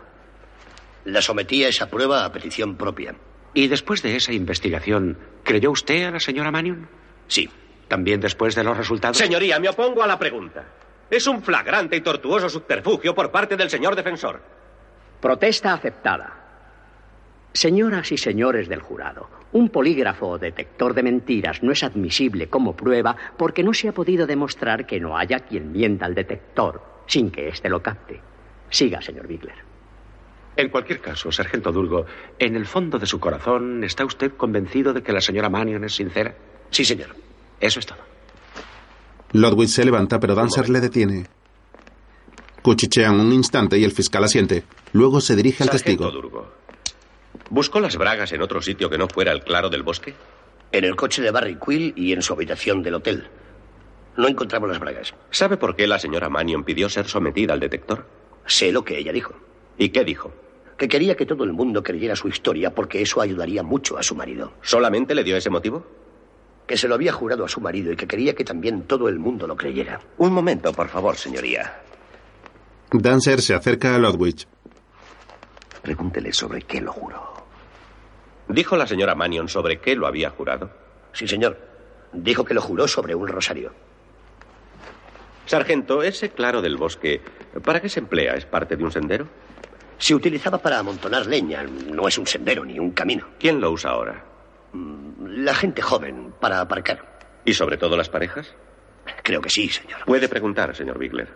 Speaker 40: La sometí a esa prueba a petición propia.
Speaker 2: ¿Y después de esa investigación, creyó usted a la señora Manion?
Speaker 40: Sí.
Speaker 2: ¿También después de los resultados?
Speaker 42: Señoría, me opongo a la pregunta. Es un flagrante y tortuoso subterfugio por parte del señor defensor.
Speaker 7: Protesta aceptada. Señoras y señores del jurado, un polígrafo o detector de mentiras no es admisible como prueba porque no se ha podido demostrar que no haya quien mienta al detector sin que éste lo capte. Siga, señor Bigler.
Speaker 2: En cualquier caso, sargento Dulgo, en el fondo de su corazón, ¿está usted convencido de que la señora Mannion es sincera?
Speaker 40: Sí, señor.
Speaker 2: Eso es todo.
Speaker 1: Lodwich se levanta, pero Dancer le detiene. Cuchichean un instante y el fiscal asiente. Luego se dirige al
Speaker 6: Sargento
Speaker 1: testigo.
Speaker 6: Durgo, ¿Buscó las bragas en otro sitio que no fuera el claro del bosque?
Speaker 40: En el coche de Barry Quill y en su habitación del hotel. No encontramos las bragas.
Speaker 6: ¿Sabe por qué la señora Mannion pidió ser sometida al detector?
Speaker 40: Sé lo que ella dijo.
Speaker 6: ¿Y qué dijo?
Speaker 40: Que quería que todo el mundo creyera su historia porque eso ayudaría mucho a su marido.
Speaker 6: ¿Solamente le dio ese motivo?
Speaker 40: Que se lo había jurado a su marido y que quería que también todo el mundo lo creyera.
Speaker 6: Un momento, por favor, señoría.
Speaker 1: Dancer se acerca a Lodwich.
Speaker 40: Pregúntele sobre qué lo juró.
Speaker 6: ¿Dijo la señora Mannion sobre qué lo había jurado?
Speaker 40: Sí, señor. Dijo que lo juró sobre un rosario.
Speaker 6: Sargento, ese claro del bosque, ¿para qué se emplea? ¿Es parte de un sendero?
Speaker 40: Se utilizaba para amontonar leña. No es un sendero ni un camino.
Speaker 6: ¿Quién lo usa ahora?
Speaker 40: La gente joven, para aparcar.
Speaker 6: ¿Y sobre todo las parejas?
Speaker 40: Creo que sí, señor.
Speaker 6: Puede preguntar, señor Bigler.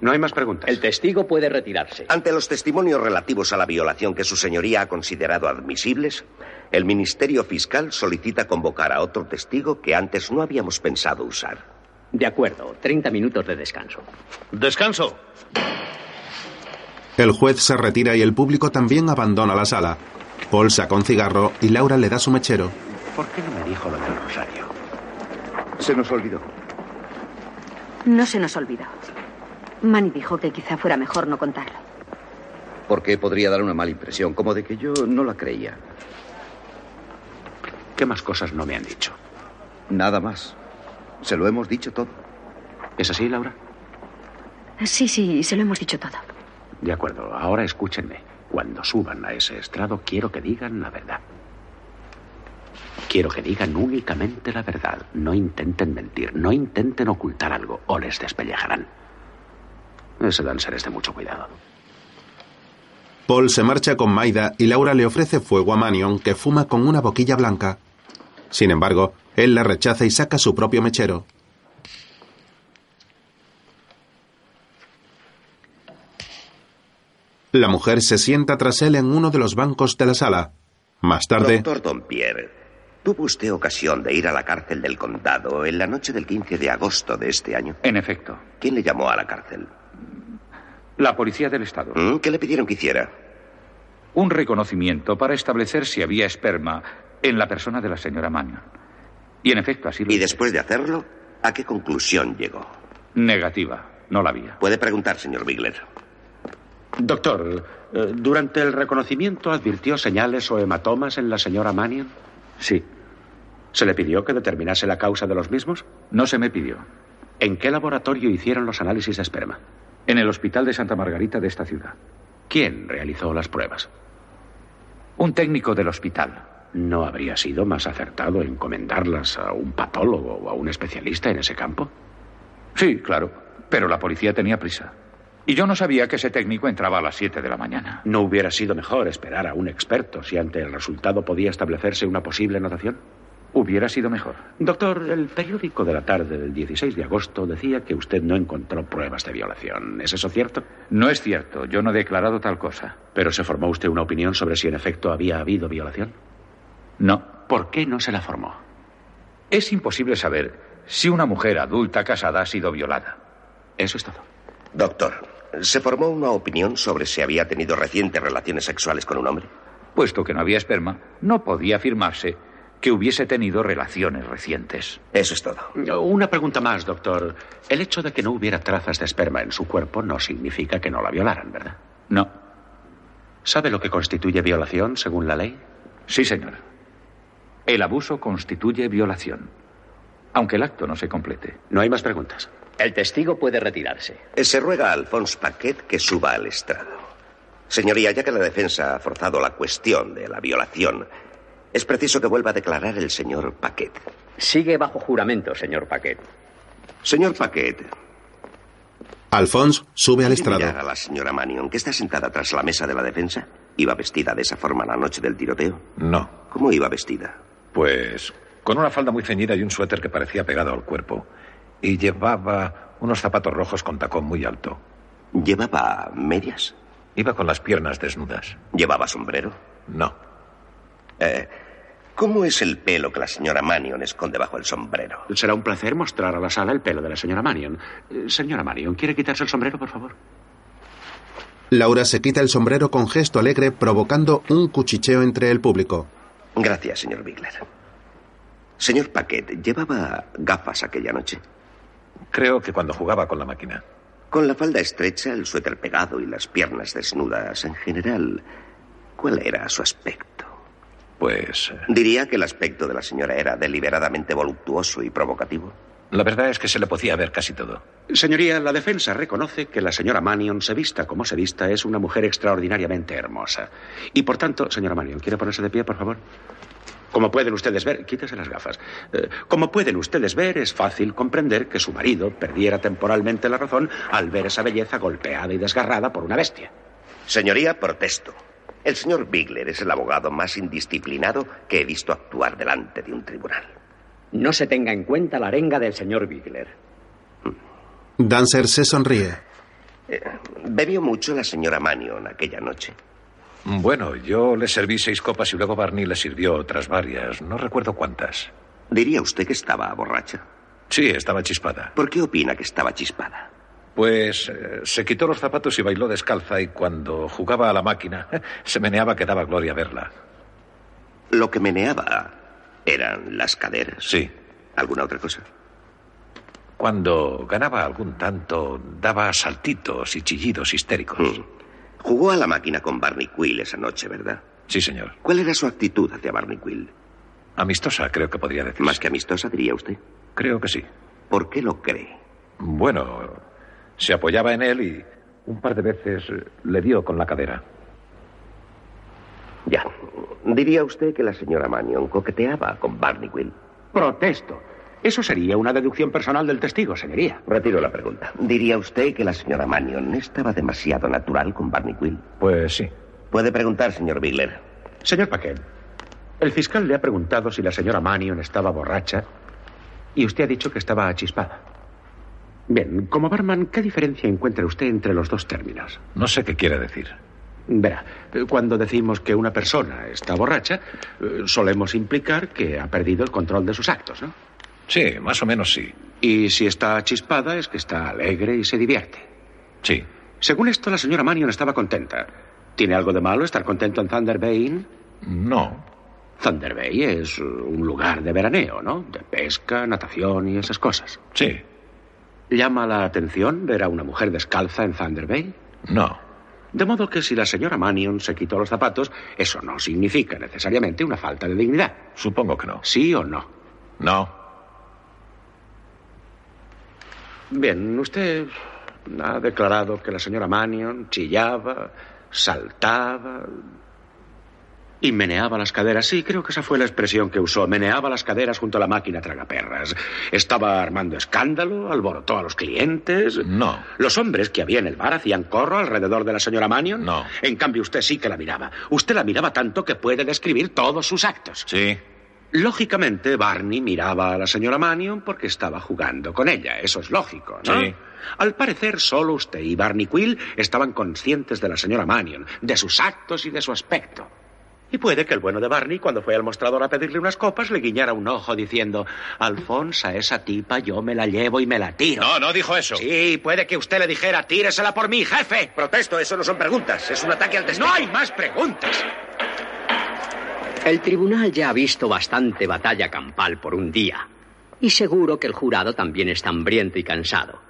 Speaker 2: No hay más preguntas.
Speaker 7: El testigo puede retirarse.
Speaker 41: Ante los testimonios relativos a la violación que su señoría ha considerado admisibles, el Ministerio Fiscal solicita convocar a otro testigo que antes no habíamos pensado usar.
Speaker 7: De acuerdo, 30 minutos de descanso.
Speaker 43: ¡Descanso!
Speaker 1: El juez se retira y el público también abandona la sala. Paul saca un cigarro y Laura le da su mechero.
Speaker 2: ¿Por qué no me dijo lo del rosario?
Speaker 44: Se nos olvidó.
Speaker 12: No se nos olvidó. Manny dijo que quizá fuera mejor no contarlo.
Speaker 45: Porque podría dar una mala impresión, como de que yo no la creía.
Speaker 2: ¿Qué más cosas no me han dicho?
Speaker 45: Nada más. Se lo hemos dicho todo.
Speaker 2: ¿Es así, Laura?
Speaker 12: Ah, Sí, sí, se lo hemos dicho todo.
Speaker 2: De acuerdo, ahora escúchenme. Cuando suban a ese estrado, quiero que digan la verdad. Quiero que digan únicamente la verdad. No intenten mentir, no intenten ocultar algo o les despellejarán. Ese dancer es de mucho cuidado.
Speaker 1: Paul se marcha con Maida y Laura le ofrece fuego a Manion, que fuma con una boquilla blanca. Sin embargo, él la rechaza y saca su propio mechero. La mujer se sienta tras él en uno de los bancos de la sala. Más tarde.
Speaker 6: Doctor Don Pierre, ¿tuvo usted ocasión de ir a la cárcel del condado en la noche del 15 de agosto de este año?
Speaker 9: En efecto.
Speaker 6: ¿Quién le llamó a la cárcel?
Speaker 9: La policía del estado.
Speaker 6: Mm, ¿Qué le pidieron que hiciera?
Speaker 9: Un reconocimiento para establecer si había esperma en la persona de la señora Mannion. Y en efecto así lo
Speaker 6: ¿Y después de hacerlo, a qué conclusión llegó?
Speaker 9: Negativa. No la había.
Speaker 6: Puede preguntar, señor Bigler.
Speaker 2: Doctor, eh, ¿durante el reconocimiento advirtió señales o hematomas en la señora Mannion?
Speaker 9: Sí.
Speaker 2: ¿Se le pidió que determinase la causa de los mismos?
Speaker 9: No se me pidió.
Speaker 2: ¿En qué laboratorio hicieron los análisis de esperma?
Speaker 9: En el hospital de Santa Margarita de esta ciudad.
Speaker 2: ¿Quién realizó las pruebas?
Speaker 9: Un técnico del hospital.
Speaker 2: ¿No habría sido más acertado encomendarlas a un patólogo o a un especialista en ese campo?
Speaker 9: Sí, claro. Pero la policía tenía prisa. Y yo no sabía que ese técnico entraba a las 7 de la mañana.
Speaker 2: ¿No hubiera sido mejor esperar a un experto si ante el resultado podía establecerse una posible anotación?
Speaker 9: Hubiera sido mejor.
Speaker 2: Doctor, el periódico de la tarde del 16 de agosto decía que usted no encontró pruebas de violación. ¿Es eso cierto?
Speaker 9: No es cierto. Yo no he declarado tal cosa.
Speaker 2: ¿Pero se formó usted una opinión sobre si en efecto había habido violación?
Speaker 9: No.
Speaker 2: ¿Por qué no se la formó?
Speaker 9: Es imposible saber si una mujer adulta casada ha sido violada.
Speaker 2: Eso es todo.
Speaker 6: Doctor, ¿se formó una opinión sobre si había tenido recientes relaciones sexuales con un hombre?
Speaker 9: Puesto que no había esperma, no podía afirmarse que hubiese tenido relaciones recientes.
Speaker 6: Eso es todo.
Speaker 2: Una pregunta más, doctor. El hecho de que no hubiera trazas de esperma en su cuerpo no significa que no la violaran, ¿verdad?
Speaker 9: No.
Speaker 2: ¿Sabe lo que constituye violación según la ley?
Speaker 9: Sí, señor. El abuso constituye violación, aunque el acto no se complete.
Speaker 2: No hay más preguntas.
Speaker 3: El testigo puede retirarse.
Speaker 6: Eh, Se ruega a Alphonse Paquet que suba al estrado. Señoría, ya que la defensa ha forzado la cuestión de la violación, es preciso que vuelva a declarar el señor Paquet.
Speaker 3: Sigue bajo juramento, señor Paquet.
Speaker 6: Señor Paquet.
Speaker 1: Alphonse sube al estrado.
Speaker 6: a la señora Manion, que está sentada tras la mesa de la defensa. ¿Iba vestida de esa forma la noche del tiroteo?
Speaker 17: No.
Speaker 6: ¿Cómo iba vestida?
Speaker 17: Pues con una falda muy ceñida y un suéter que parecía pegado al cuerpo y llevaba unos zapatos rojos con tacón muy alto.
Speaker 6: ¿Llevaba medias?
Speaker 17: Iba con las piernas desnudas.
Speaker 6: ¿Llevaba sombrero?
Speaker 17: No.
Speaker 6: Eh, ¿Cómo es el pelo que la señora Manion esconde bajo el sombrero?
Speaker 2: Será un placer mostrar a la sala el pelo de la señora Manion. Eh, señora Manion, ¿quiere quitarse el sombrero, por favor?
Speaker 1: Laura se quita el sombrero con gesto alegre, provocando un cuchicheo entre el público.
Speaker 6: Gracias, señor Bigler. Señor Paquet, ¿llevaba gafas aquella noche?
Speaker 17: Creo que cuando jugaba con la máquina.
Speaker 6: Con la falda estrecha, el suéter pegado y las piernas desnudas, en general, ¿cuál era su aspecto?
Speaker 17: Pues...
Speaker 6: Diría que el aspecto de la señora era deliberadamente voluptuoso y provocativo.
Speaker 17: La verdad es que se le podía ver casi todo.
Speaker 2: Señoría, la defensa reconoce que la señora Mannion, se vista como se vista, es una mujer extraordinariamente hermosa. Y por tanto, señora Mannion, ¿quiere ponerse de pie, por favor? Como pueden ustedes ver, quítese las gafas. Eh, como pueden ustedes ver, es fácil comprender que su marido perdiera temporalmente la razón al ver esa belleza golpeada y desgarrada por una bestia.
Speaker 6: Señoría, protesto. El señor Bigler es el abogado más indisciplinado que he visto actuar delante de un tribunal.
Speaker 3: No se tenga en cuenta la arenga del señor Bigler.
Speaker 1: Dancer se sonríe.
Speaker 6: Eh, bebió mucho la señora Manion aquella noche.
Speaker 17: Bueno, yo le serví seis copas y luego Barney le sirvió otras varias. No recuerdo cuántas.
Speaker 6: ¿Diría usted que estaba borracha?
Speaker 17: Sí, estaba chispada.
Speaker 6: ¿Por qué opina que estaba chispada?
Speaker 17: Pues eh, se quitó los zapatos y bailó descalza y cuando jugaba a la máquina se meneaba que daba gloria verla.
Speaker 6: Lo que meneaba eran las caderas.
Speaker 17: Sí.
Speaker 6: ¿Alguna otra cosa?
Speaker 17: Cuando ganaba algún tanto, daba saltitos y chillidos histéricos.
Speaker 6: Mm. Jugó a la máquina con Barney Quill esa noche, ¿verdad?
Speaker 17: Sí, señor.
Speaker 6: ¿Cuál era su actitud hacia Barney Quill?
Speaker 17: Amistosa, creo que podría decir.
Speaker 6: Más que amistosa, diría usted.
Speaker 17: Creo que sí.
Speaker 6: ¿Por qué lo cree?
Speaker 17: Bueno, se apoyaba en él y un par de veces le dio con la cadera.
Speaker 6: Ya. ¿Diría usted que la señora Mannion coqueteaba con Barney Quill?
Speaker 2: Protesto. Eso sería una deducción personal del testigo, señoría.
Speaker 6: Retiro la pregunta. ¿Diría usted que la señora Mannion estaba demasiado natural con Barney Quill?
Speaker 17: Pues sí.
Speaker 46: Puede preguntar, señor Bigler.
Speaker 6: Señor Paquet, el fiscal le ha preguntado si la señora Mannion estaba borracha y usted ha dicho que estaba achispada. Bien, como barman, ¿qué diferencia encuentra usted entre los dos términos?
Speaker 24: No sé qué quiere decir.
Speaker 6: Verá, cuando decimos que una persona está borracha, eh, solemos implicar que ha perdido el control de sus actos, ¿no?
Speaker 24: Sí, más o menos sí.
Speaker 6: Y si está achispada es que está alegre y se divierte.
Speaker 24: Sí.
Speaker 6: Según esto, la señora Mannion estaba contenta. ¿Tiene algo de malo estar contento en Thunder Bay Inn?
Speaker 24: No.
Speaker 6: Thunder Bay es un lugar de veraneo, ¿no? De pesca, natación y esas cosas.
Speaker 24: Sí.
Speaker 6: ¿Llama la atención ver a una mujer descalza en Thunder Bay?
Speaker 24: No.
Speaker 6: De modo que si la señora Mannion se quitó los zapatos, eso no significa necesariamente una falta de dignidad.
Speaker 24: Supongo que no.
Speaker 6: ¿Sí o no?
Speaker 24: No.
Speaker 6: Bien, usted ha declarado que la señora Mannion chillaba, saltaba y meneaba las caderas. Sí, creo que esa fue la expresión que usó. Meneaba las caderas junto a la máquina tragaperras. Estaba armando escándalo, alborotó a los clientes.
Speaker 24: No.
Speaker 6: Los hombres que había en el bar hacían corro alrededor de la señora Mannion.
Speaker 24: No.
Speaker 6: En cambio, usted sí que la miraba. Usted la miraba tanto que puede describir todos sus actos.
Speaker 24: Sí.
Speaker 6: Lógicamente, Barney miraba a la señora Mannion porque estaba jugando con ella. Eso es lógico, ¿no?
Speaker 24: Sí.
Speaker 6: Al parecer, solo usted y Barney Quill estaban conscientes de la señora Mannion, de sus actos y de su aspecto. Y puede que el bueno de Barney, cuando fue al mostrador a pedirle unas copas, le guiñara un ojo diciendo: Alfonsa, esa tipa yo me la llevo y me la tiro.
Speaker 24: No, no dijo eso.
Speaker 6: Sí, puede que usted le dijera: Tíresela por mí, jefe.
Speaker 46: Protesto, eso no son preguntas, es un ataque al destino.
Speaker 6: ¡No hay más preguntas!
Speaker 7: El tribunal ya ha visto bastante batalla campal por un día. Y seguro que el jurado también está hambriento y cansado.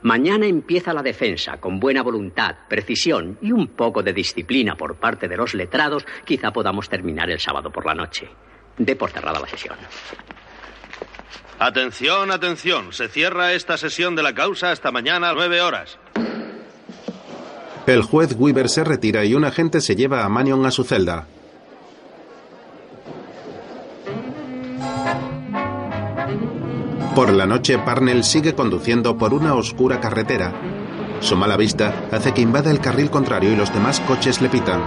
Speaker 7: Mañana empieza la defensa con buena voluntad, precisión y un poco de disciplina por parte de los letrados. Quizá podamos terminar el sábado por la noche. De por cerrada la sesión.
Speaker 47: Atención, atención. Se cierra esta sesión de la causa hasta mañana a nueve horas.
Speaker 1: El juez Weaver se retira y un agente se lleva a Manion a su celda. Por la noche, Parnell sigue conduciendo por una oscura carretera. Su mala vista hace que invada el carril contrario y los demás coches le pitan.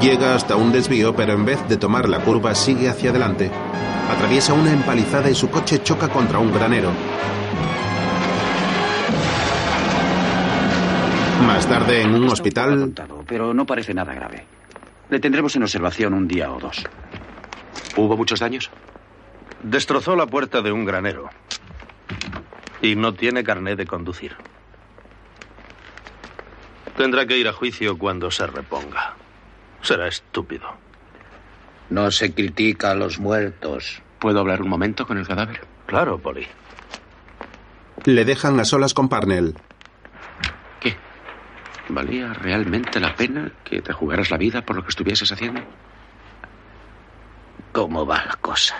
Speaker 1: Llega hasta un desvío, pero en vez de tomar la curva sigue hacia adelante. Atraviesa una empalizada y su coche choca contra un granero. Más tarde, en un hospital,
Speaker 48: pero no parece nada grave. Le tendremos en observación un día o dos.
Speaker 6: ¿Hubo muchos daños?
Speaker 47: Destrozó la puerta de un granero. Y no tiene carné de conducir. Tendrá que ir a juicio cuando se reponga. Será estúpido.
Speaker 2: No se critica a los muertos.
Speaker 6: ¿Puedo hablar un momento con el cadáver?
Speaker 47: Claro, Polly.
Speaker 1: le dejan a solas con Parnell.
Speaker 6: ¿Valía realmente la pena que te jugaras la vida por lo que estuvieses haciendo?
Speaker 2: ¿Cómo va la cosa?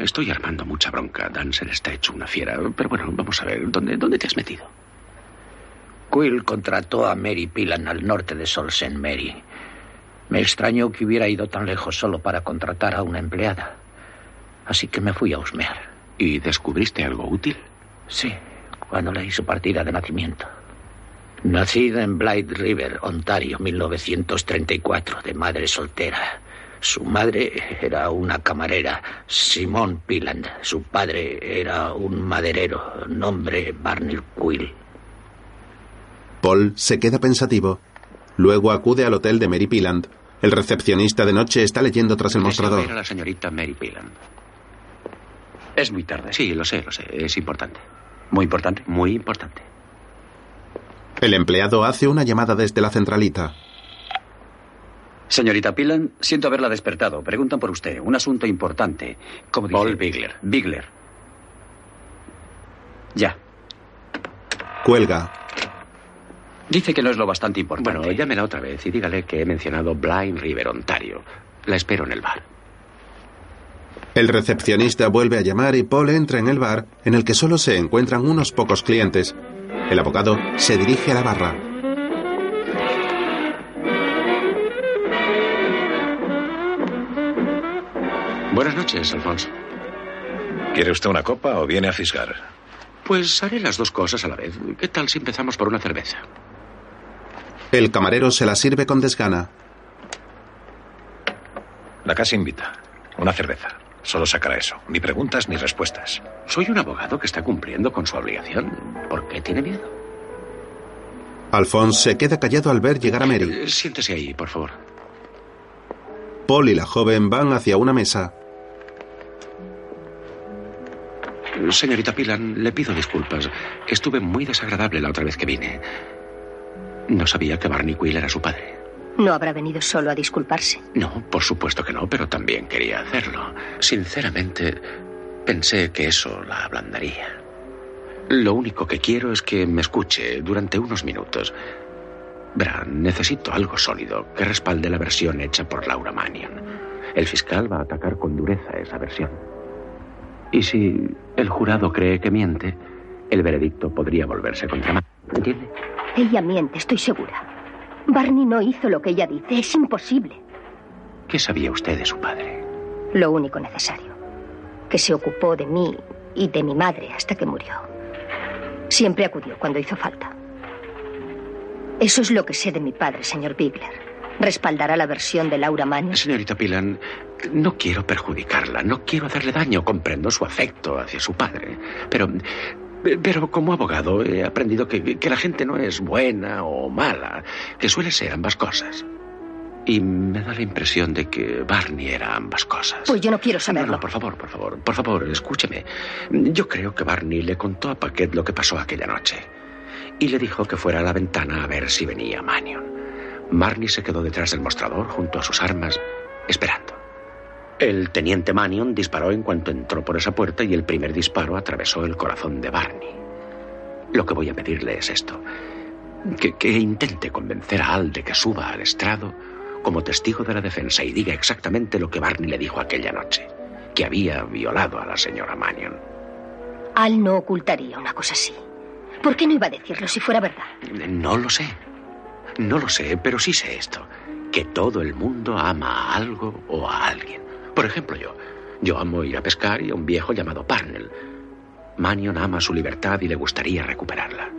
Speaker 6: Estoy armando mucha bronca. Dancer está hecho una fiera. Pero bueno, vamos a ver. ¿Dónde, dónde te has metido?
Speaker 2: Quill contrató a Mary Pilan al norte de Solsen Mary. Me extrañó que hubiera ido tan lejos solo para contratar a una empleada. Así que me fui a husmear.
Speaker 6: ¿Y descubriste algo útil?
Speaker 2: Sí, cuando leí su partida de nacimiento. Nacida en Blythe River, Ontario, 1934, de madre soltera. Su madre era una camarera, Simone Piland. Su padre era un maderero, nombre Barney Quill.
Speaker 1: Paul se queda pensativo. Luego acude al hotel de Mary Piland. El recepcionista de noche está leyendo tras el mostrador.
Speaker 6: Era la señorita Mary Piland.
Speaker 48: Es muy tarde.
Speaker 6: Sí, lo sé, lo sé. Es importante.
Speaker 48: Muy importante.
Speaker 6: Muy importante.
Speaker 1: El empleado hace una llamada desde la centralita.
Speaker 48: Señorita Pilan, siento haberla despertado. Preguntan por usted. Un asunto importante. ¿Cómo dice?
Speaker 6: Paul Bigler.
Speaker 48: Bigler. Ya.
Speaker 1: Cuelga.
Speaker 48: Dice que no es lo bastante importante.
Speaker 6: Bueno, llámela otra vez y dígale que he mencionado Blind River, Ontario. La espero en el bar.
Speaker 1: El recepcionista vuelve a llamar y Paul entra en el bar, en el que solo se encuentran unos pocos clientes. El abogado se dirige a la barra.
Speaker 6: Buenas noches, Alfonso.
Speaker 17: ¿Quiere usted una copa o viene a fisgar?
Speaker 6: Pues haré las dos cosas a la vez. ¿Qué tal si empezamos por una cerveza?
Speaker 1: El camarero se la sirve con desgana.
Speaker 17: La casa invita. Una cerveza. Solo sacará eso. Ni preguntas ni respuestas.
Speaker 6: Soy un abogado que está cumpliendo con su obligación. ¿Por qué tiene miedo?
Speaker 1: Alphonse se queda callado al ver llegar a Mary.
Speaker 6: Eh, Siéntese ahí, por favor.
Speaker 1: Paul y la joven van hacia una mesa.
Speaker 6: Eh, Señorita Pilan, le pido disculpas. Estuve muy desagradable la otra vez que vine. No sabía que Barney Quill era su padre.
Speaker 12: No habrá venido solo a disculparse.
Speaker 6: No, por supuesto que no, pero también quería hacerlo. Sinceramente, pensé que eso la ablandaría. Lo único que quiero es que me escuche durante unos minutos. Verá, necesito algo sólido que respalde la versión hecha por Laura Mannion. El fiscal va a atacar con dureza esa versión. Y si el jurado cree que miente, el veredicto podría volverse contra mí. ¿Entiende?
Speaker 12: Ella miente, estoy segura. Barney no hizo lo que ella dice, es imposible.
Speaker 6: ¿Qué sabía usted de su padre?
Speaker 12: Lo único necesario. Que se ocupó de mí y de mi madre hasta que murió. Siempre acudió cuando hizo falta. Eso es lo que sé de mi padre, señor Bigler. ¿Respaldará la versión de Laura Mann?
Speaker 6: Señorita Pilan, no quiero perjudicarla, no quiero hacerle daño, comprendo su afecto hacia su padre, pero... Pero como abogado he aprendido que, que la gente no es buena o mala, que suele ser ambas cosas. Y me da la impresión de que Barney era ambas cosas.
Speaker 12: Pues yo no quiero
Speaker 6: No,
Speaker 12: saberlo.
Speaker 6: no, por favor, por favor, por favor, escúcheme. Yo creo que Barney le contó a Paquet lo que pasó aquella noche. Y le dijo que fuera a la ventana a ver si venía Manion. Barney se quedó detrás del mostrador junto a sus armas, esperando. El teniente Manion disparó en cuanto entró por esa puerta y el primer disparo atravesó el corazón de Barney. Lo que voy a pedirle es esto. Que, que intente convencer a Al de que suba al estrado como testigo de la defensa y diga exactamente lo que Barney le dijo aquella noche, que había violado a la señora Mannion.
Speaker 12: Al no ocultaría una cosa así. ¿Por qué no iba a decirlo si fuera verdad?
Speaker 6: No lo sé. No lo sé, pero sí sé esto. Que todo el mundo ama a algo o a alguien. Por ejemplo, yo. Yo amo ir a pescar y a un viejo llamado Parnell. Manion ama su libertad y le gustaría recuperarla.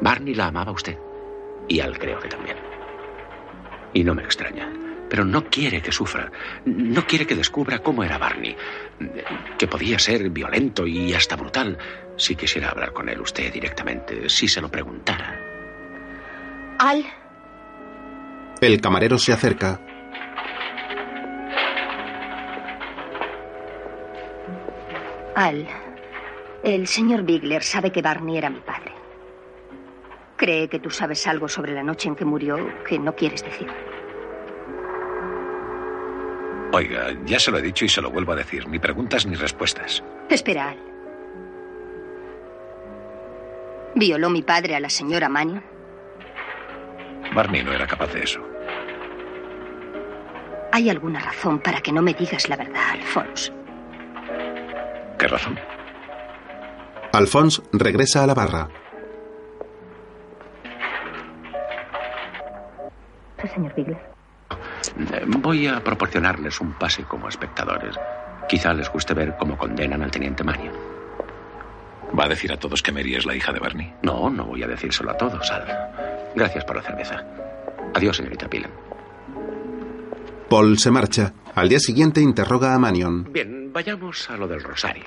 Speaker 6: Barney la amaba a usted. Y Al creo que también. Y no me extraña. Pero no quiere que sufra. No quiere que descubra cómo era Barney. Que podía ser violento y hasta brutal. Si quisiera hablar con él usted directamente, si se lo preguntara.
Speaker 12: Al,
Speaker 1: El camarero se acerca.
Speaker 12: Al. El señor Bigler sabe que Barney era mi padre. Cree que tú sabes algo sobre la noche en que murió que no quieres decir.
Speaker 17: Oiga, ya se lo he dicho y se lo vuelvo a decir. Ni preguntas ni respuestas.
Speaker 12: Espera, Al. ¿Violó mi padre a la señora Mannion?
Speaker 17: Barney no era capaz de eso.
Speaker 12: Hay alguna razón para que no me digas la verdad, Alphonse.
Speaker 17: ¿Qué razón?
Speaker 1: Alphonse regresa a la barra.
Speaker 12: Señor Bigler.
Speaker 6: Eh, Voy a proporcionarles un pase como espectadores. Quizá les guste ver cómo condenan al teniente Mario.
Speaker 17: ¿Va a decir a todos que Mary es la hija de Barney?
Speaker 6: No, no voy a decírselo a todos, Al. Gracias por la cerveza. Adiós, señorita Pilan.
Speaker 1: Paul se marcha. Al día siguiente interroga a Manion.
Speaker 6: Bien, vayamos a lo del rosario.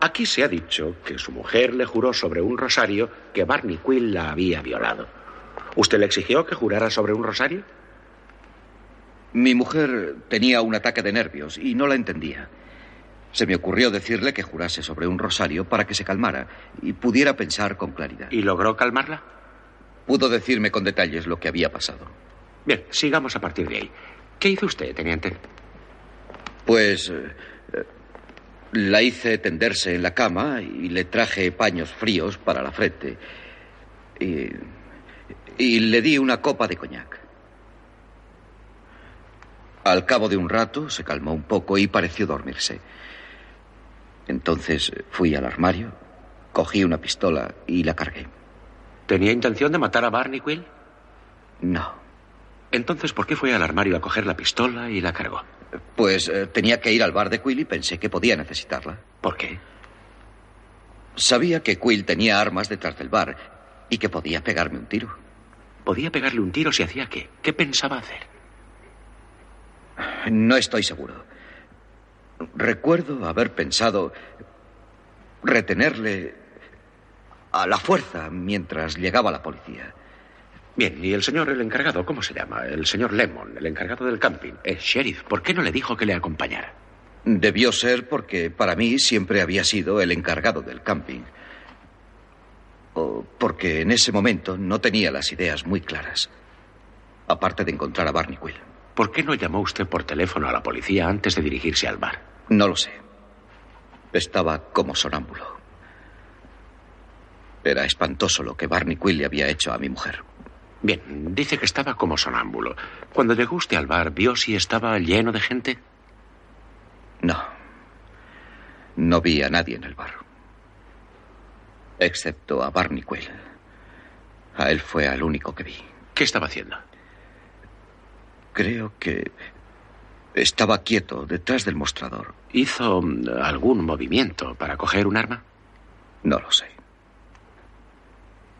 Speaker 6: Aquí se ha dicho que su mujer le juró sobre un rosario que Barney Quill la había violado. ¿Usted le exigió que jurara sobre un rosario?
Speaker 7: Mi mujer tenía un ataque de nervios y no la entendía. Se me ocurrió decirle que jurase sobre un rosario para que se calmara y pudiera pensar con claridad.
Speaker 6: ¿Y logró calmarla?
Speaker 7: Pudo decirme con detalles lo que había pasado.
Speaker 6: Bien, sigamos a partir de ahí. ¿Qué hizo usted, teniente?
Speaker 7: Pues eh, eh, la hice tenderse en la cama y le traje paños fríos para la frente. Y, y le di una copa de coñac. Al cabo de un rato se calmó un poco y pareció dormirse. Entonces eh, fui al armario, cogí una pistola y la cargué.
Speaker 6: ¿Tenía intención de matar a Barney Quill?
Speaker 7: No.
Speaker 6: Entonces, ¿por qué fue al armario a coger la pistola y la cargó?
Speaker 7: Pues eh, tenía que ir al bar de Quill y pensé que podía necesitarla.
Speaker 49: ¿Por qué?
Speaker 7: Sabía que Quill tenía armas detrás del bar y que podía pegarme un tiro.
Speaker 49: ¿Podía pegarle un tiro si hacía qué? ¿Qué pensaba hacer?
Speaker 7: No estoy seguro. Recuerdo haber pensado retenerle a la fuerza mientras llegaba la policía.
Speaker 2: Bien, y el señor, el encargado, ¿cómo se llama? El señor Lemon, el encargado del camping.
Speaker 6: Eh,
Speaker 2: Es sheriff. ¿Por qué no le dijo que le acompañara?
Speaker 7: Debió ser porque para mí siempre había sido el encargado del camping. O porque en ese momento no tenía las ideas muy claras. Aparte de encontrar a Barney Quill.
Speaker 2: ¿Por qué no llamó usted por teléfono a la policía antes de dirigirse al bar?
Speaker 7: No lo sé. Estaba como sonámbulo. Era espantoso lo que Barney Quill le había hecho a mi mujer.
Speaker 2: Bien, dice que estaba como sonámbulo. Cuando llegó usted al bar, ¿vio si estaba lleno de gente?
Speaker 7: No. No vi a nadie en el bar. Excepto a Barney Quill. A él fue al único que vi.
Speaker 2: ¿Qué estaba haciendo?
Speaker 7: Creo que estaba quieto detrás del mostrador.
Speaker 2: ¿Hizo mm, algún movimiento para coger un arma?
Speaker 7: No lo sé.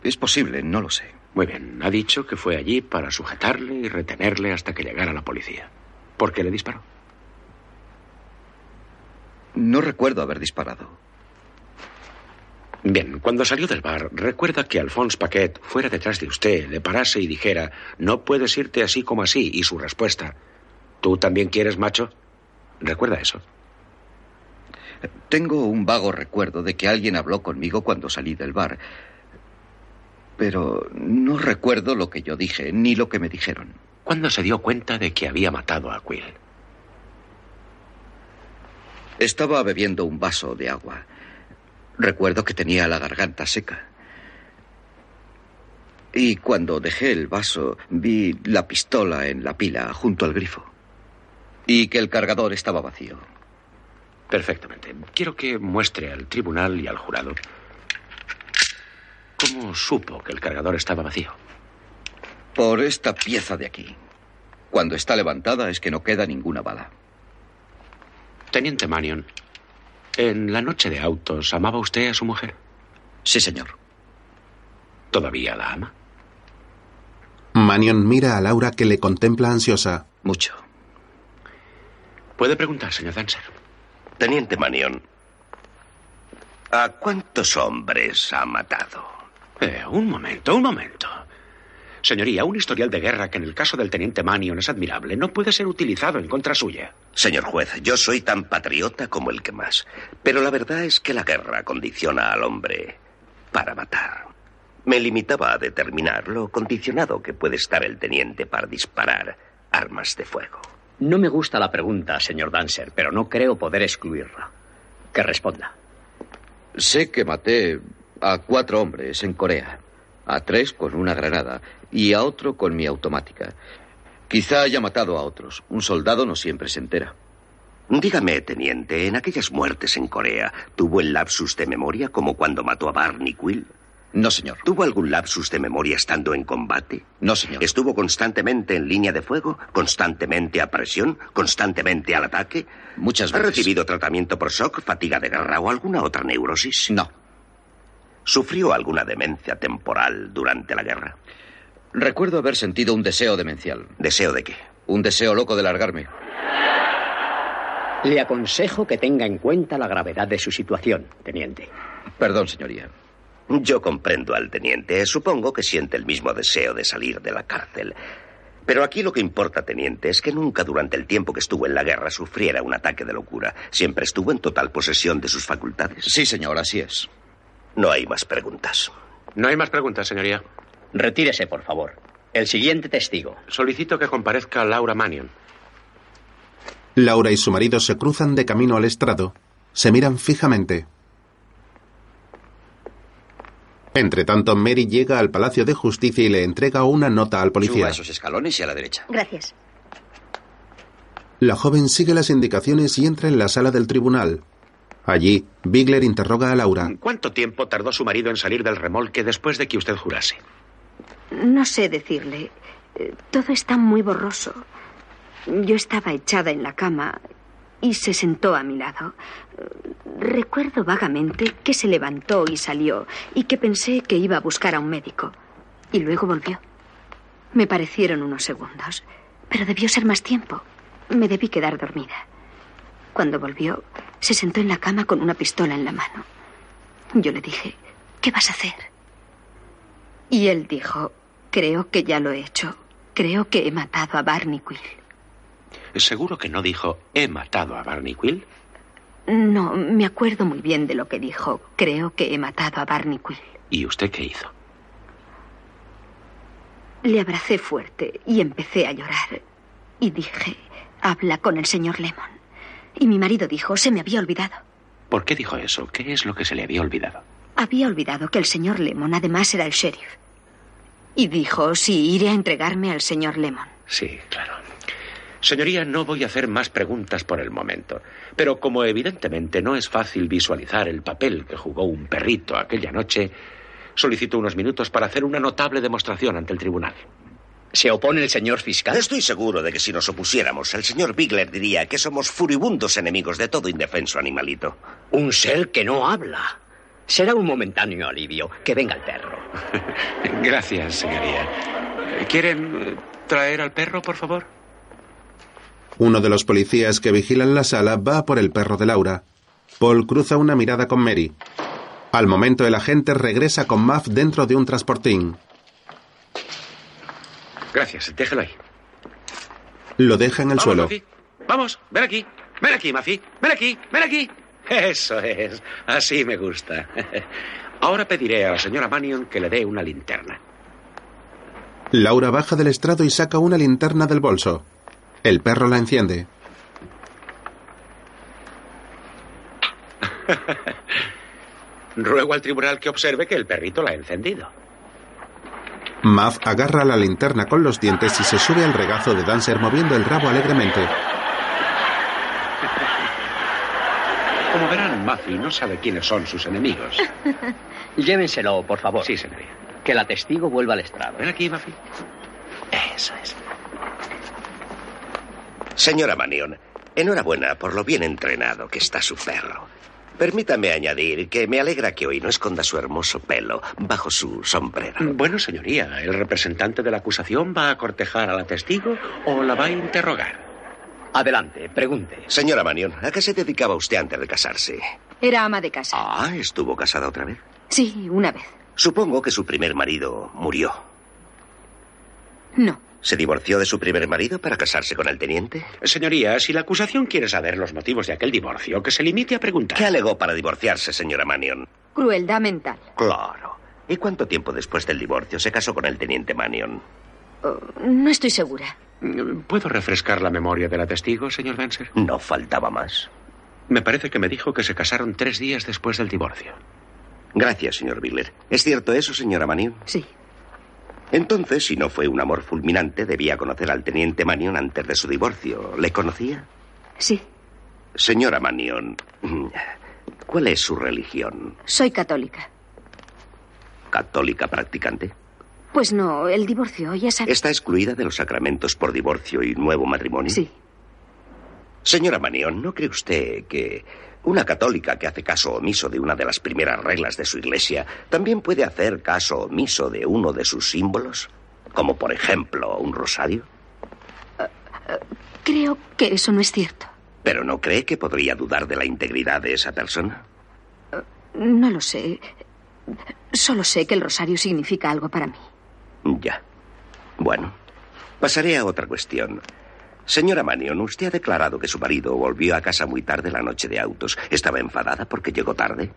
Speaker 7: Es posible, no lo sé.
Speaker 2: Muy bien, ha dicho que fue allí para sujetarle y retenerle hasta que llegara la policía. ¿Por qué le disparó?
Speaker 7: No recuerdo haber disparado.
Speaker 2: Bien, cuando salió del bar, recuerda que Alphonse Paquet fuera detrás de usted, le parase y dijera, no puedes irte así como así, y su respuesta, ¿tú también quieres, macho? ¿Recuerda eso?
Speaker 7: Tengo un vago recuerdo de que alguien habló conmigo cuando salí del bar, pero no recuerdo lo que yo dije, ni lo que me dijeron.
Speaker 2: ¿Cuándo se dio cuenta de que había matado a Quill?
Speaker 7: Estaba bebiendo un vaso de agua. Recuerdo que tenía la garganta seca. Y cuando dejé el vaso, vi la pistola en la pila junto al grifo. Y que el cargador estaba vacío.
Speaker 2: Perfectamente. Quiero que muestre al tribunal y al jurado cómo supo que el cargador estaba vacío.
Speaker 7: Por esta pieza de aquí. Cuando está levantada es que no queda ninguna bala.
Speaker 2: Teniente Manion, en la noche de autos, ¿amaba usted a su mujer?
Speaker 7: Sí, señor.
Speaker 2: ¿Todavía la ama?
Speaker 1: Manion mira a Laura que le contempla ansiosa.
Speaker 7: Mucho.
Speaker 2: Puede preguntar, señor Dancer.
Speaker 6: Teniente Manion, ¿a cuántos hombres ha matado?
Speaker 2: Eh, un momento, un momento. Señoría, un historial de guerra que en el caso del teniente Manion es admirable no puede ser utilizado en contra suya.
Speaker 6: Señor juez, yo soy tan patriota como el que más. Pero la verdad es que la guerra condiciona al hombre para matar. Me limitaba a determinar lo condicionado que puede estar el teniente para disparar armas de fuego.
Speaker 50: No me gusta la pregunta, señor Dancer, pero no creo poder excluirla. Que responda.
Speaker 7: Sé que maté a cuatro hombres en Corea a tres con una granada y a otro con mi automática. Quizá haya matado a otros. Un soldado no siempre se entera.
Speaker 6: Dígame, teniente, en aquellas muertes en Corea, ¿tuvo el lapsus de memoria como cuando mató a Barney Quill?
Speaker 7: No, señor.
Speaker 6: ¿Tuvo algún lapsus de memoria estando en combate?
Speaker 7: No, señor.
Speaker 6: ¿Estuvo constantemente en línea de fuego? ¿Constantemente a presión? ¿Constantemente al ataque?
Speaker 7: Muchas
Speaker 6: ¿Ha
Speaker 7: veces.
Speaker 6: ¿Ha recibido tratamiento por shock, fatiga de guerra o alguna otra neurosis?
Speaker 7: No.
Speaker 6: ¿Sufrió alguna demencia temporal durante la guerra?
Speaker 7: Recuerdo haber sentido un deseo demencial.
Speaker 6: ¿Deseo de qué?
Speaker 7: Un deseo loco de largarme.
Speaker 50: Le aconsejo que tenga en cuenta la gravedad de su situación, teniente.
Speaker 7: Perdón, señoría.
Speaker 6: Yo comprendo al teniente. Supongo que siente el mismo deseo de salir de la cárcel. Pero aquí lo que importa, teniente, es que nunca durante el tiempo que estuvo en la guerra sufriera un ataque de locura. Siempre estuvo en total posesión de sus facultades.
Speaker 7: Sí, señor, así es.
Speaker 6: No hay más preguntas.
Speaker 2: No hay más preguntas, señoría.
Speaker 50: Retírese, por favor. El siguiente testigo.
Speaker 2: Solicito que comparezca Laura Mannion.
Speaker 1: Laura y su marido se cruzan de camino al estrado. Se miran fijamente. Entre tanto, Mary llega al Palacio de Justicia y le entrega una nota al policía.
Speaker 7: Suba esos escalones y a la derecha.
Speaker 12: Gracias.
Speaker 1: La joven sigue las indicaciones y entra en la sala del tribunal. Allí, Bigler interroga a Laura.
Speaker 2: ¿Cuánto tiempo tardó su marido en salir del remolque después de que usted jurase?
Speaker 12: No sé decirle. Eh, Todo está muy borroso. Yo estaba echada en la cama y se sentó a mi lado. Recuerdo vagamente que se levantó y salió y que pensé que iba a buscar a un médico. Y luego volvió. Me parecieron unos segundos, pero debió ser más tiempo. Me debí quedar dormida. Cuando volvió, se sentó en la cama con una pistola en la mano. Yo le dije, ¿qué vas a hacer? Y él dijo, creo que ya lo he hecho. Creo que he matado a Barney Quill.
Speaker 2: Eh, ¿Seguro que no dijo he matado a Barney Quill?
Speaker 12: No, me acuerdo muy bien de lo que dijo. Creo que he matado a Barney Quill.
Speaker 2: ¿Y usted qué hizo?
Speaker 12: Le abracé fuerte y empecé a llorar. Y dije, habla con el señor Lemon. Y mi marido dijo, se me había olvidado.
Speaker 2: ¿Por qué dijo eso? ¿Qué es lo que se le había olvidado?
Speaker 12: Había olvidado que el señor Lemon además era el sheriff. Y dijo, sí, iré a entregarme al señor Lemon.
Speaker 2: Sí, claro. Señoría, no voy a hacer más preguntas por el momento, pero como evidentemente no es fácil visualizar el papel que jugó un perrito aquella noche, solicito unos minutos para hacer una notable demostración ante el tribunal.
Speaker 3: ¿Se opone el señor fiscal?
Speaker 6: Estoy seguro de que si nos opusiéramos, el señor Bigler diría que somos furibundos enemigos de todo indefenso animalito.
Speaker 3: Un ser que no habla. Será un momentáneo alivio. Que venga el perro.
Speaker 2: Gracias, señoría. ¿Quieren eh, traer al perro, por favor?
Speaker 1: Uno de los policías que vigilan la sala va por el perro de Laura. Paul cruza una mirada con Mary. Al momento el agente regresa con Muff dentro de un transportín.
Speaker 2: Gracias, déjelo ahí.
Speaker 1: Lo deja en el
Speaker 2: Vamos,
Speaker 1: suelo.
Speaker 2: Mafi. Vamos, ven aquí. Ven aquí, Mafi. Ven aquí, ven aquí. Eso es. Así me gusta. Ahora pediré a la señora Mannion que le dé una linterna.
Speaker 1: Laura baja del estrado y saca una linterna del bolso. El perro la enciende.
Speaker 2: Ruego al tribunal que observe que el perrito la ha encendido.
Speaker 1: Muff agarra la linterna con los dientes y se sube al regazo de Dancer moviendo el rabo alegremente.
Speaker 2: Como verán, Muffy no sabe quiénes son sus enemigos.
Speaker 3: Llévenselo, por favor.
Speaker 2: Sí, señoría.
Speaker 3: Que la testigo vuelva al estrado.
Speaker 2: Ven aquí, Muffy. Eso es.
Speaker 6: Señora Manion, enhorabuena por lo bien entrenado que está su perro. Permítame añadir que me alegra que hoy no esconda su hermoso pelo bajo su sombrero.
Speaker 2: Bueno, señoría, ¿el representante de la acusación va a cortejar a la testigo o la va a interrogar?
Speaker 3: Adelante, pregunte.
Speaker 6: Señora Manion, ¿a qué se dedicaba usted antes de casarse?
Speaker 12: Era ama de casa.
Speaker 6: Ah, ¿estuvo casada otra vez?
Speaker 12: Sí, una vez.
Speaker 6: Supongo que su primer marido murió.
Speaker 12: No.
Speaker 6: ¿Se divorció de su primer marido para casarse con el teniente?
Speaker 2: Señoría, si la acusación quiere saber los motivos de aquel divorcio, que se limite a preguntar.
Speaker 6: ¿Qué alegó para divorciarse, señora Manion?
Speaker 12: Crueldad mental.
Speaker 6: Claro. ¿Y cuánto tiempo después del divorcio se casó con el teniente Manion?
Speaker 12: Oh, no estoy segura.
Speaker 2: ¿Puedo refrescar la memoria de la testigo, señor Dancer?
Speaker 6: No faltaba más.
Speaker 2: Me parece que me dijo que se casaron tres días después del divorcio.
Speaker 6: Gracias, señor Bigler. ¿Es cierto eso, señora Manion?
Speaker 12: Sí.
Speaker 6: Entonces, si no fue un amor fulminante, debía conocer al teniente Manion antes de su divorcio. ¿Le conocía?
Speaker 12: Sí.
Speaker 6: Señora Manion, ¿cuál es su religión?
Speaker 12: Soy católica.
Speaker 6: ¿Católica practicante?
Speaker 12: Pues no, el divorcio, ya sabes.
Speaker 6: ¿Está excluida de los sacramentos por divorcio y nuevo matrimonio?
Speaker 12: Sí.
Speaker 6: Señora Manion, ¿no cree usted que una católica que hace caso omiso de una de las primeras reglas de su iglesia también puede hacer caso omiso de uno de sus símbolos? Como por ejemplo un rosario.
Speaker 12: Creo que eso no es cierto.
Speaker 6: ¿Pero no cree que podría dudar de la integridad de esa persona?
Speaker 12: No lo sé. Solo sé que el rosario significa algo para mí.
Speaker 6: Ya. Bueno, pasaré a otra cuestión. Señora Manion, usted ha declarado que su marido volvió a casa muy tarde la noche de autos. ¿Estaba enfadada porque llegó tarde?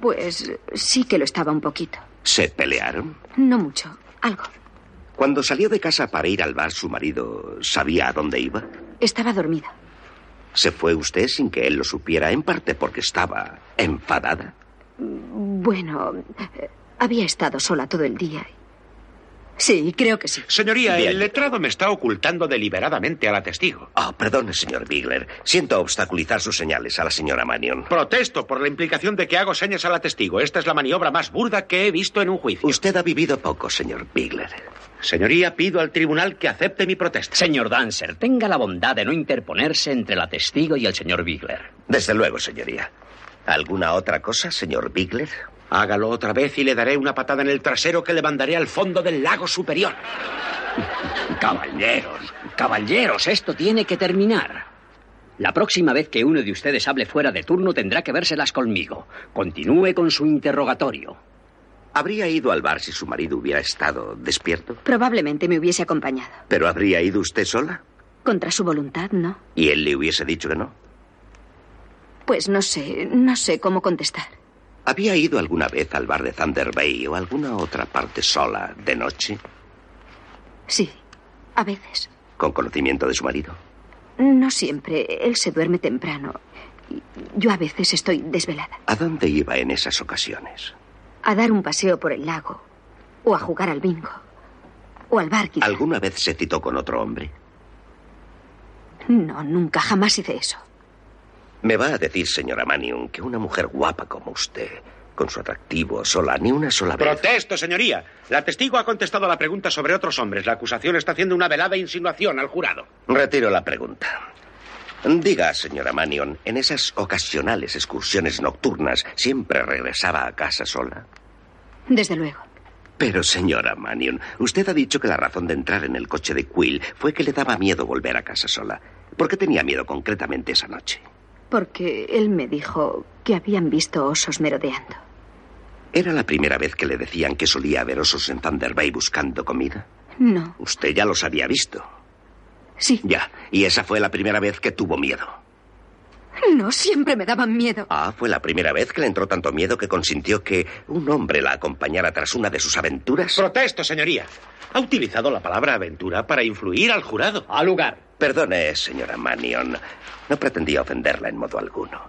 Speaker 12: Pues sí que lo estaba un poquito.
Speaker 6: ¿Se pelearon?
Speaker 12: No mucho, algo.
Speaker 6: Cuando salió de casa para ir al bar, su marido sabía a dónde iba.
Speaker 12: Estaba dormida.
Speaker 6: ¿Se fue usted sin que él lo supiera, en parte porque estaba enfadada?
Speaker 12: Bueno, eh, había estado sola todo el día. Sí, creo que sí.
Speaker 2: Señoría, el letrado me está ocultando deliberadamente a la testigo.
Speaker 6: Ah, perdone, señor Bigler. Siento obstaculizar sus señales a la señora Manion.
Speaker 2: Protesto por la implicación de que hago señas a la testigo. Esta es la maniobra más burda que he visto en un juicio.
Speaker 6: Usted ha vivido poco, señor Bigler.
Speaker 2: Señoría, pido al tribunal que acepte mi protesta.
Speaker 6: Señor Dancer, tenga la bondad de no interponerse entre la testigo y el señor Bigler.
Speaker 7: Desde luego, señoría. ¿Alguna otra cosa, señor Bigler?
Speaker 2: Hágalo otra vez y le daré una patada en el trasero que le mandaré al fondo del lago superior.
Speaker 6: Caballeros, caballeros, esto tiene que terminar. La próxima vez que uno de ustedes hable fuera de turno tendrá que vérselas conmigo. Continúe con su interrogatorio.
Speaker 7: ¿Habría ido al bar si su marido hubiera estado despierto?
Speaker 12: Probablemente me hubiese acompañado.
Speaker 7: ¿Pero habría ido usted sola?
Speaker 12: Contra su voluntad, no.
Speaker 7: ¿Y él le hubiese dicho que no?
Speaker 12: Pues no sé, no sé cómo contestar.
Speaker 7: ¿Había ido alguna vez al bar de Thunder Bay o alguna otra parte sola de noche?
Speaker 12: Sí, a veces.
Speaker 7: ¿Con conocimiento de su marido?
Speaker 12: No siempre. Él se duerme temprano. Yo a veces estoy desvelada.
Speaker 7: ¿A dónde iba en esas ocasiones?
Speaker 12: A dar un paseo por el lago. O a jugar al bingo. O al bar, quizá.
Speaker 7: ¿Alguna vez se citó con otro hombre?
Speaker 12: No, nunca, jamás hice eso.
Speaker 7: Me va a decir, señora Mannion, que una mujer guapa como usted, con su atractivo sola, ni una sola vez.
Speaker 2: Protesto, señoría. La testigo ha contestado a la pregunta sobre otros hombres. La acusación está haciendo una velada insinuación al jurado.
Speaker 7: Retiro la pregunta. Diga, señora Mannion, ¿en esas ocasionales excursiones nocturnas siempre regresaba a casa sola?
Speaker 12: Desde luego.
Speaker 7: Pero, señora Mannion, usted ha dicho que la razón de entrar en el coche de Quill fue que le daba miedo volver a casa sola. ¿Por qué tenía miedo concretamente esa noche?
Speaker 12: Porque él me dijo que habían visto osos merodeando.
Speaker 7: ¿Era la primera vez que le decían que solía haber osos en Thunder Bay buscando comida?
Speaker 12: No.
Speaker 7: Usted ya los había visto.
Speaker 12: Sí.
Speaker 7: Ya, y esa fue la primera vez que tuvo miedo.
Speaker 12: No, siempre me daban miedo.
Speaker 7: Ah, fue la primera vez que le entró tanto miedo que consintió que un hombre la acompañara tras una de sus aventuras.
Speaker 2: Protesto, señoría. Ha utilizado la palabra aventura para influir al jurado.
Speaker 6: Al lugar.
Speaker 7: Perdone, señora Mannion. No pretendía ofenderla en modo alguno.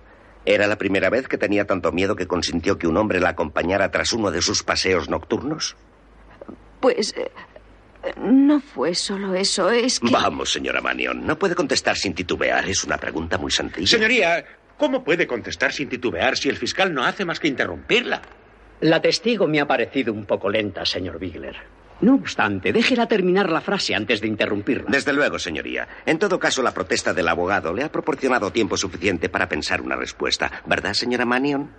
Speaker 7: ¿Era la primera vez que tenía tanto miedo que consintió que un hombre la acompañara tras uno de sus paseos nocturnos?
Speaker 12: Pues... eh, No fue solo eso, es que...
Speaker 7: Vamos, señora Mannion, no puede contestar sin titubear. Es una pregunta muy sencilla.
Speaker 2: Señoría, ¿cómo puede contestar sin titubear si el fiscal no hace más que interrumpirla?
Speaker 6: La testigo me ha parecido un poco lenta, señor Bigler. No obstante, déjela terminar la frase antes de interrumpirla.
Speaker 7: Desde luego, señoría. En todo caso, la protesta del abogado le ha proporcionado tiempo suficiente para pensar una respuesta. ¿Verdad, señora Mannion?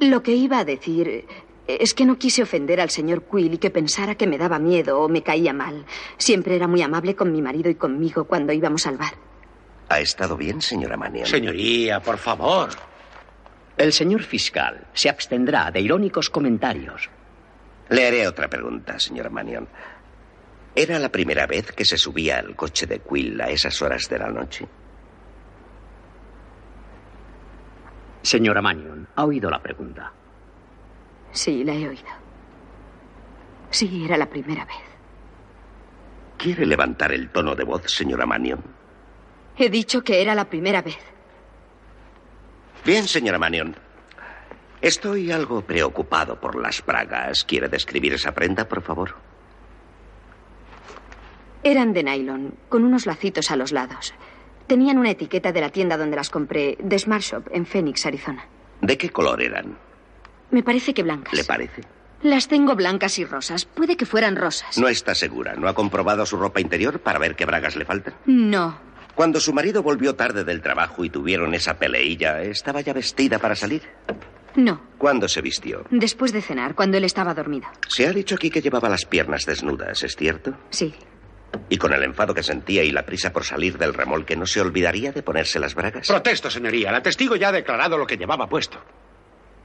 Speaker 12: Lo que iba a decir es que no quise ofender al señor Quill y que pensara que me daba miedo o me caía mal. Siempre era muy amable con mi marido y conmigo cuando íbamos al bar.
Speaker 7: ¿Ha estado bien, señora Mannion?
Speaker 2: Señoría, por favor.
Speaker 6: El señor fiscal se abstendrá de irónicos comentarios.
Speaker 7: Le haré otra pregunta, señora Mannion. ¿Era la primera vez que se subía al coche de Quill a esas horas de la noche?
Speaker 6: Señora Mannion, ha oído la pregunta.
Speaker 12: Sí, la he oído. Sí, era la primera vez.
Speaker 7: ¿Quiere levantar el tono de voz, señora Mannion?
Speaker 12: He dicho que era la primera vez.
Speaker 7: Bien, señora Mannion. Estoy algo preocupado por las bragas. ¿Quiere describir esa prenda, por favor?
Speaker 12: Eran de nylon, con unos lacitos a los lados. Tenían una etiqueta de la tienda donde las compré, de Smart Shop, en Phoenix, Arizona.
Speaker 7: ¿De qué color eran?
Speaker 12: Me parece que blancas.
Speaker 7: ¿Le parece?
Speaker 12: Las tengo blancas y rosas. Puede que fueran rosas.
Speaker 7: No está segura. ¿No ha comprobado su ropa interior para ver qué bragas le faltan?
Speaker 12: No.
Speaker 7: Cuando su marido volvió tarde del trabajo y tuvieron esa peleilla, ¿estaba ya vestida para salir?
Speaker 12: No.
Speaker 7: ¿Cuándo se vistió?
Speaker 12: Después de cenar, cuando él estaba dormido.
Speaker 7: Se ha dicho aquí que llevaba las piernas desnudas, ¿es cierto?
Speaker 12: Sí.
Speaker 7: Y con el enfado que sentía y la prisa por salir del remolque, ¿no se olvidaría de ponerse las bragas?
Speaker 2: Protesto, señoría. La testigo ya ha declarado lo que llevaba puesto.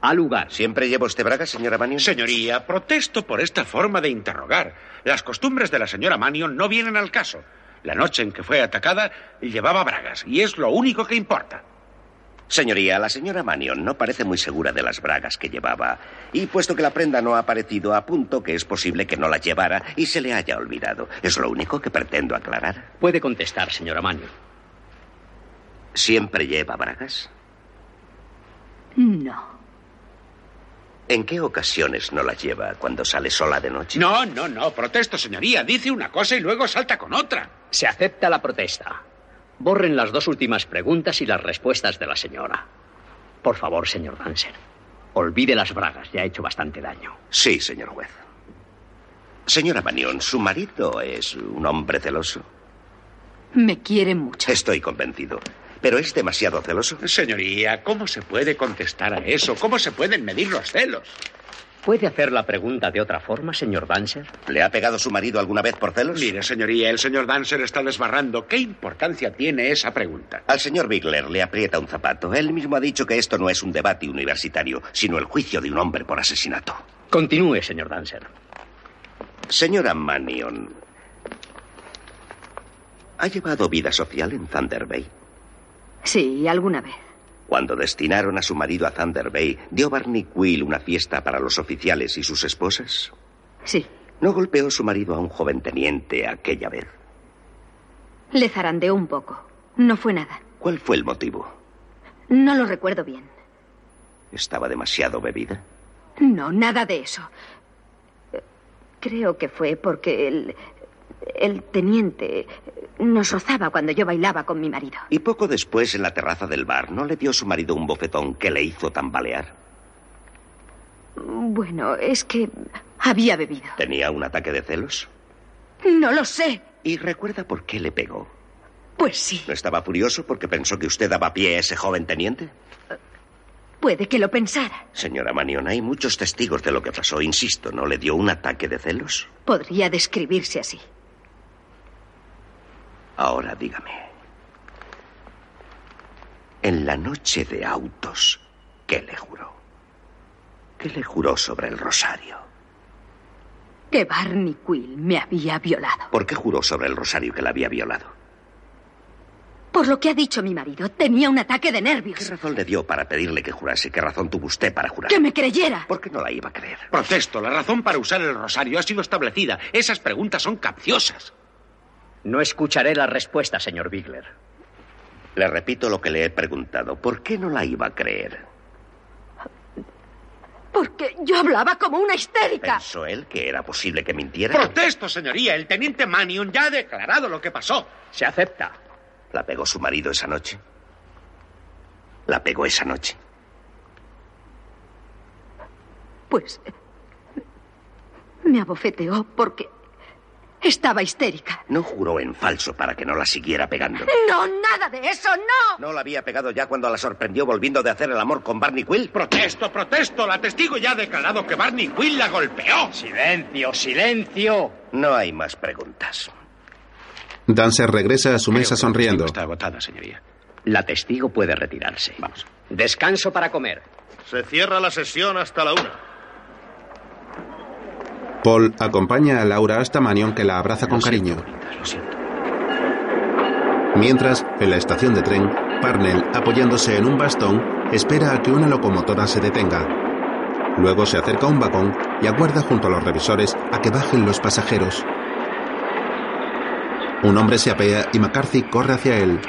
Speaker 6: Al lugar.
Speaker 7: ¿Siempre lleva usted bragas, señora Mannion?
Speaker 2: Señoría, protesto por esta forma de interrogar. Las costumbres de la señora Mannion no vienen al caso. La noche en que fue atacada llevaba bragas y es lo único que importa.
Speaker 7: Señoría, la señora Mannion no parece muy segura de las bragas que llevaba. Y puesto que la prenda no ha aparecido, apunto que es posible que no la llevara y se le haya olvidado. Es lo único que pretendo aclarar.
Speaker 6: Puede contestar, señora Mannion.
Speaker 7: ¿Siempre lleva bragas?
Speaker 12: No.
Speaker 7: ¿En qué ocasiones no las lleva? ¿Cuando sale sola de noche?
Speaker 2: No, no, no. Protesto, señoría. Dice una cosa y luego salta con otra.
Speaker 6: Se acepta la protesta. Borren las dos últimas preguntas y las respuestas de la señora. Por favor, señor Dancer, olvide las bragas. Ya ha hecho bastante daño.
Speaker 7: Sí, señor juez.
Speaker 6: Señora Manion, ¿su marido es un hombre celoso?
Speaker 12: Me quiere mucho.
Speaker 6: Estoy convencido. ¿Pero es demasiado celoso?
Speaker 2: Señoría, ¿cómo se puede contestar a eso? ¿Cómo se pueden medir los celos?
Speaker 7: ¿Puede hacer la pregunta de otra forma, señor Dancer?
Speaker 6: ¿Le ha pegado su marido alguna vez por celos?
Speaker 2: Mire, señoría, el señor Dancer está desbarrando. ¿Qué importancia tiene esa pregunta?
Speaker 6: Al señor Bigler le aprieta un zapato. Él mismo ha dicho que esto no es un debate universitario, sino el juicio de un hombre por asesinato.
Speaker 7: Continúe, señor Dancer.
Speaker 6: Señora Manion, ¿ha llevado vida social en Thunder Bay?
Speaker 12: Sí, alguna vez.
Speaker 6: Cuando destinaron a su marido a Thunder Bay, ¿dio Barney Quill una fiesta para los oficiales y sus esposas?
Speaker 12: Sí.
Speaker 6: ¿No golpeó su marido a un joven teniente aquella vez?
Speaker 12: Le zarandeó un poco. No fue nada.
Speaker 6: ¿Cuál fue el motivo?
Speaker 12: No lo recuerdo bien.
Speaker 6: ¿Estaba demasiado bebida?
Speaker 12: No, nada de eso. Creo que fue porque el, el teniente nos rozaba cuando yo bailaba con mi marido.
Speaker 6: Y poco después, en la terraza del bar, ¿no le dio su marido un bofetón que le hizo tambalear?
Speaker 12: Bueno, es que había bebido.
Speaker 6: ¿Tenía un ataque de celos?
Speaker 12: No lo sé.
Speaker 6: ¿Y recuerda por qué le pegó?
Speaker 12: Pues sí.
Speaker 6: ¿No estaba furioso porque pensó que usted daba pie a ese joven teniente?
Speaker 12: Eh, Puede que lo pensara.
Speaker 6: Señora Manion, hay muchos testigos de lo que pasó. Insisto, ¿no le dio un ataque de celos?
Speaker 12: Podría describirse así.
Speaker 6: Ahora dígame. En la noche de autos, ¿qué le juró? ¿Qué le juró sobre el rosario?
Speaker 12: Que Barney Quill me había violado.
Speaker 6: ¿Por qué juró sobre el rosario que la había violado?
Speaker 12: Por lo que ha dicho mi marido, tenía un ataque de nervios.
Speaker 6: ¿Qué razón le dio para pedirle que jurase? ¿Qué razón tuvo usted para jurar?
Speaker 12: Que me creyera.
Speaker 6: ¿Por qué no la iba a creer?
Speaker 2: Protesto, la razón para usar el rosario ha sido establecida. Esas preguntas son capciosas.
Speaker 7: No escucharé la respuesta, señor Bigler.
Speaker 6: Le repito lo que le he preguntado. ¿Por qué no la iba a creer?
Speaker 12: Porque yo hablaba como una histérica.
Speaker 6: ¿Pensó él que era posible que mintiera?
Speaker 2: Protesto, señoría. El teniente Manion ya ha declarado lo que pasó.
Speaker 7: Se acepta.
Speaker 6: ¿La pegó su marido esa noche? ¿La pegó esa noche?
Speaker 12: Pues... Me abofeteó porque estaba histérica.
Speaker 6: No juró en falso para que no la siguiera pegando.
Speaker 12: No, nada de eso, no.
Speaker 6: ¿No la había pegado ya cuando la sorprendió volviendo de hacer el amor con Barney Quill?
Speaker 2: Protesto, protesto. La testigo ya ha declarado que Barney Quill la golpeó.
Speaker 7: Silencio, silencio.
Speaker 6: No hay más preguntas.
Speaker 1: Dancer regresa a su Creo mesa
Speaker 2: que
Speaker 1: sonriendo.
Speaker 2: Está agotada, señoría.
Speaker 7: La testigo puede retirarse.
Speaker 2: Vamos.
Speaker 7: Descanso para comer.
Speaker 51: Se cierra la sesión hasta la una.
Speaker 1: Paul acompaña a Laura hasta Manion que la abraza con
Speaker 2: Lo siento,
Speaker 1: cariño.
Speaker 2: bonitas, lo siento.
Speaker 1: Mientras, en la estación de tren, Parnell, apoyándose en un bastón, espera a que una locomotora se detenga. Luego se acerca a un vagón y aguarda junto a los revisores a que bajen los pasajeros. Un hombre se apea y McCarthy corre hacia él.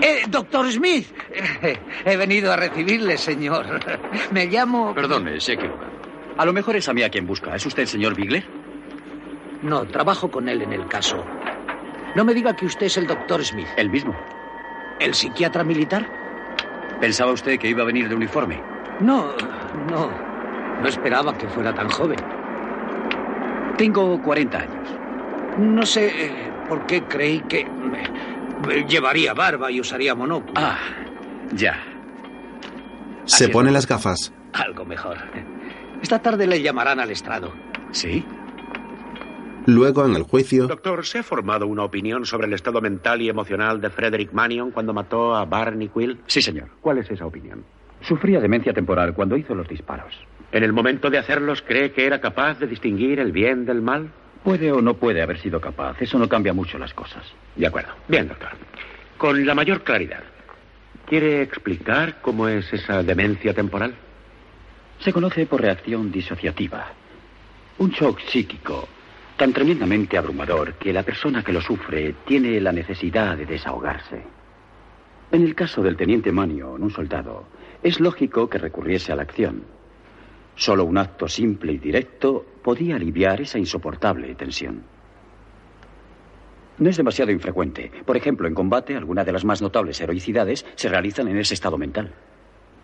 Speaker 52: Eh, doctor Smith,
Speaker 53: Eh,
Speaker 52: he venido a recibirle, señor. Me llamo...
Speaker 54: Perdone, se ha equivocado. A lo mejor es a mí a quien busca. ¿Es usted el señor Bigler?
Speaker 53: No, trabajo con él en el caso. No me diga que usted es el doctor Smith,
Speaker 54: El mismo.
Speaker 53: el psiquiatra militar.
Speaker 54: ¿Pensaba usted que iba a venir de uniforme?
Speaker 53: No, no. No esperaba que fuera tan joven.
Speaker 54: Tengo 40 años.
Speaker 53: No sé eh, por qué creí que me- me llevaría barba y usaría monóculo.
Speaker 54: Ah, ya.
Speaker 1: Se pone las gafas.
Speaker 53: Algo mejor. Esta tarde le llamarán al estrado.
Speaker 54: ¿Sí?
Speaker 1: Luego, en el juicio,
Speaker 2: Doctor, ¿se ha formado una opinión sobre el estado mental y emocional de Frederick Manion cuando mató a Barney Quill?
Speaker 54: Sí, señor.
Speaker 2: ¿Cuál es esa opinión?
Speaker 54: Sufría demencia temporal cuando hizo los disparos.
Speaker 2: ¿En el momento de hacerlos cree que era capaz de distinguir el bien del mal?
Speaker 54: Puede o no puede haber sido capaz. Eso no cambia mucho las cosas.
Speaker 2: De acuerdo. Bien, doctor. Con la mayor claridad. ¿Quiere explicar cómo es esa demencia temporal?
Speaker 54: Se conoce por reacción disociativa. Un shock psíquico tan tremendamente abrumador que la persona que lo sufre tiene la necesidad de desahogarse. En el caso del teniente Manion, un soldado, es lógico que recurriese a la acción.
Speaker 55: Solo un acto simple y directo podía aliviar esa insoportable tensión. No es demasiado infrecuente. Por ejemplo, en combate, algunas de las más notables heroicidades se realizan en ese estado mental.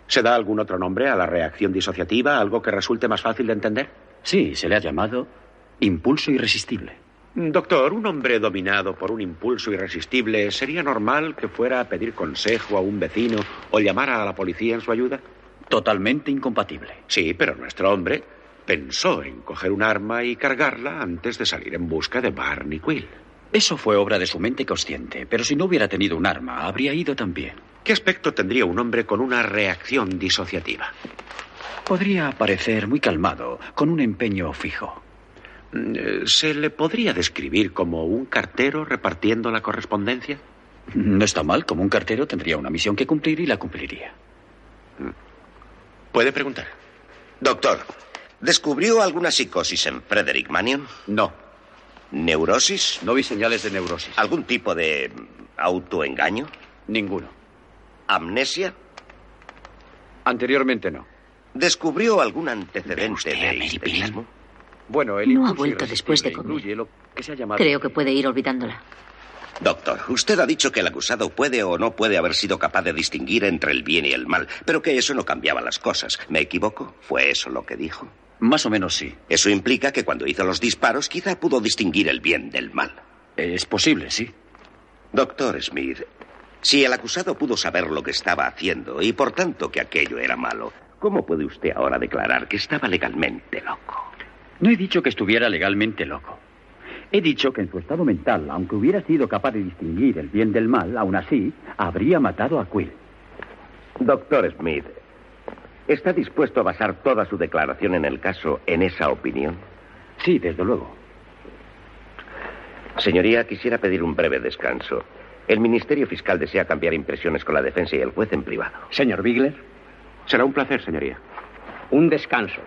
Speaker 2: ¿Se da algún otro nombre a la reacción disociativa, algo que resulte más fácil de entender?
Speaker 55: Sí, se le ha llamado impulso irresistible.
Speaker 2: Doctor, un hombre dominado por un impulso irresistible, ¿sería normal que fuera a pedir consejo a un vecino o llamara a la policía en su ayuda?
Speaker 55: Totalmente incompatible.
Speaker 2: Sí, pero nuestro hombre pensó en coger un arma y cargarla antes de salir en busca de Barney Quill.
Speaker 55: Eso fue obra de su mente consciente, pero si no hubiera tenido un arma, habría ido también.
Speaker 2: ¿Qué aspecto tendría un hombre con una reacción disociativa?
Speaker 55: Podría parecer muy calmado, con un empeño fijo. Mm, eh,
Speaker 2: ¿Se le podría describir como un cartero repartiendo la correspondencia?
Speaker 55: Mm, No está mal, como un cartero tendría una misión que cumplir y la cumpliría.
Speaker 2: Puede preguntar.
Speaker 7: Doctor, ¿descubrió alguna psicosis en Frederick Mannion?
Speaker 2: No.
Speaker 7: ¿Neurosis?
Speaker 55: No vi señales de neurosis.
Speaker 7: ¿Algún tipo de autoengaño?
Speaker 55: Ninguno.
Speaker 7: ¿Amnesia?
Speaker 55: Anteriormente no.
Speaker 7: ¿Descubrió algún antecedente de histerismo?
Speaker 55: Bueno, el
Speaker 9: No ha vuelto después de comer.
Speaker 55: e Lo que se ha llamado...
Speaker 9: Creo que puede ir olvidándola.
Speaker 7: Doctor, usted ha dicho que el acusado puede o no puede haber sido capaz de distinguir entre el bien y el mal, pero que eso no cambiaba las cosas. ¿Me equivoco? ¿Fue eso lo que dijo?
Speaker 55: Más o menos sí.
Speaker 7: Eso implica que cuando hizo los disparos quizá pudo distinguir el bien del mal.
Speaker 55: Es posible, sí.
Speaker 7: Doctor Smith, si el acusado pudo saber lo que estaba haciendo y por tanto que aquello era malo, ¿cómo puede usted ahora declarar que estaba legalmente loco?
Speaker 55: No he dicho que estuviera legalmente loco. He dicho que en su estado mental, aunque hubiera sido capaz de distinguir el bien del mal, aún así habría matado a Quill.
Speaker 7: Doctor Smith, ¿está dispuesto a basar toda su declaración en el caso en esa opinión?
Speaker 55: Sí, desde luego.
Speaker 7: Señoría, quisiera pedir un breve descanso. El Ministerio Fiscal desea cambiar impresiones con la defensa y el juez en privado.
Speaker 56: Señor Bigler,
Speaker 2: Será un placer, señoría.
Speaker 56: un descanso.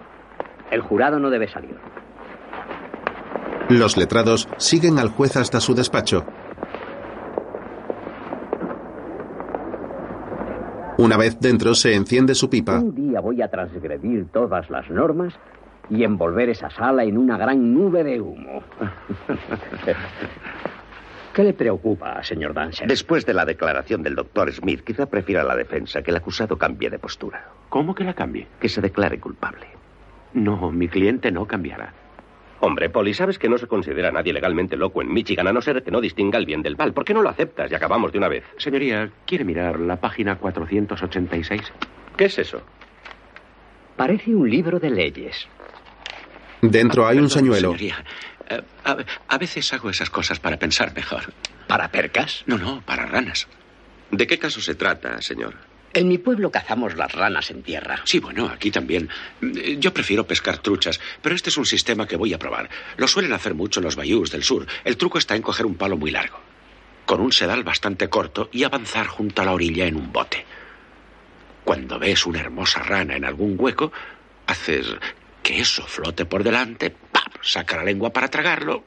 Speaker 56: El jurado no debe salir.
Speaker 1: Los letrados siguen al juez hasta su despacho. Una vez dentro se enciende su pipa.
Speaker 56: Un día voy a transgredir todas las normas y envolver esa sala en una gran nube de humo. ¿Qué le preocupa, señor Dancer?
Speaker 7: Después de la declaración del doctor Smith, quizá prefiera la defensa que el acusado cambie de postura,
Speaker 2: ¿Cómo que la cambie?
Speaker 7: que se declare culpable.
Speaker 2: No, mi cliente no cambiará.
Speaker 6: Hombre, Polly, sabes que no se considera a nadie legalmente loco en Michigan a no ser que no distinga el bien del mal. ¿Por qué no lo aceptas y acabamos de una vez?
Speaker 2: Señoría, ¿quiere mirar la página 486?
Speaker 6: ¿Qué es eso?
Speaker 56: Parece un libro de leyes.
Speaker 1: Dentro hay un
Speaker 2: Perdón,
Speaker 1: señuelo.
Speaker 2: señoría. Eh, a, a veces hago esas cosas para pensar mejor.
Speaker 56: ¿Para percas?
Speaker 2: No, no, para ranas.
Speaker 6: ¿De qué caso se trata, señor?
Speaker 56: En mi pueblo cazamos las ranas en tierra.
Speaker 2: Sí, bueno, aquí también. Eh, Yo prefiero pescar truchas, pero este es un sistema que voy a probar. Lo suelen hacer mucho en los bayous del sur. El truco está en coger un palo muy largo, con un sedal bastante corto y avanzar junto a la orilla en un bote. Cuando ves una hermosa rana en algún hueco, haces que eso flote por delante, ¡pap! saca la lengua para tragarlo.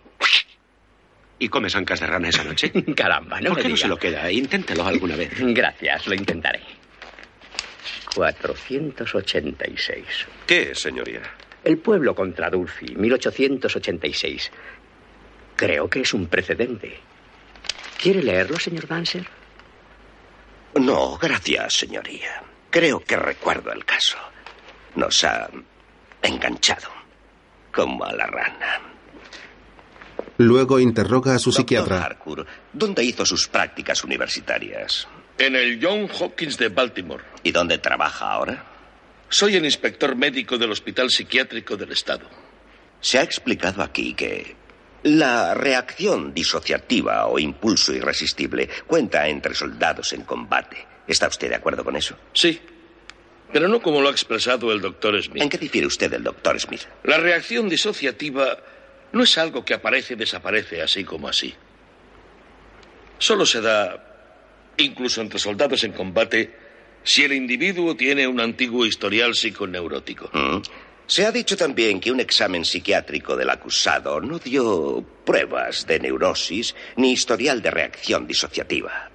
Speaker 2: ¿Y comes ancas de rana esa noche?
Speaker 56: Caramba, no
Speaker 2: ¿Por
Speaker 56: me
Speaker 2: qué no
Speaker 56: diga.
Speaker 2: se lo queda? Inténtelo alguna vez.
Speaker 56: Gracias, lo intentaré. 486.
Speaker 6: ¿Qué es, señoría?
Speaker 56: El pueblo contra Dulci, 1886. Creo que es un precedente. ¿Quiere leerlo, señor Dancer?
Speaker 7: No, gracias, señoría. Creo que recuerdo el caso. Nos ha enganchado, como a la rana.
Speaker 1: Luego interroga a su
Speaker 7: Doctor
Speaker 1: psiquiatra.
Speaker 7: Harcourt, ¿dónde hizo sus prácticas universitarias?
Speaker 24: En el John Hopkins de Baltimore.
Speaker 7: ¿Y dónde trabaja ahora?
Speaker 24: Soy el inspector médico del Hospital Psiquiátrico del Estado.
Speaker 7: Se ha explicado aquí que la reacción disociativa o impulso irresistible cuenta entre soldados en combate. ¿Está usted de acuerdo con eso?
Speaker 24: Sí, pero no como lo ha expresado el doctor Smith.
Speaker 7: ¿En qué difiere usted del doctor Smith?
Speaker 24: La reacción disociativa no es algo que aparece y desaparece así como así. Solo se da, incluso entre soldados en combate, si el individuo tiene un antiguo historial psiconeurótico.
Speaker 7: Mm. Se ha dicho también que un examen psiquiátrico del acusado no dio pruebas de neurosis ni historial de reacción disociativa.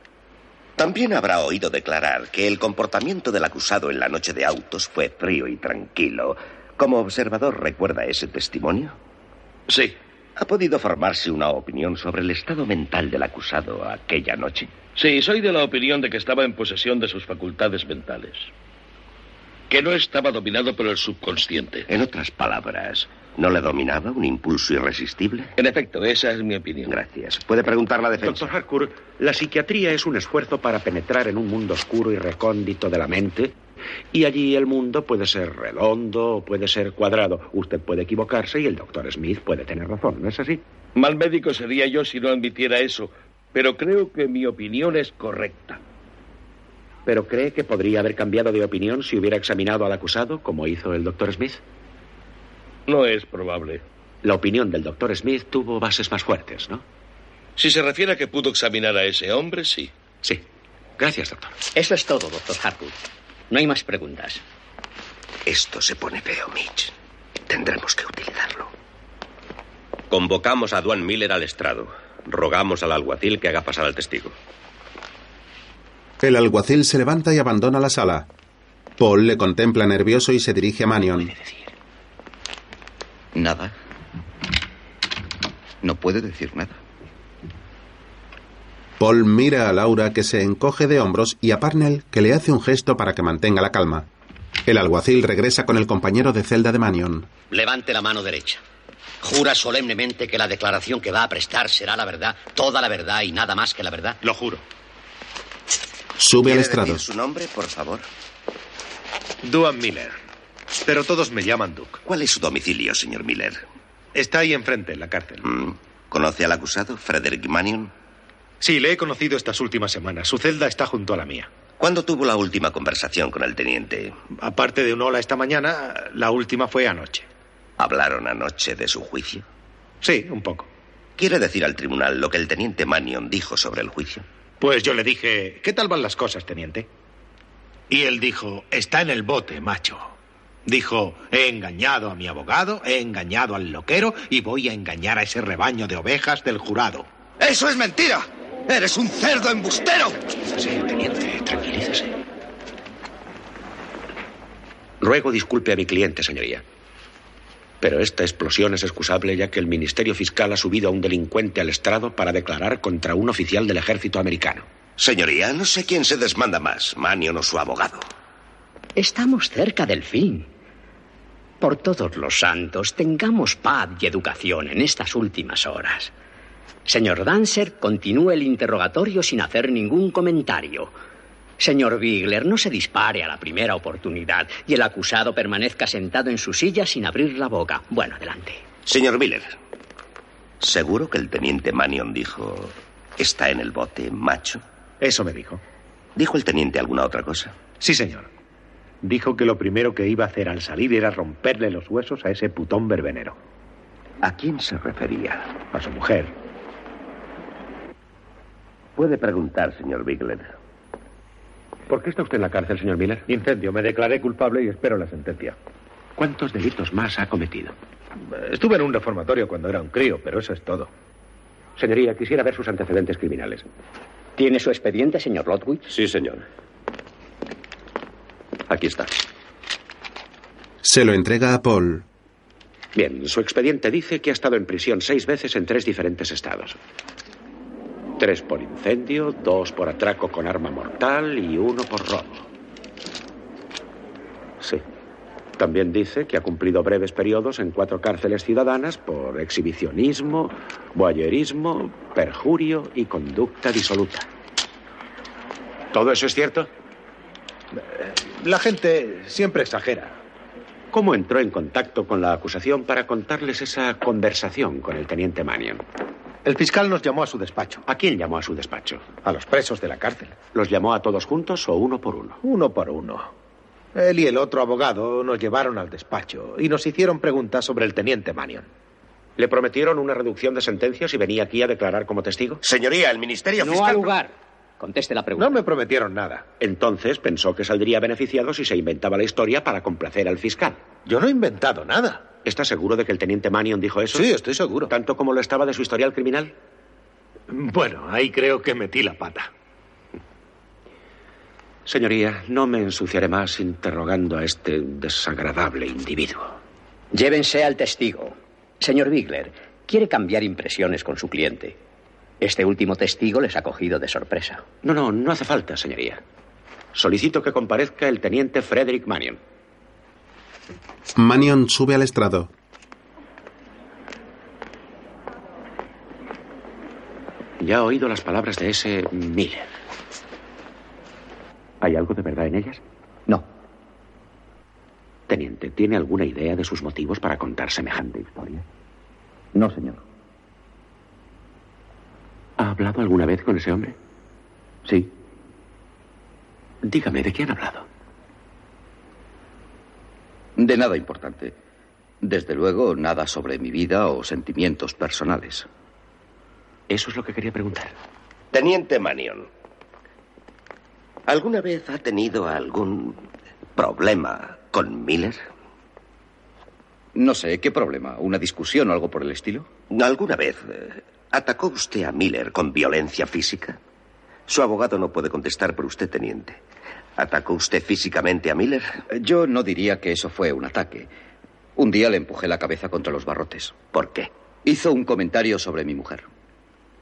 Speaker 7: También habrá oído declarar que el comportamiento del acusado en la noche de autos fue frío y tranquilo, Como observador, ¿recuerda ese testimonio?
Speaker 24: Sí.
Speaker 7: ¿Ha podido formarse una opinión sobre el estado mental del acusado aquella noche?
Speaker 24: Sí, soy de la opinión de que estaba en posesión de sus facultades mentales. Que no estaba dominado por el subconsciente.
Speaker 7: En otras palabras, ¿no le dominaba un impulso irresistible?
Speaker 24: En efecto, esa es mi opinión.
Speaker 7: Gracias. Puede preguntar la defensa.
Speaker 2: Doctor Harcourt, la psiquiatría es un esfuerzo para penetrar en un mundo oscuro y recóndito de la mente. Y allí el mundo puede ser redondo o puede ser cuadrado. Usted puede equivocarse y el doctor Smith puede tener razón, ¿no es así?
Speaker 24: Mal médico sería yo si no admitiera eso, pero creo que mi opinión es correcta.
Speaker 2: ¿Pero cree que podría haber cambiado de opinión si hubiera examinado al acusado, como hizo el doctor Smith?
Speaker 24: No es probable.
Speaker 2: La opinión del doctor Smith tuvo bases más fuertes, ¿no?
Speaker 24: Si se refiere a que pudo examinar a ese hombre, sí.
Speaker 2: Sí. Gracias, doctor.
Speaker 57: Eso es todo, doctor Harwood. No hay más preguntas.
Speaker 7: Esto se pone feo, Mitch. Tendremos que utilizarlo.
Speaker 58: Convocamos a Duan Miller al estrado. Rogamos al alguacil que haga pasar al testigo.
Speaker 1: El alguacil se levanta y abandona la sala. Paul le contempla nervioso y se dirige a Manion.
Speaker 59: Nada. No puede decir nada.
Speaker 1: Paul mira a Laura que se encoge de hombros y a Parnell que le hace un gesto para que mantenga la calma. El alguacil regresa con el compañero de celda de Manion.
Speaker 60: Levante la mano derecha. Jura solemnemente que la declaración que va a prestar será la verdad, toda la verdad y nada más que la verdad.
Speaker 24: Lo juro.
Speaker 1: Sube al estrado.
Speaker 7: Decir su nombre, por favor?
Speaker 6: Duan Miller. Pero todos me llaman Duke.
Speaker 7: ¿Cuál es su domicilio, señor Miller?
Speaker 6: Está ahí enfrente, en la cárcel.
Speaker 7: Mm. ¿Conoce al acusado, Frederick Mannion?
Speaker 6: Sí, le he conocido estas últimas semanas. Su celda está junto a la mía.
Speaker 7: ¿Cuándo tuvo la última conversación con el teniente?
Speaker 6: Aparte de un hola esta mañana, la última fue anoche.
Speaker 7: ¿Hablaron anoche de su juicio?
Speaker 6: Sí, un poco.
Speaker 7: ¿Quiere decir al tribunal lo que el teniente Mannion dijo sobre el juicio?
Speaker 6: Pues yo le dije, ¿qué tal van las cosas, teniente? Y él dijo, está en el bote, macho. Dijo, he engañado a mi abogado, he engañado al loquero y voy a engañar a ese rebaño de ovejas del jurado.
Speaker 61: ¡Eso es mentira! ¡Eres un cerdo embustero!
Speaker 7: Tranquilícese, teniente, tranquilícese. Ruego disculpe a mi cliente, señoría. Pero esta explosión es excusable ya que el Ministerio Fiscal ha subido a un delincuente al estrado para declarar contra un oficial del ejército americano. Señoría, no sé quién se desmanda más, Manion o su abogado.
Speaker 57: Estamos cerca del fin. Por todos los santos, tengamos paz y educación en estas últimas horas. Señor Dancer, continúe el interrogatorio sin hacer ningún comentario. Señor Bigler, no se dispare a la primera oportunidad y el acusado permanezca sentado en su silla sin abrir la boca. Bueno, adelante.
Speaker 7: Señor Miller, ¿seguro que el teniente Manion dijo, está en el bote, macho?
Speaker 6: Eso me dijo.
Speaker 7: ¿Dijo el teniente alguna otra cosa?
Speaker 6: Sí, señor. Dijo que lo primero que iba a hacer al salir era romperle los huesos a ese putón verbenero.
Speaker 7: ¿A quién se refería?
Speaker 6: A su mujer.
Speaker 7: Puede preguntar, señor Bigler.
Speaker 2: ¿Por qué está usted en la cárcel, señor Miller?
Speaker 6: Incendio. Me declaré culpable y espero la sentencia.
Speaker 2: ¿Cuántos delitos más ha cometido?
Speaker 6: Estuve en un reformatorio cuando era un crío, pero eso es todo.
Speaker 2: Señoría, quisiera ver sus antecedentes criminales.
Speaker 57: ¿Tiene su expediente, señor Lodwich?
Speaker 58: Sí, señor. Aquí está.
Speaker 1: Se lo entrega a Paul.
Speaker 2: Bien, su expediente dice que ha estado en prisión seis veces en tres diferentes estados tres por incendio, dos por atraco con arma mortal y uno por robo. Sí. También dice que ha cumplido breves periodos en cuatro cárceles ciudadanas por exhibicionismo, boyerismo, perjurio y conducta disoluta.
Speaker 6: ¿Todo eso es cierto? La gente siempre exagera.
Speaker 2: ¿Cómo entró en contacto con la acusación para contarles esa conversación con el teniente Mannion?
Speaker 6: El fiscal nos llamó a su despacho.
Speaker 2: ¿A quién llamó a su despacho?
Speaker 6: A los presos de la cárcel.
Speaker 2: ¿Los llamó a todos juntos o uno por uno?
Speaker 6: Uno por uno. Él y el otro abogado nos llevaron al despacho y nos hicieron preguntas sobre el teniente Mannion.
Speaker 2: ¿Le prometieron una reducción de sentencias si venía aquí a declarar como testigo?
Speaker 7: Señoría, el Ministerio
Speaker 57: no
Speaker 7: Fiscal...
Speaker 57: No al lugar. Conteste la pregunta.
Speaker 6: No me prometieron nada.
Speaker 2: Entonces pensó que saldría beneficiado si se inventaba la historia para complacer al fiscal.
Speaker 6: Yo no he inventado nada.
Speaker 2: ¿Estás seguro de que el teniente Mannion dijo eso?
Speaker 6: Sí, estoy seguro.
Speaker 2: ¿Tanto como lo estaba de su historial criminal?
Speaker 6: Bueno, ahí creo que metí la pata.
Speaker 2: Señoría, no me ensuciaré más interrogando a este desagradable individuo.
Speaker 3: Llévense al testigo. Señor Bigler, quiere cambiar impresiones con su cliente. Este último testigo les ha cogido de sorpresa.
Speaker 2: No, no, no hace falta, señoría. Solicito que comparezca el teniente Frederick Mannion.
Speaker 1: Manion sube al estrado.
Speaker 2: Ya he oído las palabras de ese Miller. ¿Hay algo de verdad en ellas?
Speaker 3: No.
Speaker 2: Teniente, ¿tiene alguna idea de sus motivos para contar semejante historia?
Speaker 62: No, señor.
Speaker 2: ¿Ha hablado alguna vez con ese hombre?
Speaker 62: Sí.
Speaker 2: Dígame, ¿de qué han hablado?
Speaker 7: De nada importante. Desde luego, nada sobre mi vida o sentimientos personales.
Speaker 2: Eso es lo que quería preguntar.
Speaker 6: Teniente Manion, ¿alguna vez ha tenido algún problema con Miller?
Speaker 7: No sé, ¿qué problema? ¿Una discusión o algo por el estilo?
Speaker 6: ¿Alguna vez eh, atacó usted a Miller con violencia física? Su abogado no puede contestar por usted, teniente. ¿Atacó usted físicamente a Miller?
Speaker 7: Yo no diría que eso fue un ataque. Un día le empujé la cabeza contra los barrotes.
Speaker 6: ¿Por qué?
Speaker 7: Hizo un comentario sobre mi mujer.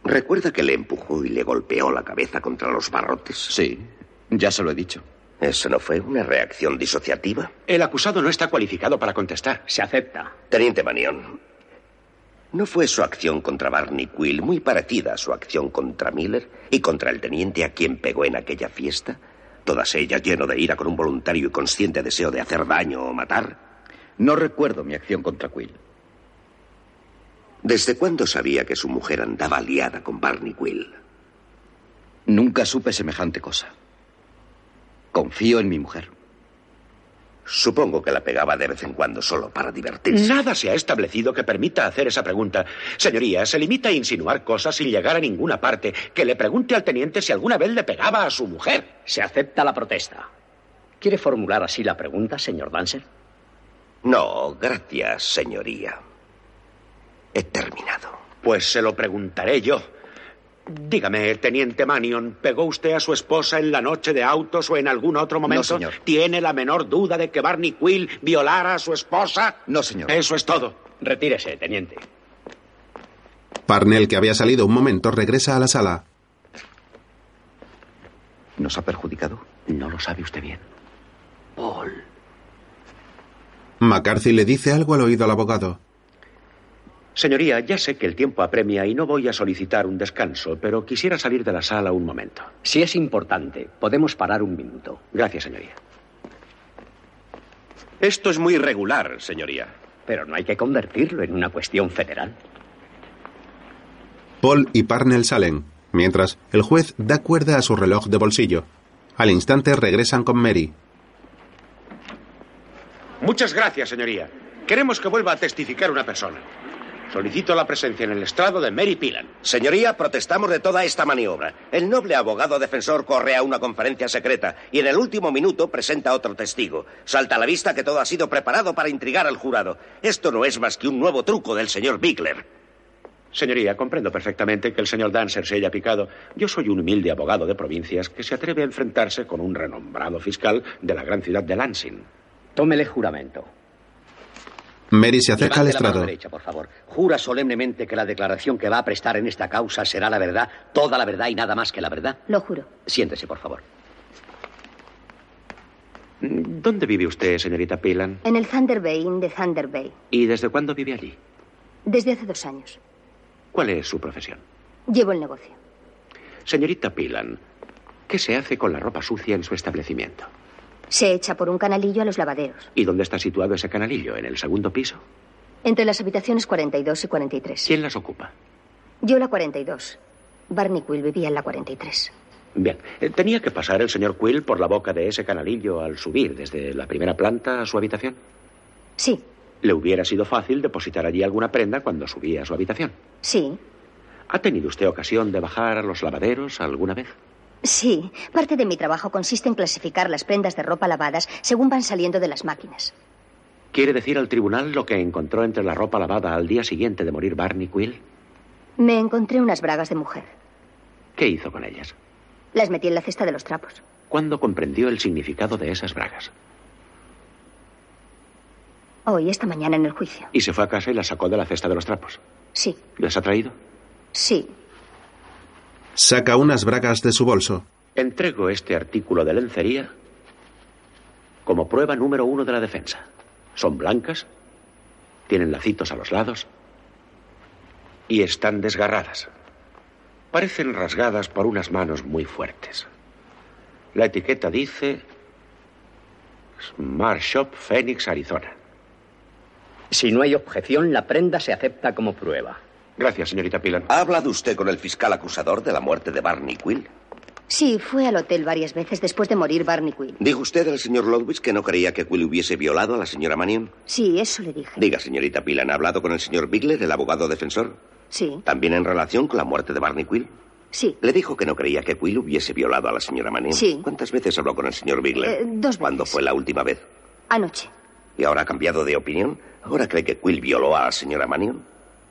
Speaker 6: ¿Recuerda que le empujó y le golpeó la cabeza contra los barrotes?
Speaker 7: Sí, ya se lo he dicho.
Speaker 6: ¿Eso no fue una reacción disociativa?
Speaker 2: El acusado no está cualificado para contestar.
Speaker 3: Se acepta.
Speaker 6: Teniente Manion, ¿no fue su acción contra Barney Quill muy parecida a su acción contra Miller y contra el teniente a quien pegó en aquella fiesta? Todas ellas lleno de ira con un voluntario y consciente deseo de hacer daño o matar.
Speaker 7: No recuerdo mi acción contra Quill.
Speaker 6: ¿Desde cuándo sabía que su mujer andaba aliada con Barney Quill?
Speaker 7: Nunca supe semejante cosa. Confío en mi mujer.
Speaker 6: Supongo que la pegaba de vez en cuando solo para divertirse.
Speaker 2: Nada se ha establecido que permita hacer esa pregunta. Señoría, se limita a insinuar cosas sin llegar a ninguna parte. Que le pregunte al teniente si alguna vez le pegaba a su mujer.
Speaker 3: Se acepta la protesta. ¿Quiere formular así la pregunta, señor Dancer?
Speaker 6: No, gracias, señoría. He terminado.
Speaker 2: Pues se lo preguntaré yo. Dígame, teniente Manion, ¿pegó usted a su esposa en la noche de autos o en algún otro momento?
Speaker 7: No, señor.
Speaker 2: ¿Tiene la menor duda de que Barney Quill violara a su esposa?
Speaker 7: No, señor.
Speaker 2: Eso es todo.
Speaker 3: Retírese, teniente.
Speaker 1: Parnell, que había salido un momento, regresa a la sala.
Speaker 7: ¿Nos ha perjudicado?
Speaker 2: No lo sabe usted bien. Paul.
Speaker 1: McCarthy le dice algo al oído al abogado.
Speaker 2: Señoría, ya sé que el tiempo apremia y no voy a solicitar un descanso, pero quisiera salir de la sala un momento.
Speaker 3: Si es importante, podemos parar un minuto.
Speaker 2: Gracias, señoría.
Speaker 24: Esto es muy irregular, señoría.
Speaker 3: Pero no hay que convertirlo en una cuestión federal.
Speaker 1: Paul y Parnell salen, mientras el juez da cuerda a su reloj de bolsillo. Al instante regresan con Mary.
Speaker 2: Muchas gracias, señoría. Queremos que vuelva a testificar una persona. Solicito la presencia en el estrado de Mary Pilan.
Speaker 6: Señoría, protestamos de toda esta maniobra. El noble abogado defensor corre a una conferencia secreta y en el último minuto presenta a otro testigo. Salta a la vista que todo ha sido preparado para intrigar al jurado. Esto no es más que un nuevo truco del señor Bigler.
Speaker 2: Señoría, comprendo perfectamente que el señor Dancer se haya picado. Yo soy un humilde abogado de provincias que se atreve a enfrentarse con un renombrado fiscal de la gran ciudad de Lansing.
Speaker 3: Tómele juramento.
Speaker 1: Mary se acerca al estrado.
Speaker 63: La mano derecha, por favor. Jura solemnemente que la declaración que va a prestar en esta causa será la verdad, toda la verdad y nada más que la verdad.
Speaker 64: Lo juro.
Speaker 63: Siéntese, por favor.
Speaker 2: ¿Dónde vive usted, señorita Pilan?
Speaker 64: En el Thunder Bay Inn de Thunder Bay.
Speaker 2: ¿Y desde cuándo vive allí?
Speaker 64: Desde hace dos años.
Speaker 2: ¿Cuál es su profesión?
Speaker 64: Llevo el negocio.
Speaker 2: Señorita Pilan, ¿qué se hace con la ropa sucia en su establecimiento?
Speaker 64: Se echa por un canalillo a los lavaderos.
Speaker 2: ¿Y dónde está situado ese canalillo? ¿En el segundo piso?
Speaker 64: Entre las habitaciones 42 y 43.
Speaker 2: ¿Quién las ocupa?
Speaker 64: Yo la 42. Barney Quill vivía en la 43.
Speaker 2: Bien, eh, ¿tenía que pasar el señor Quill por la boca de ese canalillo al subir desde la primera planta a su habitación?
Speaker 64: Sí.
Speaker 2: ¿Le hubiera sido fácil depositar allí alguna prenda cuando subía a su habitación?
Speaker 64: Sí.
Speaker 2: ¿Ha tenido usted ocasión de bajar a los lavaderos alguna vez?
Speaker 64: Sí, parte de mi trabajo consiste en clasificar las prendas de ropa lavadas según van saliendo de las máquinas.
Speaker 2: ¿Quiere decir al tribunal lo que encontró entre la ropa lavada al día siguiente de morir Barney Quill?
Speaker 64: Me encontré unas bragas de mujer.
Speaker 2: ¿Qué hizo con ellas?
Speaker 64: Las metí en la cesta de los trapos.
Speaker 2: ¿Cuándo comprendió el significado de esas bragas?
Speaker 12: Hoy, esta mañana en el juicio.
Speaker 65: Y se fue a casa y la sacó de la cesta de los trapos.
Speaker 12: Sí,
Speaker 65: ¿Las ha traído?
Speaker 12: sí.
Speaker 1: Saca unas bragas de su bolso.
Speaker 65: Entrego este artículo de lencería como prueba número uno de la defensa. Son blancas, tienen lacitos a los lados y están desgarradas. Parecen rasgadas por unas manos muy fuertes. La etiqueta dice Smart Shop Phoenix, Arizona.
Speaker 7: Si no hay objeción, la prenda se acepta como prueba.
Speaker 65: Gracias, señorita Pilan.
Speaker 6: ¿Ha hablado usted con el fiscal acusador de la muerte de Barney Quill?
Speaker 12: Sí, fue al hotel varias veces después de morir Barney Quinn.
Speaker 6: ¿Dijo usted al señor Ludwig que no creía que Quill hubiese violado a la señora Mannion?
Speaker 12: Sí, eso le dije.
Speaker 6: Diga, señorita Pilan, ¿ha hablado con el señor Bigler, el abogado defensor?
Speaker 12: Sí,
Speaker 6: ¿También en relación con la muerte de Barney Quill?
Speaker 12: sí.
Speaker 6: Le dijo que no creía que Quill hubiese violado a la señora Manning.
Speaker 12: Sí.
Speaker 6: ¿Cuántas veces habló con el señor Bigler?
Speaker 12: Eh, dos veces.
Speaker 6: ¿Cuándo fue la última vez?
Speaker 12: Anoche.
Speaker 6: ¿Y ahora ha cambiado de opinión? ¿Ahora cree que Quill violó a la señora Manning?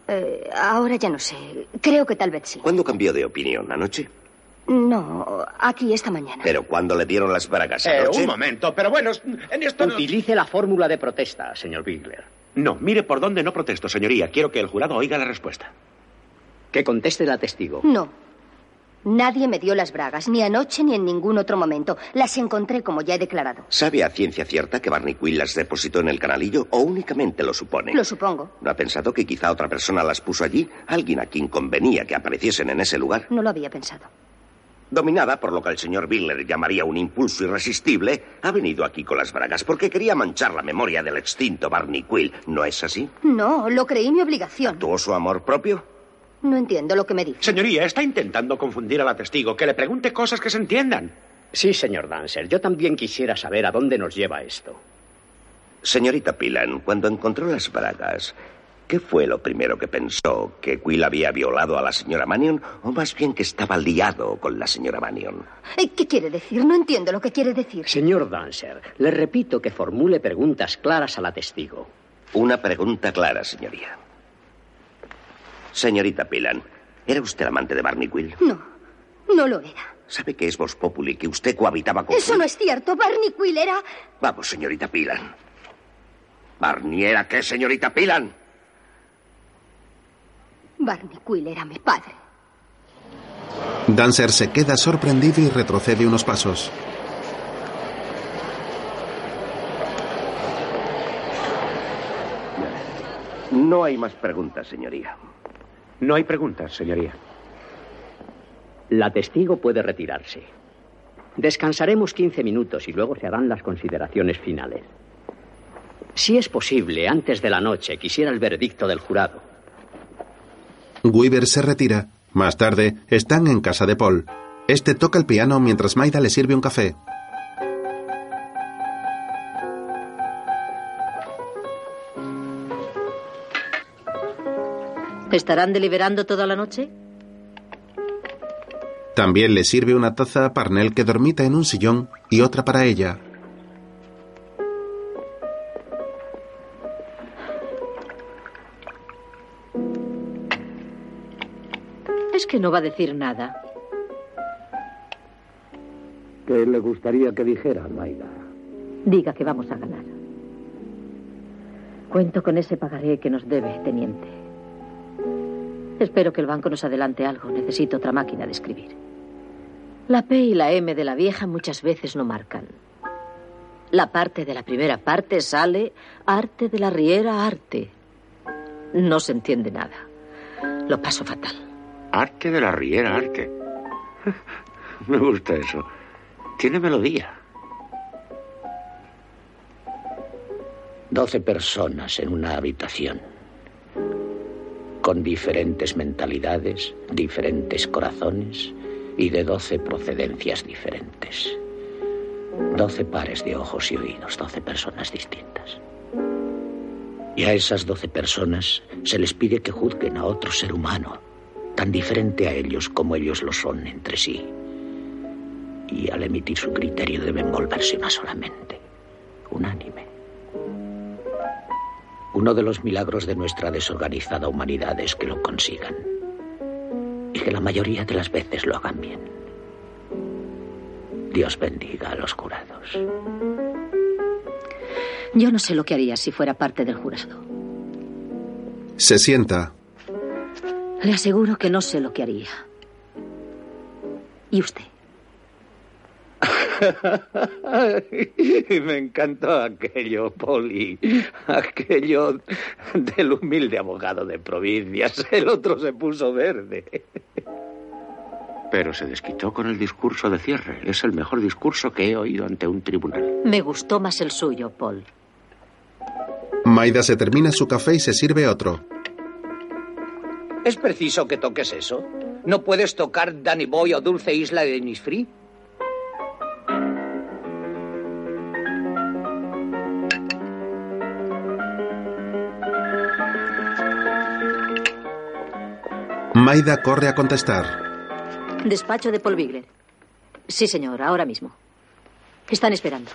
Speaker 12: Eh, ahora ya no sé. Creo que tal vez sí.
Speaker 6: ¿Cuándo cambió de opinión? ¿Anoche?
Speaker 12: No, aquí esta mañana.
Speaker 6: ¿Pero cuándo le dieron las bragas?
Speaker 65: Eh,
Speaker 6: ¿Anoche?
Speaker 65: un momento, pero bueno, en esto no-
Speaker 7: Utilice la fórmula de protesta, señor Bigler.
Speaker 65: No, mire por dónde no protesto, señoría. Quiero que el jurado oiga la respuesta.
Speaker 7: Que conteste la testigo.
Speaker 12: No. Nadie me dio las bragas, ni anoche ni en ningún otro momento. Las encontré como ya he declarado.
Speaker 6: ¿Sabe a ciencia cierta que Barney Quill las depositó en el canalillo o únicamente lo supone?
Speaker 12: Lo supongo.
Speaker 6: ¿No ha pensado que quizá otra persona las puso allí? Alguien a quien convenía que apareciesen en ese lugar.
Speaker 12: No lo había pensado.
Speaker 6: Dominada por lo que el señor Bigler llamaría un impulso irresistible, ha venido aquí con las bragas porque quería manchar la memoria del extinto Barney Quill. ¿No es así?
Speaker 12: No, lo creí mi obligación.
Speaker 6: ¿Tuvo su amor propio?
Speaker 12: No entiendo lo que me dice.
Speaker 65: Señoría, está intentando confundir a la testigo. Que le pregunte cosas que se entiendan.
Speaker 7: Sí, señor Dancer. Yo también quisiera saber a dónde nos lleva esto.
Speaker 6: Señorita Pilan, cuando encontró las bragas, ¿qué fue lo primero que pensó? ¿Que Quill había violado a la señora Mannion o más bien que estaba liado con la señora Mannion?
Speaker 12: Eh, ¿Qué quiere decir? No entiendo lo que quiere decir.
Speaker 7: Señor Dancer, le repito que formule preguntas claras a la testigo.
Speaker 6: Una pregunta clara, señoría. Señorita Pilan, ¿era usted amante de Barney Quill?
Speaker 12: No, no lo era.
Speaker 6: ¿Sabe que es Vos Populi que usted cohabitaba con
Speaker 12: Eso
Speaker 6: Quill?
Speaker 12: no es cierto. Barney Quill era...
Speaker 6: Vamos, señorita Pilan. ¿Barney era qué, señorita Pilan?
Speaker 12: Barney Quill era mi padre.
Speaker 1: Dancer se queda sorprendido y retrocede unos pasos.
Speaker 6: No hay más preguntas, señoría.
Speaker 65: No hay preguntas, señoría.
Speaker 7: La testigo puede retirarse. Descansaremos 15 minutos y luego se harán las consideraciones finales. Si es posible, antes de la noche quisiera el veredicto del jurado.
Speaker 1: Weaver se retira. Más tarde, están en casa de Paul. Este toca el piano mientras Maida le sirve un café.
Speaker 9: ¿Estarán deliberando toda la noche?
Speaker 1: También le sirve una taza a Parnell que dormita en un sillón y otra para ella.
Speaker 9: Es que no va a decir nada.
Speaker 2: ¿Qué le gustaría que dijera, Maida?
Speaker 9: Diga que vamos a ganar. Cuento con ese pagaré que nos debe, teniente. Espero que el banco nos adelante algo. Necesito otra máquina de escribir. La P y la M de la vieja muchas veces no marcan. La parte de la primera parte sale arte de la riera arte. No se entiende nada. Lo paso fatal.
Speaker 66: Arte de la Riera, arte. Me gusta eso. Tiene melodía.
Speaker 2: Doce personas en una habitación. Con diferentes mentalidades, diferentes corazones y de doce procedencias diferentes. Doce pares de ojos y oídos, doce personas distintas. Y a esas doce personas se les pide que juzguen a otro ser humano, tan diferente a ellos como ellos lo son entre sí. Y al emitir su criterio deben volverse una solamente, unánime. Uno de los milagros de nuestra desorganizada humanidad es que lo consigan. Y que la mayoría de las veces lo hagan bien. Dios bendiga a los jurados.
Speaker 9: Yo no sé lo que haría si fuera parte del jurado.
Speaker 1: Se sienta.
Speaker 9: Le aseguro que no sé lo que haría. ¿Y usted?
Speaker 67: Me encantó aquello, Polly. Aquello del humilde abogado de provincias. El otro se puso verde.
Speaker 2: Pero se desquitó con el discurso de cierre. Es el mejor discurso que he oído ante un tribunal.
Speaker 9: Me gustó más el suyo, Paul.
Speaker 1: Maida se termina su café y se sirve otro.
Speaker 7: ¿Es preciso que toques eso? ¿No puedes tocar Danny Boy o Dulce Isla de Nisfree?
Speaker 1: Maida corre a contestar.
Speaker 9: Despacho de Paul Bigler. Sí, señor, ahora mismo. Están esperando.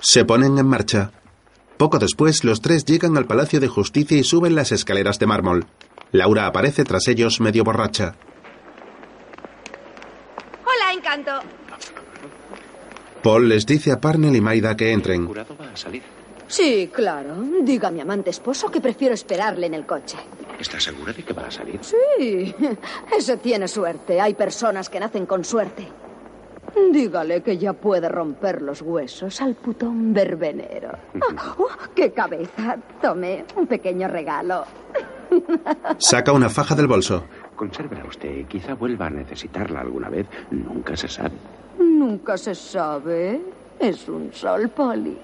Speaker 1: Se ponen en marcha. Poco después, los tres llegan al Palacio de Justicia y suben las escaleras de mármol. Laura aparece tras ellos medio borracha.
Speaker 12: Hola, encanto.
Speaker 1: Paul les dice a Parnell y Maida que entren.
Speaker 2: va a salir?
Speaker 12: Sí, claro. Diga a mi amante esposo que prefiero esperarle en el coche.
Speaker 2: ¿Estás segura de que va a salir?
Speaker 12: Sí, ese tiene suerte. Hay personas que nacen con suerte. Dígale que ya puede romper los huesos al putón verbenero. Ah, oh, ¡Qué cabeza! Tome un pequeño regalo.
Speaker 1: Saca una faja del bolso.
Speaker 2: Consérvela usted. Quizá vuelva a necesitarla alguna vez. Nunca se sabe.
Speaker 12: Nunca se sabe. Es un sol, Polly.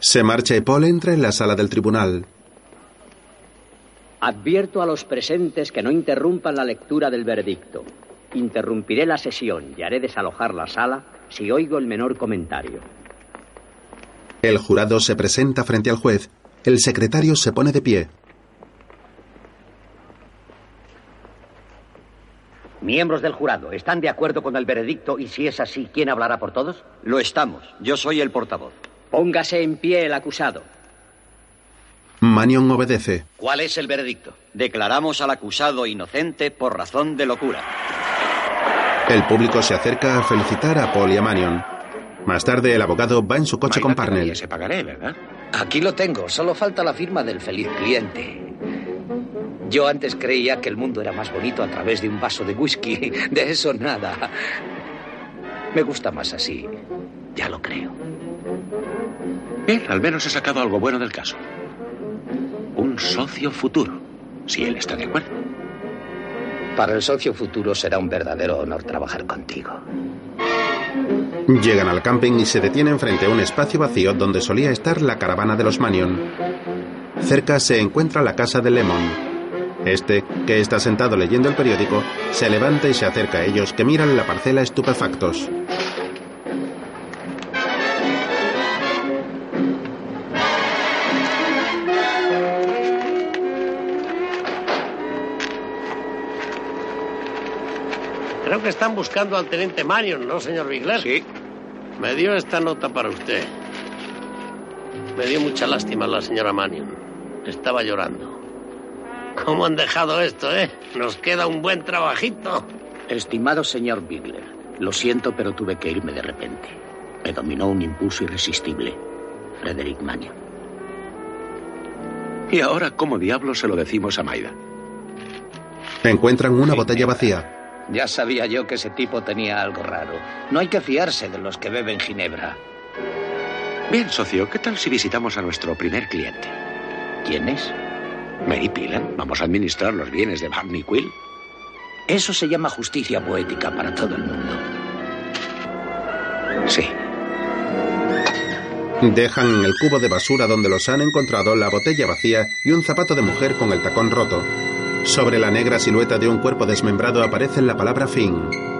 Speaker 1: Se marcha y Paul entra en la sala del tribunal.
Speaker 68: Advierto a los presentes que no interrumpan la lectura del verdicto. Interrumpiré la sesión y haré desalojar la sala si oigo el menor comentario.
Speaker 1: El jurado se presenta frente al juez. El secretario se pone de pie.
Speaker 69: Miembros del jurado, ¿están de acuerdo con el veredicto y si es así, quién hablará por todos?
Speaker 70: Lo estamos. Yo soy el portavoz.
Speaker 68: Póngase en pie el acusado.
Speaker 1: Manion obedece.
Speaker 70: ¿Cuál es el veredicto? Declaramos al acusado inocente por razón de locura.
Speaker 1: El público se acerca a felicitar a Paul y a Manion. Más tarde, el abogado va en su coche con Parnell.
Speaker 2: Se pagaré, ¿verdad?
Speaker 7: Aquí lo tengo. Solo falta la firma del feliz cliente. Yo antes creía que el mundo era más bonito a través de un vaso de whisky. De eso nada. Me gusta más así. Ya lo creo.
Speaker 2: Bien, al menos he sacado algo bueno del caso. Un socio futuro, si él está de acuerdo.
Speaker 7: Para el socio futuro será un verdadero honor trabajar contigo.
Speaker 1: Llegan al camping y se detienen frente a un espacio vacío donde solía estar la caravana de los Manion. Cerca se encuentra la casa de Lemon. Este, que está sentado leyendo el periódico, se levanta y se acerca a ellos que miran la parcela estupefactos.
Speaker 24: Creo que están buscando al teniente Marion, ¿no, señor Bigler? Sí. Me dio esta nota para usted. Me dio mucha lástima la señora Marion. Estaba llorando. ¿Cómo han dejado esto, eh? Nos queda un buen trabajito.
Speaker 69: Estimado señor Bigler, lo siento, pero tuve que irme de repente. Me dominó un impulso irresistible. Frederick Mannion.
Speaker 2: ¿Y ahora cómo diablos se lo decimos a Maida?
Speaker 1: Encuentran una botella vacía.
Speaker 7: Ya sabía yo que ese tipo tenía algo raro. No hay que fiarse de los que beben Ginebra.
Speaker 2: Bien, socio, ¿qué tal si visitamos a nuestro primer cliente?
Speaker 69: ¿Quién es?
Speaker 2: Mary Pilan. Vamos a administrar los bienes de Barney Quill.
Speaker 69: Eso se llama justicia poética para todo el mundo.
Speaker 2: Sí.
Speaker 1: Dejan en el cubo de basura donde los han encontrado la botella vacía y un zapato de mujer con el tacón roto. Sobre la negra silueta de un cuerpo desmembrado aparece la palabra fin.